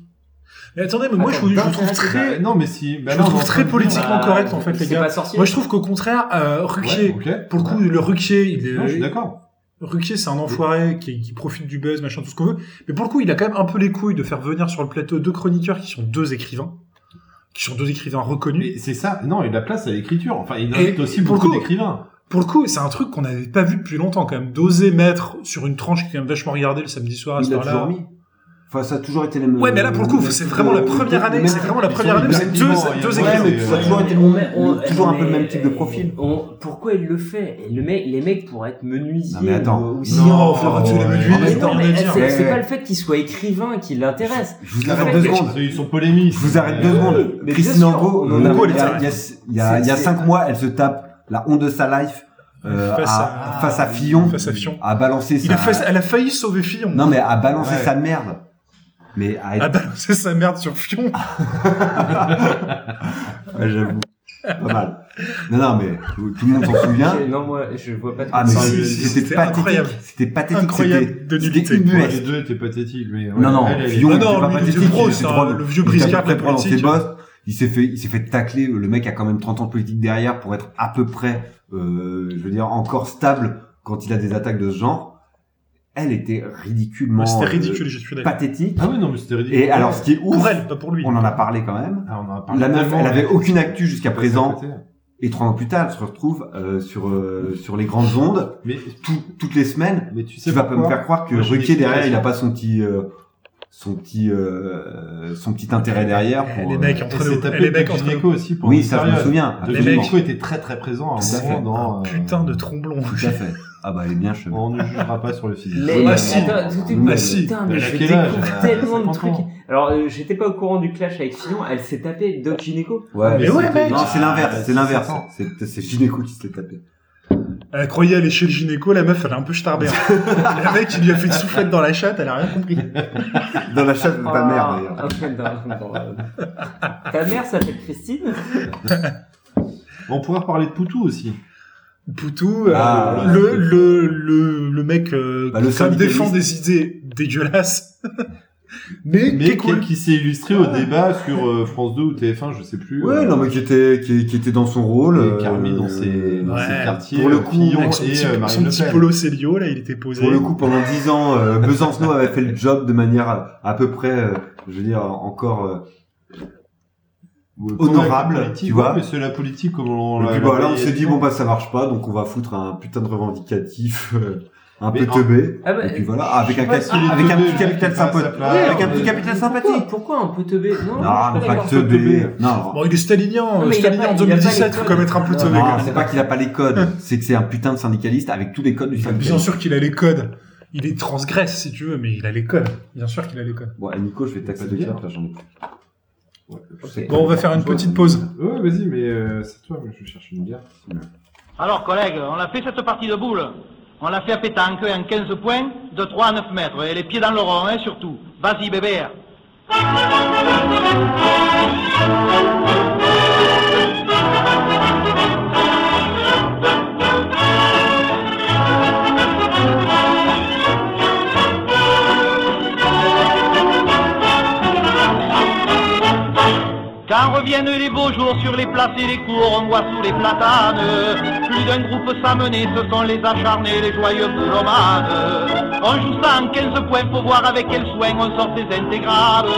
Speaker 6: Mais attendez, mais moi, je
Speaker 2: Attends,
Speaker 6: vous- je vous
Speaker 2: d'un
Speaker 6: trouve
Speaker 2: seul,
Speaker 6: très.
Speaker 3: Bah, Non, mais si. bah
Speaker 6: je
Speaker 3: là,
Speaker 6: le
Speaker 3: on est
Speaker 6: trouve
Speaker 3: en
Speaker 6: très
Speaker 3: train de
Speaker 6: politique. politiquement
Speaker 2: Bah,
Speaker 6: correct, en fait, les
Speaker 2: c'est
Speaker 6: gars.
Speaker 2: pas sorcier. hein.
Speaker 6: Moi, je trouve qu'au contraire, euh, Ruquier,
Speaker 3: dire- Ouais, ok.
Speaker 6: pour le coup, le Ruquier, il est.
Speaker 3: Non, je suis d'accord.
Speaker 6: Ruquier, c'est un enfoiré qui, qui profite du buzz, machin, tout ce qu'on veut. Mais pour le coup, il a quand même un peu les couilles de faire venir sur le plateau deux chroniqueurs qui sont deux écrivains, qui sont deux écrivains reconnus.
Speaker 3: Mais c'est ça. Non, et la place à l'écriture. Enfin, il
Speaker 6: Et-
Speaker 3: invite aussi
Speaker 6: et pour le
Speaker 3: beaucoup
Speaker 6: coup-
Speaker 3: d'écrivains.
Speaker 6: Pour le coup, c'est un truc qu'on n'avait pas vu depuis longtemps, quand même, d'oser mettre sur une tranche qui est quand même vachement regardée le samedi soir à
Speaker 4: il
Speaker 6: ce
Speaker 4: l'a toujours
Speaker 6: heure-là.
Speaker 4: mis. Enfin, ça a toujours été les mêmes.
Speaker 6: Ouais, mais là, pour le coup, c'est vraiment la première année, c'est vraiment la
Speaker 3: ils sont
Speaker 6: première année où c'est deux,
Speaker 3: exactement- il y a-
Speaker 6: deux
Speaker 3: ouais,
Speaker 6: écrivains.
Speaker 3: mais-
Speaker 4: Ça a toujours été
Speaker 2: On met- on-
Speaker 4: toujours un peu le
Speaker 2: mais-
Speaker 4: même type de profil.
Speaker 2: on- pourquoi il le fait Et le mec, Les mecs pour être menuisiers.
Speaker 4: Non, mais attends.
Speaker 2: ou- ou
Speaker 4: Non,
Speaker 2: scients,
Speaker 6: enfin,
Speaker 2: euh,
Speaker 6: tu l'as vu,
Speaker 2: non,
Speaker 4: lui,
Speaker 2: mais
Speaker 4: il
Speaker 2: non,
Speaker 4: en
Speaker 2: mais
Speaker 6: a dit,
Speaker 2: c'est-
Speaker 4: hein.
Speaker 2: C'est pas
Speaker 4: Ouais, ouais.
Speaker 2: le fait qu'il soit écrivain qui l'intéresse.
Speaker 4: Je vous
Speaker 2: Le
Speaker 4: arrête
Speaker 2: fait
Speaker 4: deux
Speaker 2: que-
Speaker 4: secondes.
Speaker 3: Ils sont polémistes.
Speaker 4: Je vous arrête deux
Speaker 3: Euh,
Speaker 4: secondes.
Speaker 2: mais
Speaker 4: Chris
Speaker 2: bien sûr,
Speaker 4: Nango,
Speaker 2: on
Speaker 4: on en
Speaker 6: en
Speaker 4: a-
Speaker 6: parle.
Speaker 4: il y a- il y a- il y a- il y a
Speaker 2: C'est-
Speaker 4: cinq mois, elle se tape la honte de sa life euh,
Speaker 6: Face
Speaker 4: à-
Speaker 6: à-
Speaker 4: face à Fillon,
Speaker 6: Face à Fillon.
Speaker 4: à balancer
Speaker 6: Il a
Speaker 4: sa
Speaker 6: fa- elle a failli sauver Fillon.
Speaker 4: non mais à balancer
Speaker 3: Ouais.
Speaker 4: sa merde. Mais à
Speaker 6: Elle a
Speaker 4: être-
Speaker 6: balancé sa merde sur Fillon.
Speaker 4: Ah, ouais, j'avoue, pas mal. Non non mais tout le monde s'en souvient.
Speaker 2: Ok, Non, moi, je vois pas. de
Speaker 4: Ah mais
Speaker 2: quoi ça-
Speaker 4: si,
Speaker 6: c'était
Speaker 4: c'était
Speaker 6: incroyable.
Speaker 4: pathétique, c'était pathétique,
Speaker 6: Incroyable
Speaker 4: c'était-
Speaker 6: de
Speaker 4: c'était
Speaker 6: nullité.
Speaker 3: Ouais, les
Speaker 4: ubuesque.
Speaker 3: deux étaient pathétiques, mais. ouais.
Speaker 4: Non, non,
Speaker 3: Elle, elle
Speaker 4: Fillon,
Speaker 6: Ah non,
Speaker 4: il était pas
Speaker 6: lui, il était
Speaker 4: pathétique,
Speaker 6: pro,
Speaker 4: il
Speaker 6: c'est
Speaker 4: était
Speaker 6: un-
Speaker 4: drôle.
Speaker 6: le vieux
Speaker 4: Il était
Speaker 6: briscard hein.
Speaker 4: à peu près dans ses
Speaker 6: politique.
Speaker 4: bosses. Il s'est fait, il s'est fait tacler. euh, Le mec a quand même 30 ans de politique derrière pour être à peu près, euh, je veux dire, encore stable quand il a des attaques de ce genre. Elle était ridiculement
Speaker 6: C'était
Speaker 4: euh,
Speaker 6: ridicule, je suis d'accord.
Speaker 4: pathétique.
Speaker 3: Ah oui, non, mais c'était ridicule.
Speaker 4: Et alors, ce qui est ouf,
Speaker 6: Pour elle, pas pour lui.
Speaker 4: on en a parlé quand même.
Speaker 3: Ah, on en a parlé
Speaker 4: La meuf,
Speaker 3: tellement.
Speaker 4: elle avait aucune actu jusqu'à
Speaker 3: Ouais,
Speaker 4: présent.
Speaker 3: c'est vrai.
Speaker 4: Et trois ans plus tard, elle se retrouve euh, sur euh, sur les grandes ondes
Speaker 3: Mais,
Speaker 4: tout- toutes les semaines
Speaker 3: mais tu sais
Speaker 4: tu vas pas
Speaker 3: pourquoi
Speaker 4: me faire croire que
Speaker 3: Moi, j'ai une
Speaker 4: Ruquier derrière, il
Speaker 3: explication.
Speaker 4: a pas son petit, euh, son petit, euh, son petit intérêt derrière. Pour,
Speaker 6: Eh, Les
Speaker 4: euh,
Speaker 6: mecs
Speaker 3: Elle
Speaker 6: entre
Speaker 3: s'est
Speaker 6: nous.
Speaker 3: tapée
Speaker 6: Les mecs
Speaker 3: Doc
Speaker 6: entre nous.
Speaker 3: Gynéco aussi pour
Speaker 4: Oui,
Speaker 3: une
Speaker 4: ça je me
Speaker 3: période.
Speaker 4: souviens.
Speaker 3: Doc
Speaker 4: absolument.
Speaker 3: Gynéco était très très présent à
Speaker 4: Tout à
Speaker 3: un moment
Speaker 4: fait.
Speaker 3: dans.
Speaker 6: Un
Speaker 3: euh,
Speaker 6: putain de tromblon.
Speaker 4: Tout à fait. Ah bah elle est bien chelou.
Speaker 3: On ne jugera pas sur le physique.
Speaker 2: Mais
Speaker 6: Ah, si.
Speaker 2: attends, tout est
Speaker 4: Ah,
Speaker 6: si.
Speaker 2: putain,
Speaker 3: Elle
Speaker 2: mais
Speaker 3: a
Speaker 2: je
Speaker 3: quel âge Ah,
Speaker 2: découvre
Speaker 3: Elle a
Speaker 2: tellement de
Speaker 3: 50
Speaker 2: trucs.
Speaker 3: ans.
Speaker 2: Alors, euh, j'étais pas au courant du clash avec Fillon, elle s'est tapée Doc Gynéco.
Speaker 4: Ouais,
Speaker 6: Mais ouais,
Speaker 4: c'était-
Speaker 6: mec.
Speaker 4: Non, c'est l'inverse. C'est
Speaker 3: Ah,
Speaker 4: l'inverse.
Speaker 3: c'est ça.
Speaker 4: C'est c'est Gynéco qui se l'est tapé.
Speaker 6: Elle croyait aller chez le gynéco, la meuf, elle a un peu starbé. Hein. le mec, il lui a fait une soufflette dans la chatte, elle a rien compris.
Speaker 4: Dans la chatte de ta mère
Speaker 2: Ah,
Speaker 4: d'ailleurs.
Speaker 2: ok, non, non, euh, Ta mère s'appelle Christine
Speaker 3: On pourrait reparler de Poutou aussi.
Speaker 6: Poutou, euh,
Speaker 4: Ah.
Speaker 6: le, le, le, le mec euh,
Speaker 4: Bah, le
Speaker 6: qui quand même
Speaker 4: syndicaliste.
Speaker 6: défend des idées dégueulasses, mais, qui
Speaker 3: Mais
Speaker 6: est cool.
Speaker 3: qui, qui s'est illustré au débat sur euh, France 2 ou TF1, je sais plus.
Speaker 4: Ouais,
Speaker 3: euh,
Speaker 4: non mais qui était, qui, qui était dans son rôle.
Speaker 3: et
Speaker 4: euh,
Speaker 3: qui a remis dans ses, dans
Speaker 6: ouais.
Speaker 3: ses quartiers.
Speaker 4: Pour le
Speaker 3: euh,
Speaker 4: coup,
Speaker 3: Fillon
Speaker 6: Avec son
Speaker 3: et
Speaker 6: petit,
Speaker 3: euh,
Speaker 6: son
Speaker 3: Marine Le
Speaker 6: petit
Speaker 3: Pen.
Speaker 6: polo Célio, là, il était posé.
Speaker 4: Pour le coup, pendant dix ans, euh, Besancenot avait fait le job de manière à, à peu près, euh, je veux dire, encore. euh,
Speaker 3: Ouais,
Speaker 4: Honorable,
Speaker 3: la politique,
Speaker 4: tu vois.
Speaker 3: ouais, Mais c'est la politique comme on
Speaker 4: Et
Speaker 3: l'a.
Speaker 4: puis bah,
Speaker 3: l'a-
Speaker 4: là, on s'est dit, bon, bah, ça marche pas, donc on va foutre un putain de revendicatif euh, un
Speaker 3: Mais
Speaker 4: peu
Speaker 3: en-
Speaker 4: teubé.
Speaker 2: Ah bah,
Speaker 4: et puis voilà, ah, avec, un,
Speaker 3: pas
Speaker 4: cap-
Speaker 3: s'il est
Speaker 4: avec un
Speaker 3: teubé,
Speaker 4: petit
Speaker 3: le mec,
Speaker 4: capital
Speaker 3: il passe à
Speaker 4: sympathique.
Speaker 3: plat.
Speaker 4: Avec un
Speaker 2: Ouais,
Speaker 4: petit
Speaker 2: euh,
Speaker 4: capital sympathique.
Speaker 2: Pourquoi, pourquoi un peu teubé Non, non,
Speaker 4: Non,
Speaker 2: je
Speaker 4: mais
Speaker 2: suis
Speaker 4: pas
Speaker 2: pas d'accord.
Speaker 4: que teubé. Non,
Speaker 6: Bon, il est stalinien,
Speaker 2: Non,
Speaker 6: euh,
Speaker 2: mais il a
Speaker 6: stalinien
Speaker 2: pas- il a
Speaker 6: en
Speaker 2: pas les
Speaker 6: 2017, faut
Speaker 2: codes.
Speaker 6: quand même être un peu
Speaker 2: Non,
Speaker 6: teubé,
Speaker 4: non,
Speaker 6: quand même.
Speaker 4: c'est pas qu'il a pas les codes, c'est que c'est un putain de syndicaliste avec tous les codes du syndicaliste.
Speaker 6: Bien sûr qu'il a les codes. Il est transgresse, si tu veux, mais il a les codes. Bien sûr qu'il a les codes.
Speaker 4: Bon, et Nico, je vais taxer
Speaker 3: C'est
Speaker 4: de
Speaker 3: bien.
Speaker 4: cap, là, j'en ai plus. bah,
Speaker 2: Ok.
Speaker 6: Bon, on va faire une petite pause.
Speaker 3: Ouais, vas-y, mais euh, c'est toi, mais je cherche une bière.
Speaker 9: Euh, Alors, collègues, on a fait cette partie de boule. On l'a fait à pétanque en 15 points, de 3 à 9 mètres. Et les pieds dans le rond, hein, surtout. Vas-y, bébé. Quand reviennent les beaux jours sur les places et les cours, on voit sous les platanes plus d'un groupe s'amener, ce sont les acharnés, les joyeux boulomanes. On joue ça en 15 points, faut voir avec quel soin on sort ses intégrales.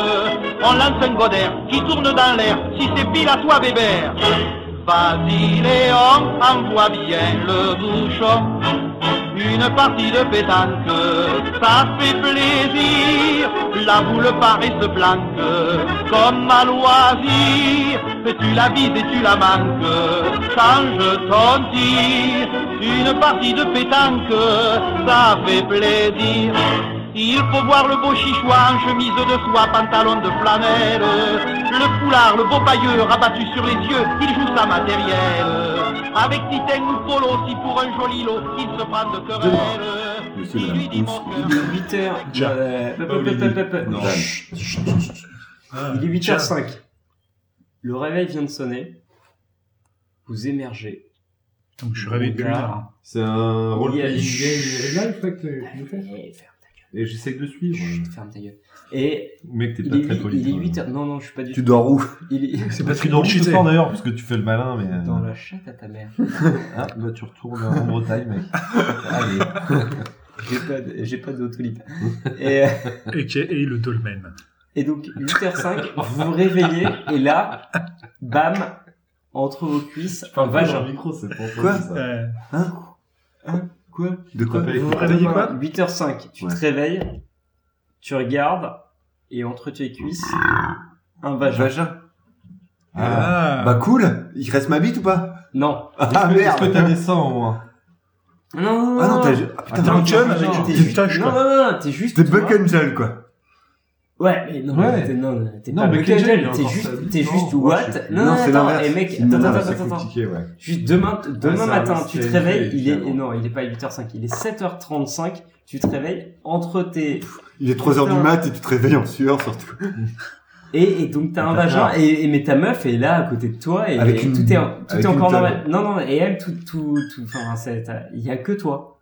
Speaker 9: On lance un godère qui tourne dans l'air, si c'est pile à toi bébert. Vas-y Léon, envoie bien le bouchon. une partie de pétanque, ça fait plaisir, la boule paraît se planque, comme à loisir, tu la vises et tu la manques, quand je t'en tire, une partie de pétanque, ça fait plaisir. Il faut voir le beau chichouan, chemise de soie, pantalon de flanelle, le foulard, le beau pailleux rabattu sur les yeux, il joue sa matérielle. Avec Titaine ou Polo, si pour un joli lot, il se prend de querelle.
Speaker 4: Monsieur,
Speaker 9: Il
Speaker 4: madame,
Speaker 9: lui dit mon
Speaker 4: tous.
Speaker 9: cœur.
Speaker 2: Il est 8 h
Speaker 6: Ja.
Speaker 4: Non.
Speaker 2: Il est 8h05. Le réveil vient de sonner. Vous émergez.
Speaker 6: Donc je suis réveillé depuis une heure. hein.
Speaker 3: C'est un rôle
Speaker 2: Il y a-
Speaker 3: playing
Speaker 2: Chut.
Speaker 3: game original, que tu fais
Speaker 2: Eh, ferme ta gueule.
Speaker 3: Et j'essaie de suivre.
Speaker 2: Chut, ferme ta gueule. Et
Speaker 3: Mec, t'es
Speaker 2: il
Speaker 3: pas
Speaker 2: est,
Speaker 3: très hein. poli.
Speaker 2: il est
Speaker 3: toi.
Speaker 2: 8h. Non, non, je suis pas du
Speaker 4: Tu
Speaker 2: tout.
Speaker 4: dors où
Speaker 2: Il est
Speaker 6: C'est
Speaker 3: Parce que
Speaker 6: Patrick
Speaker 3: tu dors
Speaker 6: Borchité.
Speaker 3: ce soir d'ailleurs, parce que tu fais le malin, mais. euh,
Speaker 2: dans la chatte à ta mère.
Speaker 3: Ah, bah tu retournes en Bretagne, mec. Allez.
Speaker 2: J'ai pas de- J'ai pas d'autolip. Et, euh,
Speaker 6: Et qui est le dolmen.
Speaker 2: et donc, 8h05, vous vous réveillez et là, bam, entre vos cuisses, un
Speaker 3: Dans
Speaker 2: vagin.
Speaker 3: le micro, c'est pour
Speaker 4: Quoi
Speaker 3: ça.
Speaker 6: Euh,
Speaker 4: Hein Quoi De quoi
Speaker 3: T'appelles-
Speaker 2: Vous vous
Speaker 6: Vous
Speaker 2: réveillez
Speaker 6: réveillez quoi
Speaker 2: 8h05, tu
Speaker 4: Ouais.
Speaker 2: te réveilles, tu regardes, et entre tes cuisses, un vagin.
Speaker 4: Vagin. Ah.
Speaker 6: Ah,
Speaker 4: Bah cool Il reste ma bite ou pas
Speaker 2: Non.
Speaker 4: Ah
Speaker 3: Est-ce que- Est-ce
Speaker 4: merde
Speaker 3: que t'as des seins au moins
Speaker 2: Non, non,
Speaker 4: Ah non, t'as... ju- Ah
Speaker 6: T'as un
Speaker 4: putain,
Speaker 6: chum avec une
Speaker 2: non,
Speaker 6: petite tache,
Speaker 2: non,
Speaker 6: quoi.
Speaker 2: non, non, t'es juste.
Speaker 4: t'es
Speaker 2: tu vois.
Speaker 4: Buck Angel quoi.
Speaker 2: Ouais, mais non,
Speaker 3: Ouais.
Speaker 2: t'es, non, non, t'es
Speaker 3: Non,
Speaker 2: pas
Speaker 3: mais
Speaker 2: Buck
Speaker 3: quel
Speaker 2: Angel,
Speaker 3: gel,
Speaker 2: t'es
Speaker 3: encore ça,
Speaker 2: juste, t'es
Speaker 3: non,
Speaker 2: juste
Speaker 3: moi,
Speaker 2: what
Speaker 3: je suis-
Speaker 2: Non, non,
Speaker 4: c'est
Speaker 2: attends,
Speaker 4: l'inverse.
Speaker 2: et mec,
Speaker 4: Sinon,
Speaker 2: attends,
Speaker 4: on a
Speaker 2: attends,
Speaker 4: un
Speaker 2: attends,
Speaker 3: C'est
Speaker 2: attends.
Speaker 3: compliqué, ouais.
Speaker 2: Juste demain, demain
Speaker 3: ça
Speaker 2: matin,
Speaker 3: reste
Speaker 2: tu te
Speaker 3: léger,
Speaker 2: réveilles, il est,
Speaker 3: finalement.
Speaker 2: non, il est pas 8h05, il est 7h35, tu te réveilles entre tes,
Speaker 4: Il est 3h du
Speaker 2: Putain.
Speaker 4: mat et tu te réveilles en sueur surtout.
Speaker 2: Et, et donc t'as un vagin et, et mais ta meuf est là à côté de toi et,
Speaker 4: Avec
Speaker 2: et
Speaker 4: une-
Speaker 2: tout est en- tout
Speaker 4: avec
Speaker 2: est
Speaker 4: une
Speaker 2: encore
Speaker 4: table.
Speaker 2: normal. Non non et elle tout tout tout enfin c'est- t'as- il y a que toi.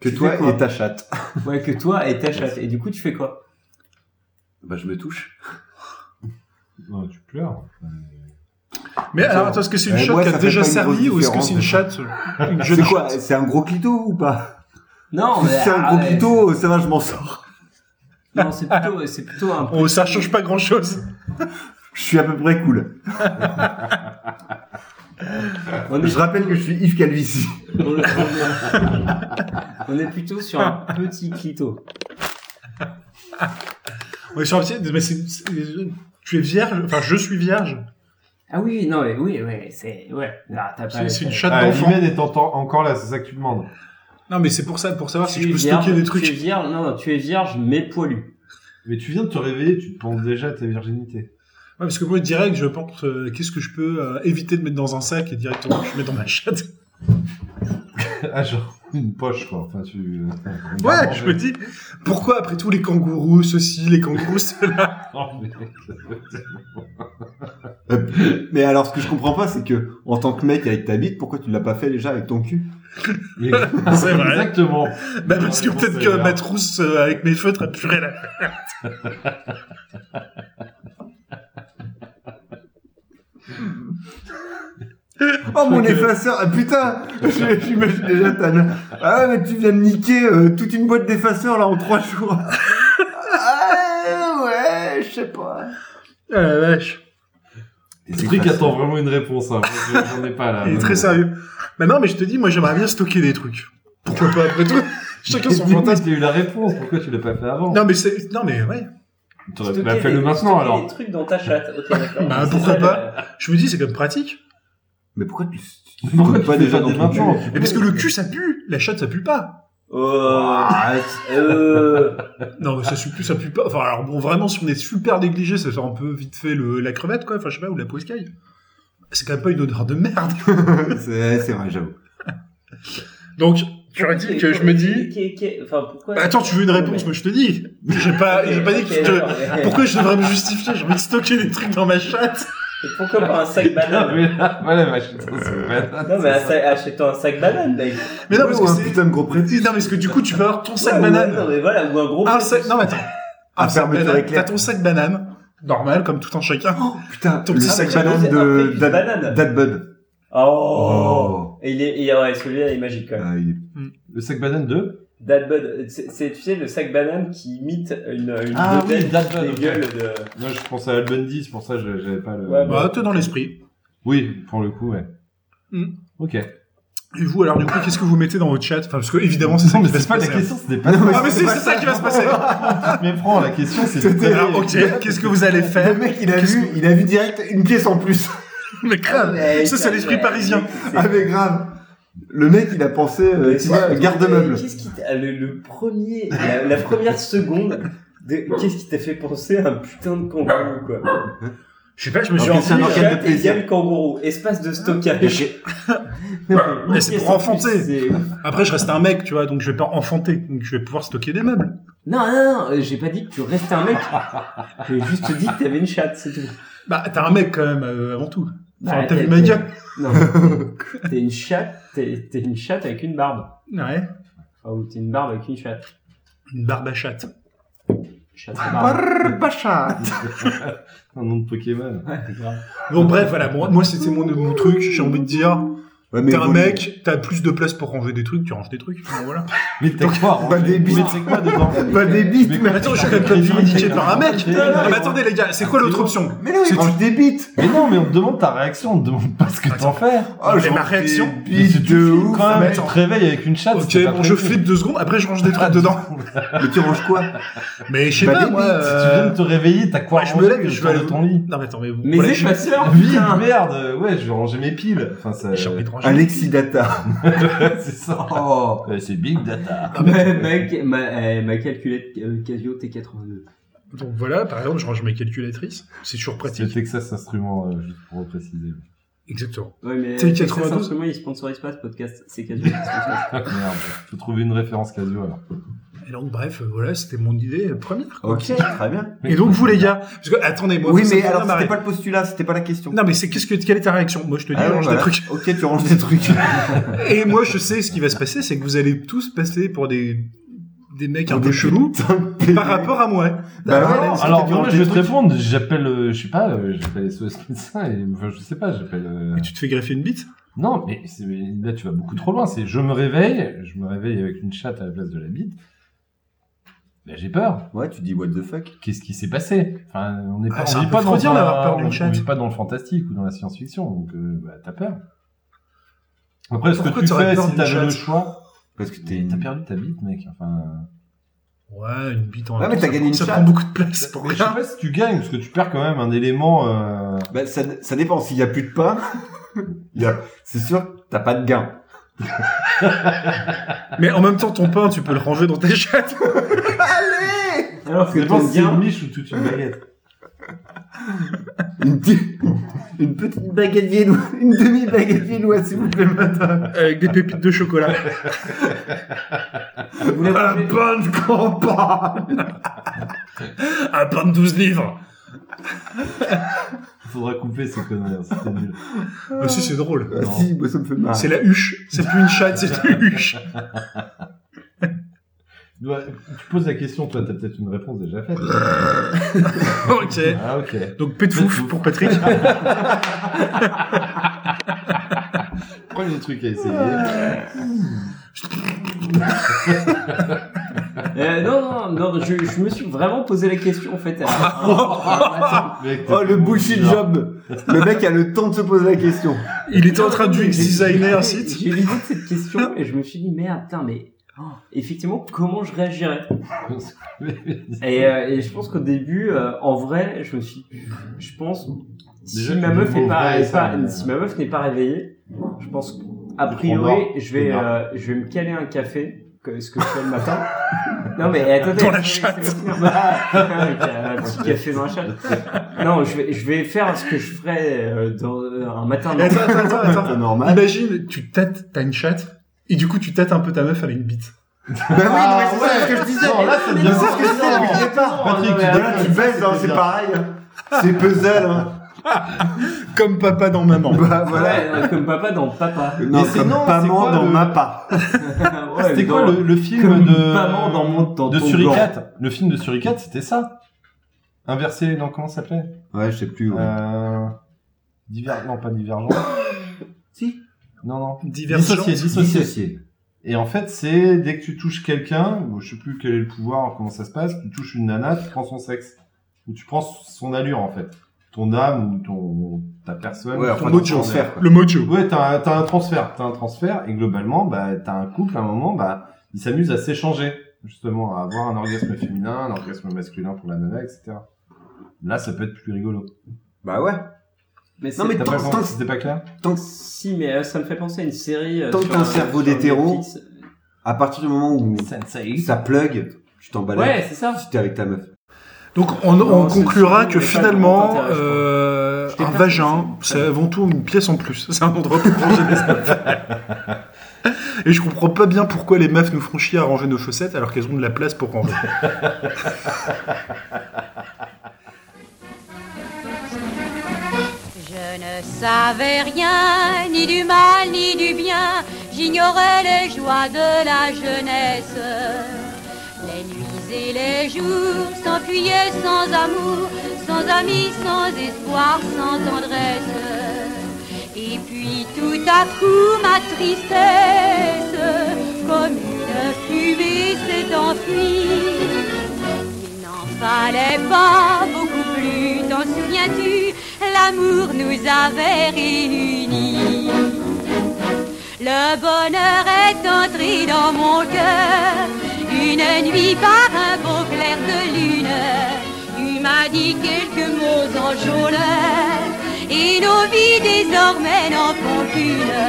Speaker 4: Que
Speaker 2: Tu
Speaker 4: toi
Speaker 2: fais quoi
Speaker 4: et ta chatte.
Speaker 2: Ouais que toi et ta chatte et du coup tu fais quoi
Speaker 4: Bah je me touche.
Speaker 3: Non, tu pleures.
Speaker 6: Mais alors, attends, est-ce que c'est une
Speaker 4: Eh,
Speaker 6: chatte
Speaker 4: moi,
Speaker 6: qui a
Speaker 4: ça fait
Speaker 6: déjà
Speaker 4: pas une
Speaker 6: servi
Speaker 4: grosse
Speaker 6: ou est-ce que c'est une chatte, une jeune
Speaker 4: Ah, c'est quoi
Speaker 6: chatte
Speaker 4: C'est un gros clito ou pas
Speaker 2: Non
Speaker 4: Si
Speaker 2: mais
Speaker 4: c'est un
Speaker 2: ah,
Speaker 4: gros
Speaker 2: ouais,
Speaker 4: clito, ça va, je m'en sors.
Speaker 2: c'est- Non c'est plutôt c'est plutôt un
Speaker 6: Oh, ça change pas grand chose.
Speaker 4: Je suis à peu près cool.
Speaker 2: on est,
Speaker 4: Je rappelle que je suis Yves Calvici.
Speaker 2: on est- on est plutôt sur un petit clito.
Speaker 6: Ouais, sur un petit- mais c'est- c'est- tu es vierge, enfin je suis vierge.
Speaker 2: Ah oui non mais oui ouais c'est ouais non, t'as pas
Speaker 6: C'est c'est une
Speaker 2: t'as-
Speaker 6: chatte
Speaker 3: Ah,
Speaker 6: d'enfant.
Speaker 3: l'hymen est en- encore là, c'est ça que tu demandes. Ah,
Speaker 6: Non, mais c'est pour ça, pour savoir si je
Speaker 2: es
Speaker 6: peux
Speaker 2: vierge,
Speaker 6: stocker des
Speaker 2: Tu es
Speaker 6: trucs.
Speaker 2: vierge non non tu es vierge mais poilu.
Speaker 3: Mais tu viens de te réveiller, tu te penses déjà à ta virginité.
Speaker 6: Ouais, parce que moi, direct, je pense, euh, qu'est-ce que je peux euh, éviter de mettre dans un sac et directement je mets dans ma chatte.
Speaker 3: Ah, genre, une poche, quoi. Enfin, tu... euh,
Speaker 2: Ah,
Speaker 6: Ouais, je me dis, pourquoi après tout les kangourous, ceci, les kangourous, cela
Speaker 3: euh,
Speaker 4: Euh, Mais alors, ce que je comprends pas, c'est que, en tant que mec avec ta bite, pourquoi tu l'as pas fait déjà avec ton cul
Speaker 3: Mais-
Speaker 6: C'est vrai.
Speaker 3: Exactement.
Speaker 6: Bah parce que peut-être que ma trousse euh, avec mes feutres a puré la
Speaker 4: Oh, mon
Speaker 3: Ok.
Speaker 4: effaceur Ah putain Je- J'imagine déjà ta na- Ah, mais tu viens de niquer euh, toute une boîte d'effaceurs, là, en trois jours. Ah, ouais, je sais pas.
Speaker 6: Ah la vache.
Speaker 3: Le truc attend vraiment une réponse. Hein. Moi, je- J'en ai pas là.
Speaker 6: Il est très sérieux. Bah non, mais je te dis, moi j'aimerais bien stocker des trucs. Pourquoi pas après tout Chacun son fantasme.
Speaker 3: T'as eu la réponse. Pourquoi tu l'as pas fait avant
Speaker 6: Non mais c'est, non mais ouais.
Speaker 3: T'aurais
Speaker 2: Stocker
Speaker 3: pas fait
Speaker 2: des-
Speaker 3: le maintenant
Speaker 2: stocker
Speaker 3: alors.
Speaker 2: Des trucs dans ta chatte. Ok d'accord.
Speaker 6: Bah,
Speaker 2: C'est
Speaker 6: pourquoi
Speaker 2: ça,
Speaker 6: pas
Speaker 2: la-
Speaker 6: Je me dis, c'est comme pratique.
Speaker 4: Mais pourquoi tu, tu
Speaker 3: Pourquoi
Speaker 4: stockes
Speaker 3: tu
Speaker 4: pas
Speaker 3: fais
Speaker 4: déjà
Speaker 3: pas
Speaker 4: dans
Speaker 3: dès
Speaker 4: ton cul
Speaker 3: maintenant
Speaker 6: Mais parce que le cul ça pue, la chatte ça pue pas.
Speaker 2: Oh, euh,
Speaker 6: Non, mais ça pue, ça pue pas. Enfin alors bon, vraiment si on est super négligé, ça sort un peu vite fait le, la crevette quoi. Enfin je sais pas ou la poiscaille. C'est quand même pas une odeur de merde.
Speaker 4: C'est c'est vrai, j'avoue.
Speaker 6: Donc tu aurais dit que je me dis.
Speaker 2: Qui- qui- enfin, pourquoi
Speaker 6: Bah, attends, tu veux une réponse, moi je te dis. J'ai pas, j'ai pas dit que tu te- Pourquoi je devrais me justifier J'ai envie de stocker des trucs dans ma chatte.
Speaker 2: Pourquoi pas un sac
Speaker 3: Ah,
Speaker 2: banane
Speaker 3: mais là, voilà, ma chute. c'est vrai.
Speaker 2: Non, mais un sac- achète-toi un sac banane, mec.
Speaker 6: Mais non,
Speaker 4: Ouais,
Speaker 6: parce
Speaker 4: ou
Speaker 6: que
Speaker 4: Oh, un
Speaker 6: c'est.
Speaker 4: putain de gros précis.
Speaker 6: Non, mais parce que du coup, tu peux avoir ton sac
Speaker 2: Ouais, ou- Non,
Speaker 6: banane.
Speaker 2: mais voilà, ou un gros.
Speaker 6: Un sac. Non, mais attends. Ah, Un
Speaker 4: Un
Speaker 6: sac
Speaker 4: fermeture
Speaker 6: banane. T'as
Speaker 4: éclair.
Speaker 6: ton sac banane. Normal, comme tout un chacun.
Speaker 4: Oh, putain,
Speaker 6: Ton
Speaker 4: le
Speaker 6: petit
Speaker 4: sac
Speaker 6: sac
Speaker 4: banane
Speaker 2: à dos,
Speaker 4: de
Speaker 2: c'est un
Speaker 4: Dad-
Speaker 2: banane.
Speaker 4: Dad Bud.
Speaker 2: Oh. Et il est, il est- ouais, celui-là, il est magique, quand même.
Speaker 4: Ah, il est-
Speaker 3: Le sac banane de
Speaker 2: Dad Bud, c'est, c'est- tu sais, le sac banane qui imite une, une
Speaker 3: Ah oui,
Speaker 2: vedette
Speaker 3: Dad Bud,
Speaker 2: des
Speaker 3: ok.
Speaker 2: gueules de.
Speaker 3: Non, je pensais à Al Bundy, c'est pour ça que
Speaker 4: bah.
Speaker 3: j'avais pas le.
Speaker 2: Ouais,
Speaker 6: Bah, t'es dans l'esprit.
Speaker 3: Oui, pour le coup, ouais.
Speaker 6: Hmm.
Speaker 3: Ok.
Speaker 6: Et vous, alors du coup, qu'est-ce que vous mettez dans votre chat Enfin, parce que évidemment, c'est ça
Speaker 3: mais
Speaker 6: qui va se
Speaker 3: c'est pas la
Speaker 6: passer.
Speaker 3: question, c'était pas
Speaker 6: Ah mais si, c'est ça qui va se passer.
Speaker 3: Mais prends, la question c'est.
Speaker 6: Alors, ok, qu'est-ce que vous allez faire
Speaker 4: Le mec, il a vu, il a vu direct une pièce en plus.
Speaker 6: Ah, Mais
Speaker 2: Ah,
Speaker 6: grave,
Speaker 4: Ouais,
Speaker 6: ça c'est l'esprit parisien.
Speaker 4: Ah mais grave. Le mec, il a pensé, euh, tu vois, garde-meuble.
Speaker 2: euh, Qu'est-ce qui t'a- le, le premier, la, la première seconde, de, qu'est-ce qui t'a fait penser à un putain de kangourou quoi
Speaker 6: Je sais pas, je me suis
Speaker 4: Alors que c'est un
Speaker 6: rendu.
Speaker 4: organe de
Speaker 2: Chat
Speaker 4: plaisir.
Speaker 2: égale kangourou, espace de stockage. Non,
Speaker 6: Mais c'est
Speaker 2: qu'est-ce
Speaker 6: pour
Speaker 2: que
Speaker 6: enfanter.
Speaker 2: c'est
Speaker 6: Après, je reste un mec, tu vois, donc je vais pas enfanter, donc je vais pouvoir stocker des meubles.
Speaker 2: Non, non, non, euh, j'ai pas dit que tu restais un mec. J'ai juste dit que t'avais une chatte, c'est tout.
Speaker 6: Bah, t'as un mec quand même euh, avant tout. Enfin,
Speaker 2: Bah,
Speaker 6: t'as vu
Speaker 2: t'es-
Speaker 6: ma
Speaker 2: t'es-
Speaker 6: gueule
Speaker 2: Non. T'es une chatte, t'es t'es une chatte avec une barbe.
Speaker 6: Ouais,
Speaker 2: Enfin, ou t'es une barbe avec une chatte.
Speaker 6: une barbe à chatte.
Speaker 2: Chatte à barbe.
Speaker 3: Un nom de Pokémon.
Speaker 6: Bon, bref, voilà, moi, moi c'était mon, mon truc, j'ai envie de dire,
Speaker 4: Ouais, mais
Speaker 6: t'es un
Speaker 4: bon,
Speaker 6: mec, t'as plus de place pour ranger des trucs, tu ranges des trucs. Bon, voilà.
Speaker 3: Mais t'as quoi
Speaker 4: Bah, des bites.
Speaker 3: Mais c'est quoi dedans
Speaker 4: Pas des bites,
Speaker 3: Mais
Speaker 4: mais.
Speaker 6: Mais attends, je suis quand même pas vindiqué par un mec Ah, Mais attendez, les gars, c'est quoi l'autre option
Speaker 4: Mais non,
Speaker 6: C'est
Speaker 4: il range des bites.
Speaker 3: Mais non, mais on te demande ta réaction, on te demande pas ce que t'en fais.
Speaker 4: Ah,
Speaker 6: Mais
Speaker 4: je
Speaker 6: ma
Speaker 4: range
Speaker 6: réaction,
Speaker 4: des bites de ouf.
Speaker 3: Quand
Speaker 6: Ah, mais
Speaker 3: même, tu te
Speaker 6: attends.
Speaker 3: réveilles avec une chatte.
Speaker 6: Ok,
Speaker 3: c'est pas
Speaker 6: bon, je
Speaker 3: prévu.
Speaker 6: flippe deux secondes, après je range des trucs dedans.
Speaker 4: Mais tu ranges quoi
Speaker 6: Mais je sais
Speaker 4: Bah,
Speaker 6: pas,
Speaker 4: des
Speaker 6: moi.
Speaker 4: bites,
Speaker 3: Si tu viens
Speaker 6: euh,
Speaker 3: de te réveiller, t'as quoi
Speaker 6: ouais, je me
Speaker 3: ranger
Speaker 6: lève et je vais
Speaker 3: autour de
Speaker 6: aller Oh,
Speaker 3: ton lit. Ah,
Speaker 6: Non, mais attends, mais vous.
Speaker 2: Mais
Speaker 6: voilà,
Speaker 2: c'est
Speaker 6: je-
Speaker 2: ma sœur,
Speaker 3: Oui,
Speaker 2: putain.
Speaker 3: merde, ouais, je vais ranger mes piles. Enfin, ça.
Speaker 6: J'ai envie de ranger.
Speaker 4: Alexis Data.
Speaker 3: c'est ça.
Speaker 4: Oh.
Speaker 3: Ouais, c'est Big Data.
Speaker 6: Ah,
Speaker 2: Ma, ma, ma, euh, ma calculette euh, Casio T82.
Speaker 6: Donc voilà, par exemple, je range mes calculatrices. C'est toujours
Speaker 3: C'est le
Speaker 6: pratique.
Speaker 3: Texas Instruments, euh, juste pour préciser.
Speaker 6: Exactement.
Speaker 2: Ouais, mais
Speaker 6: T82.
Speaker 2: Texas Instruments, ils sponsorisent pas ce podcast. C'est Casio qui sponsorise.
Speaker 3: Merde, faut trouver une référence Casio alors.
Speaker 6: Et donc, bref, euh, voilà, c'était mon idée première. quoi.
Speaker 4: Ok, très bien.
Speaker 6: Et donc, vous, les gars, parce que, attendez, moi,
Speaker 4: Oui,
Speaker 6: ça me
Speaker 4: mais
Speaker 6: fait
Speaker 4: alors,
Speaker 6: marrer.
Speaker 4: c'était pas le postulat, c'était pas la question.
Speaker 6: Non, mais c'est qu'est-ce que, quelle est ta réaction Moi, je te dis,
Speaker 4: Ah,
Speaker 6: range
Speaker 4: voilà.
Speaker 6: des trucs.
Speaker 4: Ok, tu ranges des trucs.
Speaker 6: Et moi, je sais ce qui va se passer, c'est que vous allez tous passer pour des, des mecs un
Speaker 4: Pour
Speaker 6: peu
Speaker 4: des
Speaker 6: chelous par rapport à moi.
Speaker 4: Bah ouais,
Speaker 6: Voilà,
Speaker 4: non,
Speaker 6: c'est-
Speaker 3: Alors,
Speaker 4: tu ranges
Speaker 3: moi, je vais
Speaker 4: des
Speaker 3: te
Speaker 4: trucs.
Speaker 3: répondre, j'appelle, euh, je sais pas, euh, j'appelle SOS médecin, et, enfin, je sais pas, j'appelle... euh,
Speaker 6: Et tu te fais greffer une bite
Speaker 3: Non, mais c'est- mais là, tu vas beaucoup trop loin, c'est je me réveille, je me réveille avec une chatte à la place de la bite, là, j'ai peur,
Speaker 4: Ouais, tu dis what the fuck.
Speaker 3: qu'est-ce qui s'est passé Enfin, on n'est
Speaker 6: Ah,
Speaker 3: pas,
Speaker 6: c'est
Speaker 3: on
Speaker 6: un
Speaker 3: vit
Speaker 6: peu
Speaker 3: pas dans
Speaker 6: freudien
Speaker 3: un-
Speaker 6: d'avoir peur d'une
Speaker 3: on- on
Speaker 6: chatte.
Speaker 3: vit pas dans le fantastique ou dans la science-fiction, donc euh, bah, t'as peur. Après, ce
Speaker 6: Pourquoi
Speaker 3: que tu
Speaker 6: t'aurais
Speaker 3: fais,
Speaker 6: peur
Speaker 3: si
Speaker 6: d'une
Speaker 3: t'avais le
Speaker 6: chatte
Speaker 3: choix,
Speaker 4: Parce que t'es.
Speaker 3: t'as perdu ta bite, mec, enfin...
Speaker 6: Ouais, une bite en
Speaker 4: Ouais,
Speaker 6: même
Speaker 4: mais
Speaker 6: temps,
Speaker 4: t'as
Speaker 6: ça
Speaker 4: gagné
Speaker 6: prend-
Speaker 4: une
Speaker 6: Ça
Speaker 4: chatte.
Speaker 6: prend beaucoup de place pour
Speaker 3: Mais je sais
Speaker 6: rien.
Speaker 3: pas si tu gagnes, parce que tu perds quand même un élément. euh,
Speaker 4: Bah, ça, ça dépend. S'il y a plus de pain, il y a- c'est sûr, t'as pas de gain.
Speaker 6: Mais en même temps, ton pain, tu peux le ranger dans tes chattes.
Speaker 2: Alors
Speaker 3: Ça
Speaker 2: que
Speaker 3: dépend
Speaker 2: ton
Speaker 3: si c'est une
Speaker 2: gain,
Speaker 3: miche ou toute une baguette.
Speaker 4: Une, petite- une petite baguette viennoise, une demi-baguette viennoise, s'il vous plaît, le matin.
Speaker 6: Avec des pépites de chocolat.
Speaker 2: vous voulez
Speaker 6: Un
Speaker 2: manger-
Speaker 6: pain de campagne Un pain de 12 livres
Speaker 3: Faudra couper ces conneries, c'était nul.
Speaker 6: Bah si, c'est drôle.
Speaker 4: Ah, si, moi, ça me fait marre.
Speaker 6: C'est la huche. C'est plus une chatte, c'est une huche.
Speaker 3: Ouais, Tu poses la question, toi, t'as peut-être une réponse déjà faite.
Speaker 6: ok.
Speaker 3: Ah, ok.
Speaker 6: Donc, pétfouf pour Patrick.
Speaker 3: Premier truc à essayer.
Speaker 2: Euh, non, non, non, je, je me suis vraiment posé la question en fait. à- à-
Speaker 3: Mec,
Speaker 4: Oh, le bullshit
Speaker 3: bizarre.
Speaker 4: job. Le mec a le temps de se poser la question.
Speaker 6: Il était en train de
Speaker 2: J'ai-
Speaker 6: designer un
Speaker 2: j'ai-
Speaker 6: site.
Speaker 2: J'ai l'idée de cette question et je me suis dit merde, putain, mais oh, effectivement, comment je réagirais et, euh, et je pense qu'au début, euh, en vrai, je me suis, je pense, si
Speaker 3: Déjà,
Speaker 2: ma
Speaker 3: le
Speaker 2: meuf
Speaker 3: mot
Speaker 2: n'est pas,
Speaker 3: vrai,
Speaker 2: est pas-
Speaker 3: ça,
Speaker 2: si ma meuf n'est pas réveillée, je pense a
Speaker 3: Le
Speaker 2: priori,
Speaker 3: prendra.
Speaker 2: je vais,
Speaker 3: Le
Speaker 2: euh, je vais me caler un café, que- ce que je fais le matin. Non mais attendez,
Speaker 6: Dans la
Speaker 2: attendez,
Speaker 6: chatte.
Speaker 2: laissez-moi finir. Ah, Un petit café dans la chatte. Non, je vais, je vais faire ce que je ferais euh, dans euh, un matin.
Speaker 6: Et Attends, attends, attends,
Speaker 4: C'est
Speaker 6: attends.
Speaker 4: normal.
Speaker 6: Imagine, tu tâtes, t'as une chatte, et du coup, tu tâtes un peu ta meuf avec une bite.
Speaker 4: Bah oui, non, mais c'est
Speaker 3: Ah,
Speaker 4: ça
Speaker 3: ouais.
Speaker 4: ce que je disais.
Speaker 3: Non, là, c'est
Speaker 4: Mais
Speaker 3: bien.
Speaker 4: c'est ce que
Speaker 3: Non,
Speaker 4: c'est depuis le départ.
Speaker 2: Oh,
Speaker 3: Patrick,
Speaker 2: non, mais
Speaker 4: Bah là,
Speaker 3: déconnes,
Speaker 4: tu baisses, hein,
Speaker 3: c'est
Speaker 4: c'est
Speaker 3: bien.
Speaker 4: pareil. C'est puzzle, hein.
Speaker 6: Comme papa dans maman.
Speaker 4: Bah voilà.
Speaker 2: Ouais, euh, comme papa dans papa.
Speaker 4: Non,
Speaker 3: Mais c'est-
Speaker 4: comme
Speaker 3: non, c'est
Speaker 4: maman
Speaker 3: quoi
Speaker 4: dans
Speaker 3: le-
Speaker 4: ma part.
Speaker 2: Ouais,
Speaker 3: C'était quoi
Speaker 2: dans-
Speaker 3: le, le film
Speaker 2: comme
Speaker 3: de.
Speaker 2: maman dans mon dans
Speaker 3: de
Speaker 2: ton
Speaker 3: Suricat Le film de Suricat, c'était ça. Inversé, non, comment ça s'appelait
Speaker 4: Ouais, je sais plus. ouais.
Speaker 3: Euh, diver- Non, pas divergent.
Speaker 4: Si.
Speaker 3: Non, non.
Speaker 6: Divergent.
Speaker 3: Dissocié, dissocié.
Speaker 4: Dissocié.
Speaker 3: Et en fait, c'est dès que tu touches quelqu'un, bon, je sais plus quel est le pouvoir, comment ça se passe, tu touches une nana, tu prends son sexe. Ou tu prends son allure, en fait. ton âme ou ton ta personne.
Speaker 4: Ouais,
Speaker 3: ton
Speaker 4: enfin,
Speaker 3: mojo.
Speaker 4: ton transfert, quoi.
Speaker 6: Le mojo.
Speaker 3: Ouais, t'as un, t'as un transfert, t'as un transfert, et globalement, bah, t'as un couple à un moment, bah, ils s'amusent à s'échanger, justement, à avoir un orgasme féminin, un orgasme masculin pour la nana, etc. Là, ça peut être plus rigolo.
Speaker 4: Bah ouais.
Speaker 2: Mais c'est-
Speaker 4: Non, mais
Speaker 3: T'as pas
Speaker 4: tant-
Speaker 3: compris,
Speaker 4: tant-
Speaker 3: c'était pas clair
Speaker 4: Tant que-
Speaker 2: Si, mais euh, ça me fait penser à une série. euh,
Speaker 4: Tant
Speaker 2: sur,
Speaker 4: qu'un
Speaker 2: euh,
Speaker 4: cerveau
Speaker 2: sur
Speaker 4: d'hétéro-
Speaker 2: Netflix.
Speaker 4: à partir du moment où
Speaker 3: Sensei.
Speaker 4: ça plug, tu t'emballes.
Speaker 2: Ouais, c'est ça.
Speaker 4: Si t'es avec ta meuf.
Speaker 6: Donc on, on
Speaker 2: Non, c'est-
Speaker 6: conclura
Speaker 2: c'est-
Speaker 6: que
Speaker 2: c'est pas
Speaker 6: finalement,
Speaker 2: vraiment intéressant.
Speaker 6: euh,
Speaker 2: Je t'ai
Speaker 6: un
Speaker 2: pas-
Speaker 6: vagin,
Speaker 2: c'est-
Speaker 6: c'est avant tout une pièce en plus. C'est un endroit pour ranger les affaires. Et je comprends pas bien pourquoi les meufs nous font chier à ranger nos chaussettes alors qu'elles ont de la place pour ranger.
Speaker 10: Je ne savais rien, ni du mal, ni du bien, j'ignorais les joies de la jeunesse. Les nuits et les jours s'enfuyaient sans amour, sans amis, sans espoir, sans tendresse. Et puis tout à coup ma tristesse, comme une fumée s'est enfuie. Il n'en fallait pas beaucoup plus, t'en souviens-tu L'amour nous avait réunis. Le bonheur est entré dans mon cœur, une nuit par un beau clair de lune. Tu m'as dit quelques mots en jaune, et nos vies désormais n'en font qu'une.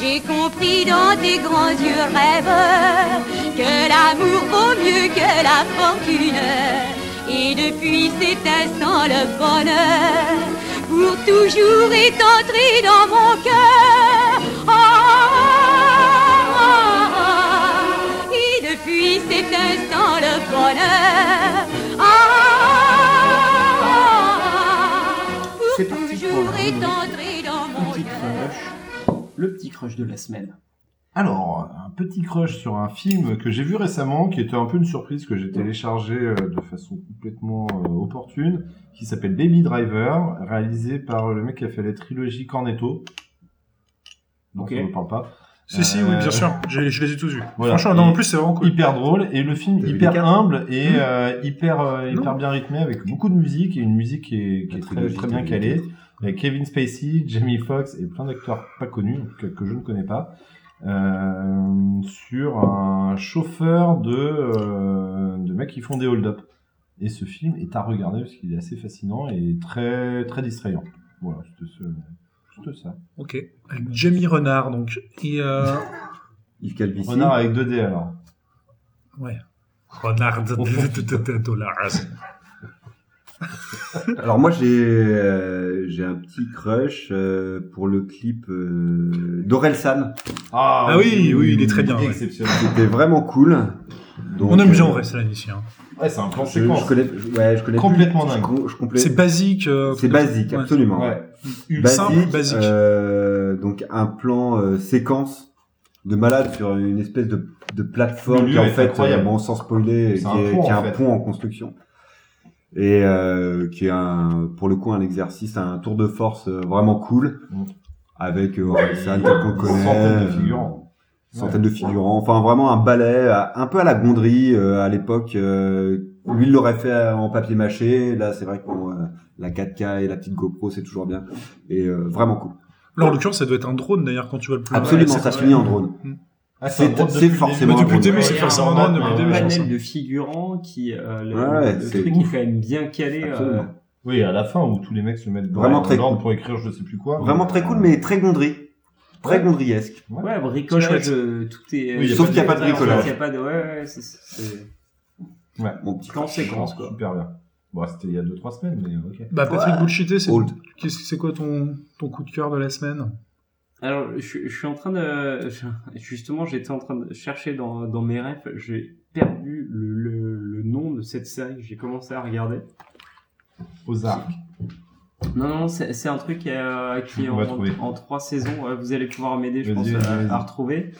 Speaker 10: J'ai compris dans tes grands yeux rêveurs que l'amour vaut mieux que la fortune. Et depuis cet instant, le bonheur pour toujours est entré dans mon cœur. Ah, ah, ah. Et depuis cet instant, le bonheur. ah, ah, ah.
Speaker 2: C'est
Speaker 10: Pour
Speaker 2: parti pour
Speaker 10: toujours
Speaker 2: la
Speaker 10: est
Speaker 2: rubrique.
Speaker 10: entré dans mon
Speaker 2: Petit
Speaker 10: cœur.
Speaker 2: crush. Le petit crush de la semaine.
Speaker 3: Alors, un petit crush sur un film que j'ai vu récemment, qui était un peu une surprise que j'ai téléchargé euh, de façon complètement euh, opportune, qui s'appelle Baby Driver, réalisé par le mec qui a fait la trilogie Cornetto. Donc
Speaker 2: Ok.
Speaker 3: on ne parle pas.
Speaker 6: Si, si, oui, bien sûr. J'ai- Je les ai tous vus.
Speaker 3: Voilà.
Speaker 6: Franchement, non,
Speaker 3: Et-
Speaker 6: en plus, c'est vraiment cool.
Speaker 3: Hyper drôle et le film
Speaker 4: T'as vu les
Speaker 3: hyper
Speaker 4: quatre Mmh.
Speaker 3: humble et euh, hyper euh,
Speaker 6: Non.
Speaker 3: hyper bien rythmé avec beaucoup de musique et une musique qui est, qui
Speaker 4: La
Speaker 3: est très,
Speaker 4: trilogie,
Speaker 3: très bien
Speaker 4: t'as vu
Speaker 3: calée.
Speaker 4: les
Speaker 3: Avec Kevin Spacey, Jamie Foxx et plein d'acteurs pas connus que, que je ne connais pas euh, sur un chauffeur de euh, de mecs qui font des hold-up. Et ce film est à regarder parce qu'il est assez fascinant et très très distrayant. Voilà, juste, ce- juste ça.
Speaker 6: Ok. Avec Jamie Renard, donc. Et, euh,
Speaker 4: Yves Calvici.
Speaker 3: Renard avec 2D alors.
Speaker 6: Renard de dollars.
Speaker 4: Alors moi j'ai euh, j'ai un petit crush euh, pour le clip euh, d'Orelsan.
Speaker 6: Ah oui, oui, il est très bien, ouais.
Speaker 3: Exceptionnel.
Speaker 4: C'était vraiment cool. Donc,
Speaker 6: On aime bien,
Speaker 4: euh,
Speaker 6: on reste là, ici. hein.
Speaker 3: Ouais, c'est un plan
Speaker 4: Je,
Speaker 3: séquence.
Speaker 4: je connais, je- ouais, je connais plus.
Speaker 3: Complètement
Speaker 4: Je
Speaker 3: dingue.
Speaker 4: co- je complais-
Speaker 6: C'est basique. euh,
Speaker 4: C'est basique,
Speaker 6: ouais.
Speaker 4: absolument.
Speaker 3: Ouais.
Speaker 4: ouais.
Speaker 6: Ultra simple, basique.
Speaker 4: euh, donc un plan euh, séquence de malade sur une espèce de, de
Speaker 3: Le
Speaker 4: plateforme
Speaker 3: lieu
Speaker 4: qui en
Speaker 3: est
Speaker 4: fait,
Speaker 3: incroyable.
Speaker 4: euh, bon sans spoiler,
Speaker 3: C'est
Speaker 4: qui
Speaker 3: un
Speaker 4: est,
Speaker 3: pont,
Speaker 4: qui est
Speaker 3: en
Speaker 4: un
Speaker 3: fait.
Speaker 4: pont en construction et euh, qui est un, pour le coup un exercice, un tour de force euh, vraiment cool
Speaker 3: Mm.
Speaker 4: avec euh, Orelsan tel qu'on le connaît,
Speaker 3: Centaines de
Speaker 4: euh,
Speaker 3: figurants.
Speaker 4: centaines de figurants, enfin vraiment un ballet à- un peu à la Gondry euh, à l'époque. euh, lui il l'aurait fait euh, en papier mâché. Là c'est vrai que bon, euh, la 4K et la petite GoPro c'est toujours bien et euh, vraiment cool.
Speaker 6: Là, en l'occurrence, ça doit être un drone, d'ailleurs, quand tu vois le plus
Speaker 4: Absolument, ça se finit en drone.
Speaker 3: Ah, c'est un
Speaker 4: C'est-
Speaker 3: drone
Speaker 4: c'est
Speaker 3: depuis le
Speaker 4: forcément
Speaker 3: début.
Speaker 4: un drone.
Speaker 6: début, c'est
Speaker 2: Ouais,
Speaker 6: forcément
Speaker 2: il y a
Speaker 6: drôle depuis
Speaker 2: un
Speaker 6: le début, je pense,
Speaker 2: panel
Speaker 6: hein.
Speaker 2: de figurants qui. euh, le
Speaker 4: Ouais,
Speaker 2: le
Speaker 4: c'est
Speaker 2: truc
Speaker 4: ouf.
Speaker 2: est quand même bien calé. euh,
Speaker 4: Absolument.
Speaker 3: Oui, à la fin où tous les mecs se mettent
Speaker 4: Vraiment
Speaker 3: dans
Speaker 4: très
Speaker 3: l'ordre pour écrire je sais plus quoi.
Speaker 4: Vraiment très cool, mais très gondry. Très gondriesque.
Speaker 2: Ouais, bricolage,
Speaker 6: Chouette.
Speaker 2: euh, tout est.
Speaker 3: Oui, il y a
Speaker 4: Sauf pas de- qu'il y a pas de bricolage.
Speaker 2: Il y a pas de. Ouais, ouais, c'est- c'est.
Speaker 4: Mon petit
Speaker 2: Plan séquence,
Speaker 3: Super
Speaker 2: quoi.
Speaker 3: Super bien. Bon, c'était il y a 2-3 semaines, mais ok.
Speaker 6: Bah, Patrick
Speaker 4: Ouais.
Speaker 6: Bullshité, c'est
Speaker 4: old.
Speaker 6: qu'est-ce que- c'est quoi ton, ton coup de cœur de la semaine
Speaker 2: Alors, je, je suis en train de. je- Justement, j'étais en train de chercher dans, dans mes rêves. J'ai perdu le, le, le nom de cette série que j'ai commencé à regarder.
Speaker 3: Aux arcs.
Speaker 2: Non, non, c'est c'est un truc euh, qui est
Speaker 3: On va
Speaker 2: en,
Speaker 3: trouver.
Speaker 2: en trois saisons. euh, Vous allez pouvoir m'aider, je pense,
Speaker 3: Vas-y, vas-y,
Speaker 2: à,
Speaker 3: vas-y.
Speaker 2: à retrouver.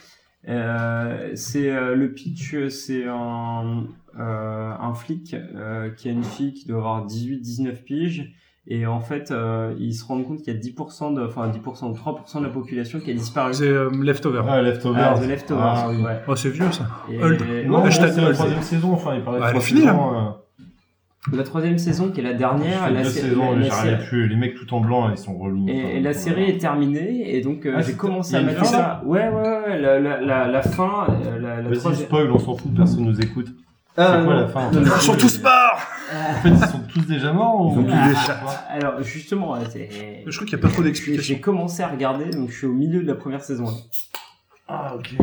Speaker 2: Euh, c'est euh, le pitch, euh, c'est un, euh, un flic euh, qui a une fille qui doit avoir 18-19 piges. Et en fait, euh, ils se rendent compte qu'il y a 10%, de, enfin 10%, 3% de la population qui a disparu.
Speaker 6: C'est euh, Leftover.
Speaker 3: Ah, Leftovers.
Speaker 2: Ah, The Leftovers, Ah,
Speaker 3: Ah, oui.
Speaker 2: ouais.
Speaker 6: Oh, c'est vieux, ça.
Speaker 2: Et-
Speaker 6: Old.
Speaker 2: ouais,
Speaker 3: Non,
Speaker 6: Ouais,
Speaker 3: bon,
Speaker 6: je
Speaker 3: c'est
Speaker 6: t'appelle,
Speaker 3: la troisième saison, enfin, il paraît
Speaker 6: Ah, elle
Speaker 3: trois
Speaker 6: est finie, là.
Speaker 3: saisons, euh,
Speaker 2: La troisième saison, qui est la dernière,
Speaker 3: Je fais
Speaker 2: la,
Speaker 3: deux
Speaker 2: sé-
Speaker 3: saisons,
Speaker 2: la- la
Speaker 3: j'arrive
Speaker 2: sé-
Speaker 3: plus. Les mecs tout en blanc, ils sont relous. Enfin,
Speaker 2: et, et la
Speaker 3: voilà.
Speaker 2: série est terminée, et donc euh,
Speaker 3: Ah,
Speaker 2: j'ai
Speaker 3: c'est-
Speaker 2: commencé
Speaker 3: il y
Speaker 2: à
Speaker 3: a une
Speaker 2: mettre
Speaker 3: fin,
Speaker 2: ça. Ouais, ouais, ouais, la, la, la, la fin, euh, la, la
Speaker 3: Vas-y,
Speaker 2: troisième.
Speaker 3: spoil, on s'en fout, personne nous écoute.
Speaker 2: Ah,
Speaker 3: c'est quoi
Speaker 2: non.
Speaker 3: la fin
Speaker 2: Non, non,
Speaker 6: Ils sont
Speaker 2: je-
Speaker 6: tous morts
Speaker 3: En fait, ils sont tous déjà morts ou...
Speaker 4: Ils ont tous
Speaker 2: Ah,
Speaker 4: des
Speaker 2: Euh, Alors justement, euh, c'est-
Speaker 6: Je crois qu'il n'y a pas trop d'explications.
Speaker 2: j'ai commencé à regarder, donc je suis au milieu de la première saison. là.
Speaker 3: Ah, ok.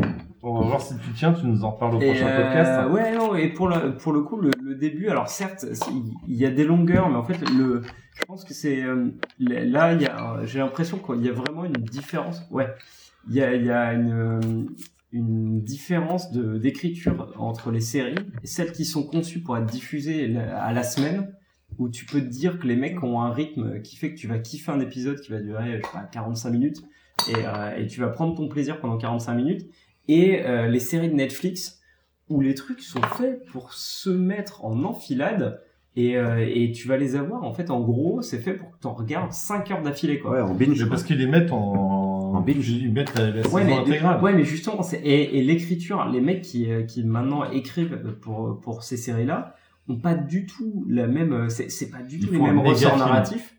Speaker 3: On va voir si tu tiens, tu nous en reparles au
Speaker 2: Et,
Speaker 3: prochain
Speaker 2: euh,
Speaker 3: podcast.
Speaker 2: Ouais, non, et pour le, pour le coup, le, le début, alors certes, c'est- il y a des longueurs, mais en fait, le, je pense que c'est. euh, Là, il y a- j'ai l'impression qu'il y a vraiment une différence. Ouais, il y a, il y a une, euh, une différence de- d'écriture entre les séries, celles qui sont conçues pour être diffusées la- à la semaine, où tu peux te dire que les mecs ont un rythme qui fait que tu vas kiffer un épisode qui va durer, je sais pas, 45 minutes, et, euh, et tu vas prendre ton plaisir pendant 45 minutes, et euh, les séries de Netflix, où les trucs sont faits pour se mettre en enfilade, et, euh, et tu vas les avoir, en fait, en gros, c'est fait pour que t'en regardes 5 heures d'affilée, quoi.
Speaker 4: Ouais, en binge.
Speaker 3: Mais
Speaker 4: quoi.
Speaker 3: parce qu'ils les mettent en.
Speaker 4: En binge.
Speaker 3: Ils mettent la, la
Speaker 2: Ouais
Speaker 3: saison
Speaker 2: mais,
Speaker 3: intégrale.
Speaker 2: ouais, mais justement, c'est- et, et l'écriture, les mecs qui, euh, qui maintenant écrivent pour, pour ces séries-là n'ont pas du tout la même. euh, C'est c'est pas du
Speaker 3: Ils
Speaker 2: tout les
Speaker 3: font un
Speaker 2: mêmes
Speaker 3: méga
Speaker 2: ressorts
Speaker 3: film.
Speaker 2: narratifs.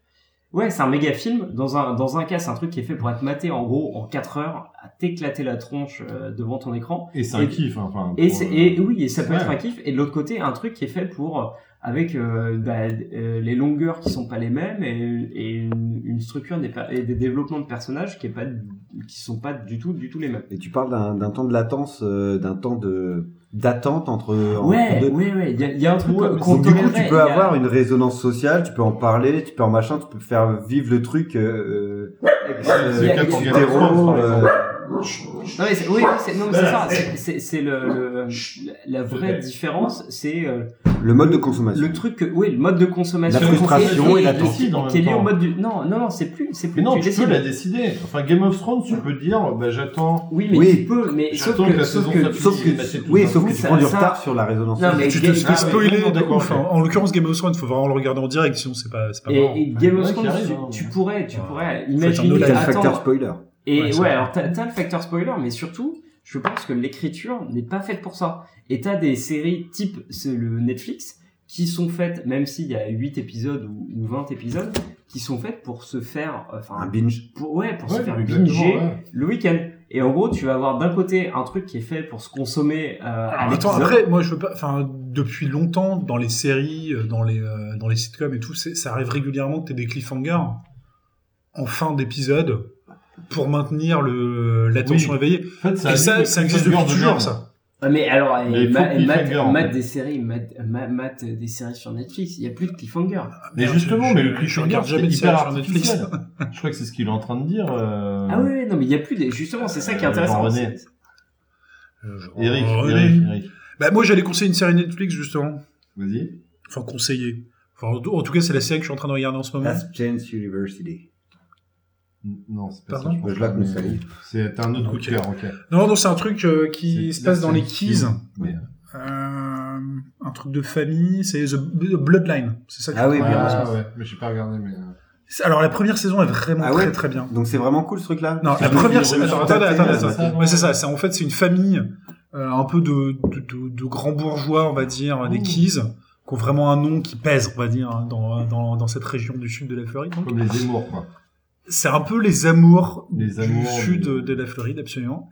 Speaker 2: Ouais, c'est un méga film. Dans un, dans un cas, c'est un truc qui est fait pour être maté en gros en 4 heures, à t'éclater la tronche euh, devant ton écran.
Speaker 3: Et c'est un
Speaker 2: Et-
Speaker 3: kiff. Enfin,
Speaker 2: Et,
Speaker 3: pour,
Speaker 2: c'est-
Speaker 3: euh,
Speaker 2: et oui, et ça peut
Speaker 3: ouais.
Speaker 2: être un kiff. Et de l'autre côté, un truc qui est fait pour. euh, Avec euh, bah, euh, les longueurs qui sont pas les mêmes et, et une, une structure des, per- et des développements de personnages qui est pas qui sont pas du tout du tout les mêmes.
Speaker 4: Et tu parles d'un d'un temps de latence, euh, d'un temps de d'attente entre, entre
Speaker 2: Ouais,
Speaker 4: deux.
Speaker 2: ouais, ouais. Il y, a- il y a un truc
Speaker 3: Ouais,
Speaker 2: qu'on-
Speaker 3: mais
Speaker 2: qu'on
Speaker 4: Donc, du coup,
Speaker 2: tolérerait.
Speaker 4: tu
Speaker 2: Il y
Speaker 4: peux
Speaker 2: a-
Speaker 4: avoir une résonance sociale, tu peux en parler, tu peux en machin, tu peux faire vivre le truc. Euh,
Speaker 3: C'est
Speaker 2: il y
Speaker 3: le
Speaker 2: a-
Speaker 3: cas
Speaker 2: il y a-
Speaker 3: pour
Speaker 4: du
Speaker 3: Game of Thrones,
Speaker 4: terreau,
Speaker 3: par exemple.
Speaker 4: euh,
Speaker 2: Non, mais c'est, oui, oui, c'est, non, mais c'est ça. C'est, c'est, c'est le, le- la vraie différence, c'est euh,
Speaker 4: le mode de consommation.
Speaker 2: le truc que, oui, le mode de consommation.
Speaker 4: La frustration et la
Speaker 2: qui-
Speaker 3: décide en même
Speaker 2: Qui est lié
Speaker 3: temps.
Speaker 2: au mode du. Non, non, non, c'est plus, c'est plus.
Speaker 3: Mais non,
Speaker 2: tu
Speaker 3: tu
Speaker 2: décides.
Speaker 3: peux la décider. Enfin, Game of Thrones, tu peux dire, bah, j'attends.
Speaker 2: Oui, mais
Speaker 4: Oui.
Speaker 2: tu peux, mais sauf
Speaker 3: J'attends
Speaker 2: que,
Speaker 3: que la
Speaker 2: sauf
Speaker 3: saison
Speaker 2: que,
Speaker 3: soit finie.
Speaker 2: sauf que,
Speaker 3: Bah, c'est tout
Speaker 4: Oui,
Speaker 3: d'un
Speaker 4: sauf
Speaker 2: coup,
Speaker 4: que tu
Speaker 2: ça-
Speaker 4: prends du
Speaker 2: ça-
Speaker 4: retard sur la résonance.
Speaker 2: Non, mais
Speaker 6: Tu te
Speaker 2: Game-
Speaker 3: Ah,
Speaker 6: fais
Speaker 3: mais
Speaker 6: spoiler,
Speaker 3: non, d'accord,
Speaker 6: enfin,
Speaker 3: mais-
Speaker 6: en l'occurrence Game of Thrones, il faut vraiment le regarder en direct, sinon c'est pas, c'est pas marrant.
Speaker 2: et, et Game of
Speaker 3: Ouais,
Speaker 2: Thrones,
Speaker 3: qui arrive,
Speaker 2: tu,
Speaker 3: hein.
Speaker 2: tu pourrais, tu pourrais
Speaker 6: un
Speaker 2: imaginer.
Speaker 6: autre
Speaker 4: T'as le
Speaker 2: attendre-
Speaker 4: facteur spoiler.
Speaker 2: Et
Speaker 6: Ouais,
Speaker 2: ouais,
Speaker 6: c'est vrai.
Speaker 2: alors t'as, t'as le facteur spoiler, mais surtout, je pense que l'écriture n'est pas faite pour ça. Et t'as des séries type c'est le Netflix qui sont faites, même s'il y a 8 épisodes ou, ou 20 épisodes, qui sont faites pour se faire, euh,
Speaker 4: Un
Speaker 2: enfin,
Speaker 6: Ah,
Speaker 4: binge.
Speaker 2: pour, ouais, pour se
Speaker 3: Ouais,
Speaker 2: faire
Speaker 3: exactement,
Speaker 2: binger
Speaker 3: ouais.
Speaker 2: le week-end. Et en gros, tu vas avoir d'un côté un truc qui est fait pour se consommer euh, à
Speaker 6: Alors, Ah, attends,
Speaker 2: l'épisode.
Speaker 6: après, moi, je veux pas. Enfin, depuis longtemps, dans les séries, euh, dans les, euh, dans les sitcoms et tout, c'est- ça arrive régulièrement que t'aies des cliffhangers en fin d'épisode pour maintenir le l'attention
Speaker 3: Oui.
Speaker 6: éveillée.
Speaker 3: En fait,
Speaker 6: et ça, ça existe depuis toujours, ça.
Speaker 2: Ah, Mais alors,
Speaker 3: Mais il
Speaker 2: et
Speaker 3: faut
Speaker 2: ma- et
Speaker 3: cliffhanger,
Speaker 2: mat,
Speaker 3: en
Speaker 2: mat
Speaker 3: fait.
Speaker 2: des séries, mat, mat, mat des séries sur Netflix, il y a plus de cliffhanger.
Speaker 3: Mais
Speaker 6: Merde,
Speaker 3: justement,
Speaker 6: je-
Speaker 3: mais le
Speaker 6: je
Speaker 3: cliffhanger,
Speaker 6: regarde
Speaker 3: c'est
Speaker 6: jamais de
Speaker 3: hyper
Speaker 6: séries sur Netflix.
Speaker 3: artificiel. Je crois que c'est ce qu'il est en train de dire. euh,
Speaker 2: Ah oui, oui, non, mais il y a plus des. Justement, c'est ça qui est
Speaker 3: Euh,
Speaker 2: intéressant.
Speaker 3: Jean-René. Eric,
Speaker 6: Oh,
Speaker 3: Eric,
Speaker 6: oui.
Speaker 3: Eric.
Speaker 6: Bah, moi, j'allais conseiller une série Netflix, justement.
Speaker 3: Vas-y.
Speaker 6: Enfin, conseiller. Enfin, en tout- en tout cas, c'est la série que je suis en train de regarder en ce moment.
Speaker 4: Last Chance University.
Speaker 3: Non, c'est pas
Speaker 6: Pardon
Speaker 3: ça. pense.
Speaker 4: Je la conseille.
Speaker 3: C'est t'as un autre coup de
Speaker 6: Ok.
Speaker 3: cœur, ok.
Speaker 6: Non, non, c'est un truc euh, qui
Speaker 3: C'est-
Speaker 6: se passe dans les
Speaker 3: c'est-
Speaker 6: Keys.
Speaker 3: Ouais.
Speaker 6: Euh, un truc de famille, c'est The B- Bloodline. C'est ça que
Speaker 4: Ah
Speaker 6: je
Speaker 4: oui,
Speaker 6: regarde en ce
Speaker 4: bien
Speaker 3: Ah
Speaker 6: moment.
Speaker 3: ouais, mais j'ai pas regardé, mais. euh,
Speaker 6: C'est- Alors, la première saison est vraiment
Speaker 4: Ah
Speaker 6: très
Speaker 4: ouais
Speaker 6: très bien.
Speaker 4: Donc c'est vraiment cool ce truc-là.
Speaker 6: Non,
Speaker 4: C'est
Speaker 6: la
Speaker 4: une
Speaker 6: première
Speaker 4: vidéo
Speaker 6: saison.
Speaker 4: sur
Speaker 6: Attendez,
Speaker 4: Internet,
Speaker 6: attendez,
Speaker 4: euh,
Speaker 6: attendez.
Speaker 3: ça,
Speaker 6: Ouais, c'est ça. C'est en fait c'est une famille euh, un peu de, de, de- de grands bourgeois, on va dire, des Keys, qui ont vraiment un nom qui pèse, on va dire, hein, dans, dans, dans cette région du sud de la Floride. donc.
Speaker 3: Comme les émours, quoi.
Speaker 6: C'est un peu les amours
Speaker 3: Les
Speaker 6: du
Speaker 3: amours
Speaker 6: sud
Speaker 3: du-
Speaker 6: de la Floride, absolument.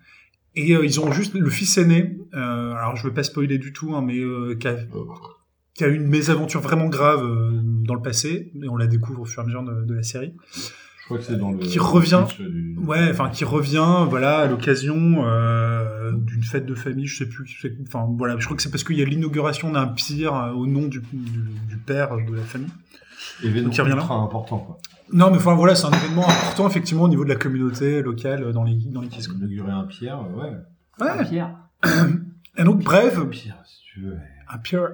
Speaker 6: Et euh, ils ont juste le fils aîné. euh, alors je veux pas spoiler du tout, hein, mais euh, qui a qui a eu une mésaventure vraiment grave euh, dans le passé, et on la découvre au fur et à mesure de, de la série.
Speaker 3: Je crois que c'est dans le.
Speaker 6: Qui revient.
Speaker 3: le pitch du-
Speaker 6: Ouais, enfin qui revient, voilà, à l'occasion euh, d'une fête de famille, je sais plus, je sais- enfin voilà, je crois que c'est parce qu'il y a l'inauguration d'un pire euh, au nom du, du- du père de la famille.
Speaker 3: Événement
Speaker 6: qui revient là.
Speaker 3: ultra important, quoi.
Speaker 6: Non, mais enfin voilà, c'est un événement important effectivement au niveau de la communauté locale euh, dans les dans les Keys, quoi.
Speaker 3: Inaugurer un pierre, euh, ouais.
Speaker 6: Ouais.
Speaker 2: Pierre.
Speaker 6: Et donc bref,
Speaker 3: Un pierre, si tu veux.
Speaker 6: un pire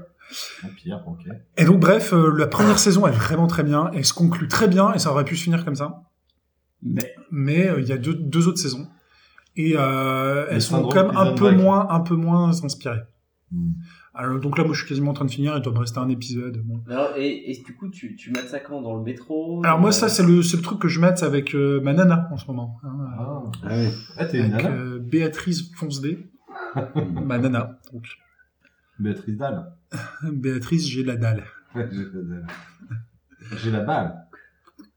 Speaker 3: Un pierre, ok.
Speaker 6: Et donc, bref, euh, la première saison est vraiment très bien, elle se conclut très bien, et ça aurait pu se finir comme ça.
Speaker 2: Mais-
Speaker 6: Mais euh, il y a deux, deux autres saisons, et euh,
Speaker 3: Le
Speaker 6: elles sont
Speaker 3: syndrome
Speaker 6: quand même un
Speaker 3: Prison
Speaker 6: peu
Speaker 3: Break.
Speaker 6: moins, un peu moins inspirées.
Speaker 3: Hmm.
Speaker 6: Alors, donc là, moi, je suis quasiment en train de finir, il doit me rester un épisode.
Speaker 3: Oh,
Speaker 6: bon.
Speaker 2: Alors, et, et du coup, tu, tu mates ça quand Dans le métro euh,
Speaker 6: Alors moi, ça, c'est le, c'est le truc que je mate avec euh, ma nana en ce moment. hein,
Speaker 3: Ah,
Speaker 4: Ah ouais.
Speaker 3: Ah, t'es une
Speaker 6: avec
Speaker 3: nana
Speaker 6: euh, Béatrice Foncedé, ma nana. Donc,
Speaker 3: Béatrice Dalle.
Speaker 6: Béatrice, j'ai la dalle.
Speaker 3: J'ai la balle.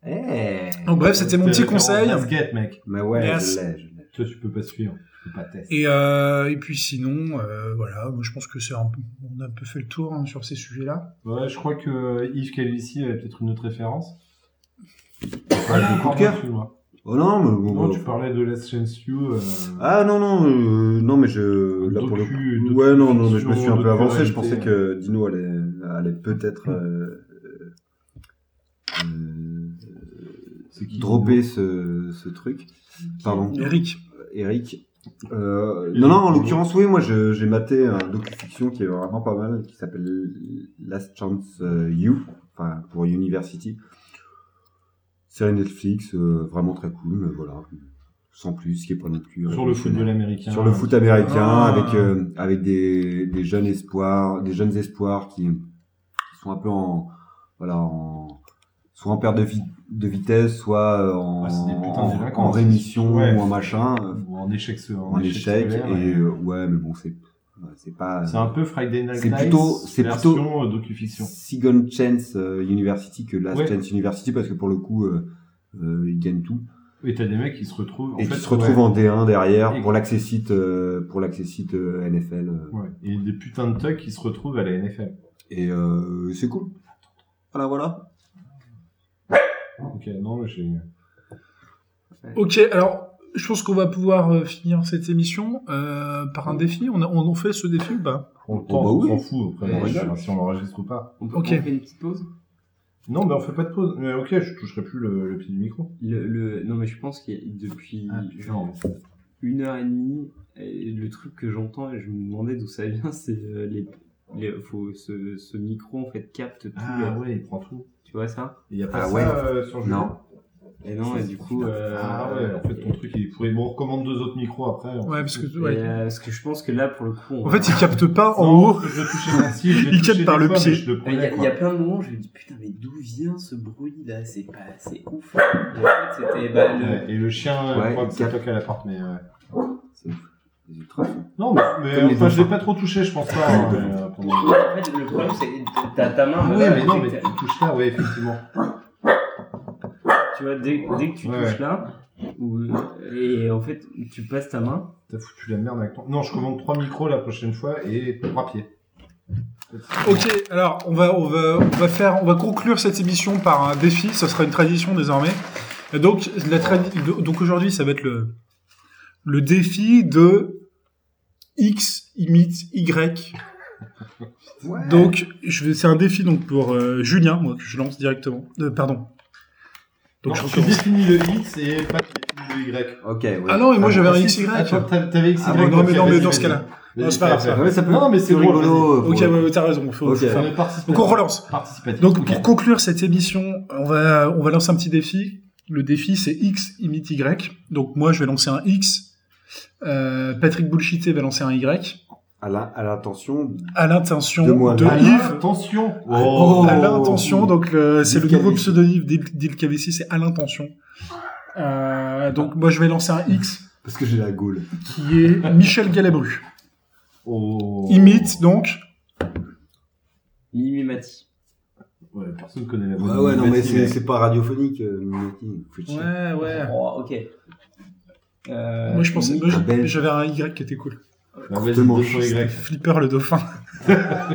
Speaker 4: Eh.
Speaker 6: Donc bref, c'était mon petit
Speaker 3: Référence
Speaker 6: conseil.
Speaker 3: Basket, mec.
Speaker 4: Mais ouais,
Speaker 6: Yes.
Speaker 4: je l'ai, je l'ai.
Speaker 3: Toi, tu peux pas suivre. Tu peux pas tester.
Speaker 6: Et, euh, et puis sinon, euh, voilà, moi je pense que c'est un peu- on a un peu fait le tour hein, sur ces sujets-là.
Speaker 3: Ouais, je crois que euh, Yves Calvici avait peut-être une autre référence.
Speaker 6: Ah,
Speaker 4: le coup de cœur.
Speaker 3: Tu vois.
Speaker 4: Oh non, mais bon,
Speaker 3: Non,
Speaker 4: bon,
Speaker 3: tu parlais de Last Chance You. euh,
Speaker 4: Ah non, non, euh, non, mais je. Là, pour le
Speaker 3: Docu-
Speaker 4: coup.
Speaker 3: docu-
Speaker 4: Ouais, non, non, mais je me suis un peu
Speaker 3: docu-
Speaker 4: avancé. Je
Speaker 3: réalité.
Speaker 4: pensais que Dino allait, allait peut-être. euh, euh,
Speaker 3: C'est qui
Speaker 4: dropper ce, ce truc. Pardon,
Speaker 6: Eric,
Speaker 4: Eric. Euh, non, non, en l'occurrence, oui, moi je- j'ai maté un docu-fiction qui est vraiment pas mal, qui s'appelle Last Chance euh, You, enfin pour University. Série Netflix, euh, vraiment très cool, mais voilà, sans plus, ce qui est pas non plus.
Speaker 3: Sur le football
Speaker 4: révolutionnaire.
Speaker 3: américain.
Speaker 4: Sur le foot américain,
Speaker 6: Ah.
Speaker 4: avec, euh, avec des, des jeunes espoirs, des jeunes espoirs qui, qui sont un peu en, voilà, en, soit en perte de, vi- de vitesse, soit euh, en,
Speaker 3: Ouais, Ah, c'est des putains
Speaker 4: en-
Speaker 3: de vacances.
Speaker 4: en rémission
Speaker 3: Ouais.
Speaker 4: ou en machin, euh,
Speaker 3: Ou en échec se-
Speaker 4: en échec.
Speaker 3: sévère,
Speaker 4: Et
Speaker 3: ouais.
Speaker 4: euh, ouais, mais bon, c'est, ouais, c'est pas.
Speaker 3: C'est un peu Friday Night
Speaker 4: Euh, C'est
Speaker 3: Lights
Speaker 4: plutôt- c'est
Speaker 3: version
Speaker 4: plutôt-
Speaker 3: euh, docu-fiction.
Speaker 4: Second Chance euh, University que Last
Speaker 3: Ouais.
Speaker 4: Chance University parce que pour le coup, euh, euh, ils gagnent tout.
Speaker 3: Et t'as des mecs qui se retrouvent. en
Speaker 4: et
Speaker 3: fait,
Speaker 4: qui se retrouvent en D1 derrière
Speaker 3: Et-
Speaker 4: pour l'accessite euh, pour l'accessite euh, NFL. euh,
Speaker 3: Ouais. Et des putains de thugs qui se retrouvent à la NFL.
Speaker 4: Et euh, c'est cool. Voilà, voilà.
Speaker 3: Ok, non, mais j'ai.
Speaker 6: ok, alors je pense qu'on va pouvoir euh, finir cette émission euh, par un défi. On, a, on, on fait ce défi ou pas
Speaker 3: On le
Speaker 4: bah oui.
Speaker 3: on s'en fout, après, on
Speaker 2: Ouais,
Speaker 3: rigole, si on l'enregistre ou pas.
Speaker 2: On peut
Speaker 6: Ok.
Speaker 2: on fait une petite pause
Speaker 3: Non, mais on fait pas de pause. Mais ok, je toucherai plus le, le pied du micro.
Speaker 2: le, le- Non, mais je pense qu'il y a depuis Ah, genre
Speaker 3: mais c'est-
Speaker 2: une heure et demie, et le truc que j'entends et je me demandais d'où ça vient, c'est euh, les. les- faut, ce, ce micro en fait capte tout.
Speaker 3: Ah
Speaker 2: le-
Speaker 3: ouais, il prend tout.
Speaker 2: Tu vois ça
Speaker 3: Il y a pas
Speaker 4: Ah
Speaker 3: ça
Speaker 4: ouais.
Speaker 3: euh, sur Julien
Speaker 4: Non.
Speaker 2: Et non, et du coup. euh,
Speaker 3: Ah ouais, en fait, ton truc, il pourrait. Bon, on recommande deux autres micros après.
Speaker 6: Ouais, parce que
Speaker 2: et,
Speaker 6: ouais.
Speaker 2: euh, parce que je pense que là pour le coup. on
Speaker 6: en
Speaker 2: va-
Speaker 6: fait, il capte pas en
Speaker 3: Non,
Speaker 6: haut.
Speaker 3: Je vais toucher mon si, je vais
Speaker 6: Il
Speaker 3: toucher
Speaker 6: capte
Speaker 3: des
Speaker 6: par le
Speaker 3: fois, mais
Speaker 6: pied.
Speaker 3: Je le
Speaker 2: Il y,
Speaker 3: prenais,
Speaker 2: a- il y
Speaker 3: quoi.
Speaker 2: a plein de moments où je me dis putain mais d'où vient ce bruit là c'est pas c'est ouf hein. et en fait, c'était bah, le-
Speaker 3: Ouais, Euh, Et le chien,
Speaker 4: Ouais,
Speaker 3: je crois que
Speaker 4: il
Speaker 3: c'est
Speaker 4: capte.
Speaker 3: toi qui as la porte, mais. euh, ouais.
Speaker 4: Les ultras.
Speaker 3: Non, mais, mais
Speaker 4: Comme les
Speaker 3: enfin, je l'ai
Speaker 4: enfants.
Speaker 3: pas trop touché, je pense pas. hein, mais, euh, pour moi.
Speaker 2: en fait le problème c'est t'as ta main
Speaker 3: Ah ouais,
Speaker 2: là,
Speaker 3: mais non,
Speaker 2: tu-
Speaker 3: mais tu touches là, ouais, effectivement.
Speaker 2: tu vois dès, dès que tu
Speaker 3: Ouais,
Speaker 2: touches
Speaker 3: ouais.
Speaker 2: là ou- et en fait tu passes ta main
Speaker 3: T'as foutu la merde avec ton. Non, je commande trois micros la prochaine fois et trois pieds.
Speaker 6: Ok, alors on va, on va, on va faire, on va conclure cette émission par un défi. Ça sera une tradition désormais. Et donc, la tradi- donc aujourd'hui, ça va être le, le défi de X imite Y. Donc, je vais, c'est un défi donc pour euh, Julien, moi, que je lance directement. Euh, pardon. Donc,
Speaker 3: Donc,
Speaker 6: je
Speaker 3: je
Speaker 6: recommence.
Speaker 3: définis le X et pas le Y.
Speaker 4: Ok, ouais.
Speaker 6: Ah non, mais moi j'avais un XY.
Speaker 3: Ah, toi, t'avais- t'avais XY.
Speaker 6: Ah bon, non, mais
Speaker 3: ok,
Speaker 6: non, mais
Speaker 3: vas-y,
Speaker 6: dans ce
Speaker 3: vas-y.
Speaker 6: cas-là.
Speaker 3: Vas-y,
Speaker 6: Non, c'est pas grave,
Speaker 3: fais-
Speaker 4: Ouais, ça peut
Speaker 3: Non, mais c'est
Speaker 4: c'est
Speaker 3: drôle,
Speaker 4: rigolo. pour
Speaker 6: Ok,
Speaker 4: le-
Speaker 6: ouais, ouais, t'as raison. faut- faut
Speaker 4: Ok.
Speaker 6: faire.
Speaker 3: vas-y. Euh, participatif.
Speaker 6: Donc on relance.
Speaker 3: Participatif.
Speaker 6: Donc
Speaker 3: ok.
Speaker 6: pour conclure cette émission, on va, on va lancer un petit défi. Le défi c'est X imite Y. Donc moi je vais lancer un X. Euh, Patrick Bullshité va lancer un Y.
Speaker 4: À la- à l'attention.
Speaker 6: À l'intention de,
Speaker 4: De moi,
Speaker 3: Ah,
Speaker 6: Yves.
Speaker 3: Attention
Speaker 4: Oh.
Speaker 6: Ah, à l'intention, donc le- c'est le
Speaker 4: D'Il
Speaker 6: nouveau
Speaker 4: Cavesi.
Speaker 6: pseudonyme d'Il d'Il Cavesi, c'est à l'intention. Euh, donc moi je vais lancer un X
Speaker 4: Parce que j'ai la gaule.
Speaker 6: qui est Michel Galabru.
Speaker 3: Oh.
Speaker 6: Imite donc
Speaker 2: mimimati
Speaker 3: Ouais, personne connaît la
Speaker 4: Ouais,
Speaker 3: voix.
Speaker 6: Ah
Speaker 4: ouais,
Speaker 3: de
Speaker 4: non, mais
Speaker 3: Mimimati,
Speaker 4: c'est
Speaker 3: mec.
Speaker 4: c'est pas radiophonique. euh, Mimimati. Faut chier.
Speaker 6: Ouais ouais.
Speaker 2: oh, ok Euh,
Speaker 6: Moi je pensais moi,
Speaker 4: un Belge.
Speaker 6: j'avais un Y qui était cool.
Speaker 3: Bah, vas-y,
Speaker 4: Courtement.
Speaker 3: deux sur Y.
Speaker 6: Flipper le dauphin.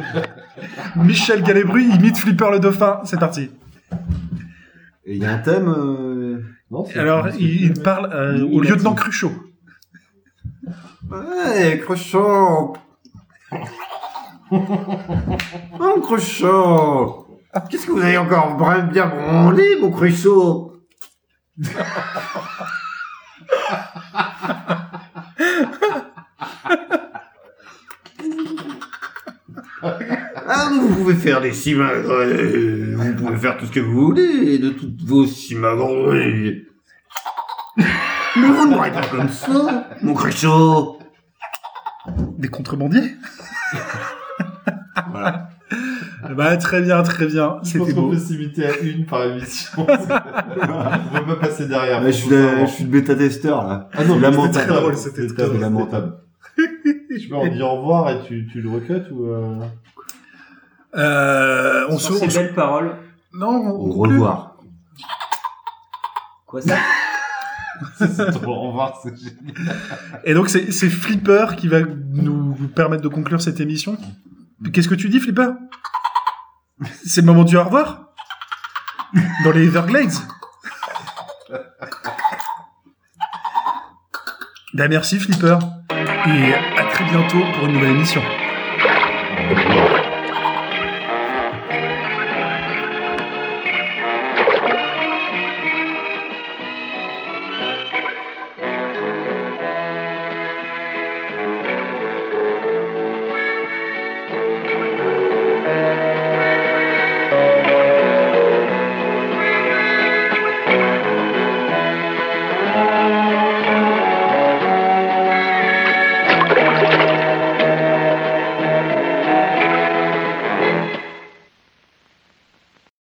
Speaker 6: Michel Galébru imite Flipper le dauphin. C'est parti.
Speaker 4: Et il y a un thème. euh,
Speaker 3: Non, c'est-
Speaker 6: Alors,
Speaker 3: c'est-
Speaker 6: il, il parle euh, au
Speaker 2: Mimimati.
Speaker 6: lieutenant Cruchot.
Speaker 4: Ouais, crochant. Mon crochant. Qu'est-ce que vous avez encore brin- bien branlé, mon cruchot Ah, vous pouvez faire des cimagres, vous pouvez faire tout ce que vous voulez de toutes vos cimagres. Mais vous ne m'aurez pas comme ça, mon cruchot
Speaker 6: Des contrebandiers
Speaker 4: Voilà.
Speaker 6: Bah, très bien, très bien.
Speaker 3: Je pense
Speaker 6: C'était
Speaker 3: qu'on
Speaker 6: beau.
Speaker 3: peut s'imiter à une par émission. On va pas passer derrière.
Speaker 4: Ah, je, suis le, je suis le bêta-testeur, là.
Speaker 3: Ah non,
Speaker 4: C'est
Speaker 3: mais
Speaker 4: lamentable.
Speaker 3: c'était
Speaker 6: très drôle, c'était
Speaker 3: C'était
Speaker 6: très
Speaker 4: drôle.
Speaker 3: lamentable. Tu peux en dire au revoir et tu, tu le recut ou... euh,
Speaker 6: Euh, on se,
Speaker 2: Sur
Speaker 6: on
Speaker 2: ces
Speaker 6: se-
Speaker 2: belles paroles.
Speaker 6: Non, on,
Speaker 4: Au
Speaker 6: conclut.
Speaker 4: revoir.
Speaker 2: Quoi ça
Speaker 3: C'est trop au revoir, c'est génial.
Speaker 6: Et donc c'est c'est Flipper qui va nous permettre de conclure cette émission. Qu'est-ce que tu dis, Flipper C'est le moment du au revoir Dans les Everglades Ben merci Flipper. Et à très bientôt pour une nouvelle émission.
Speaker 3: Au revoir.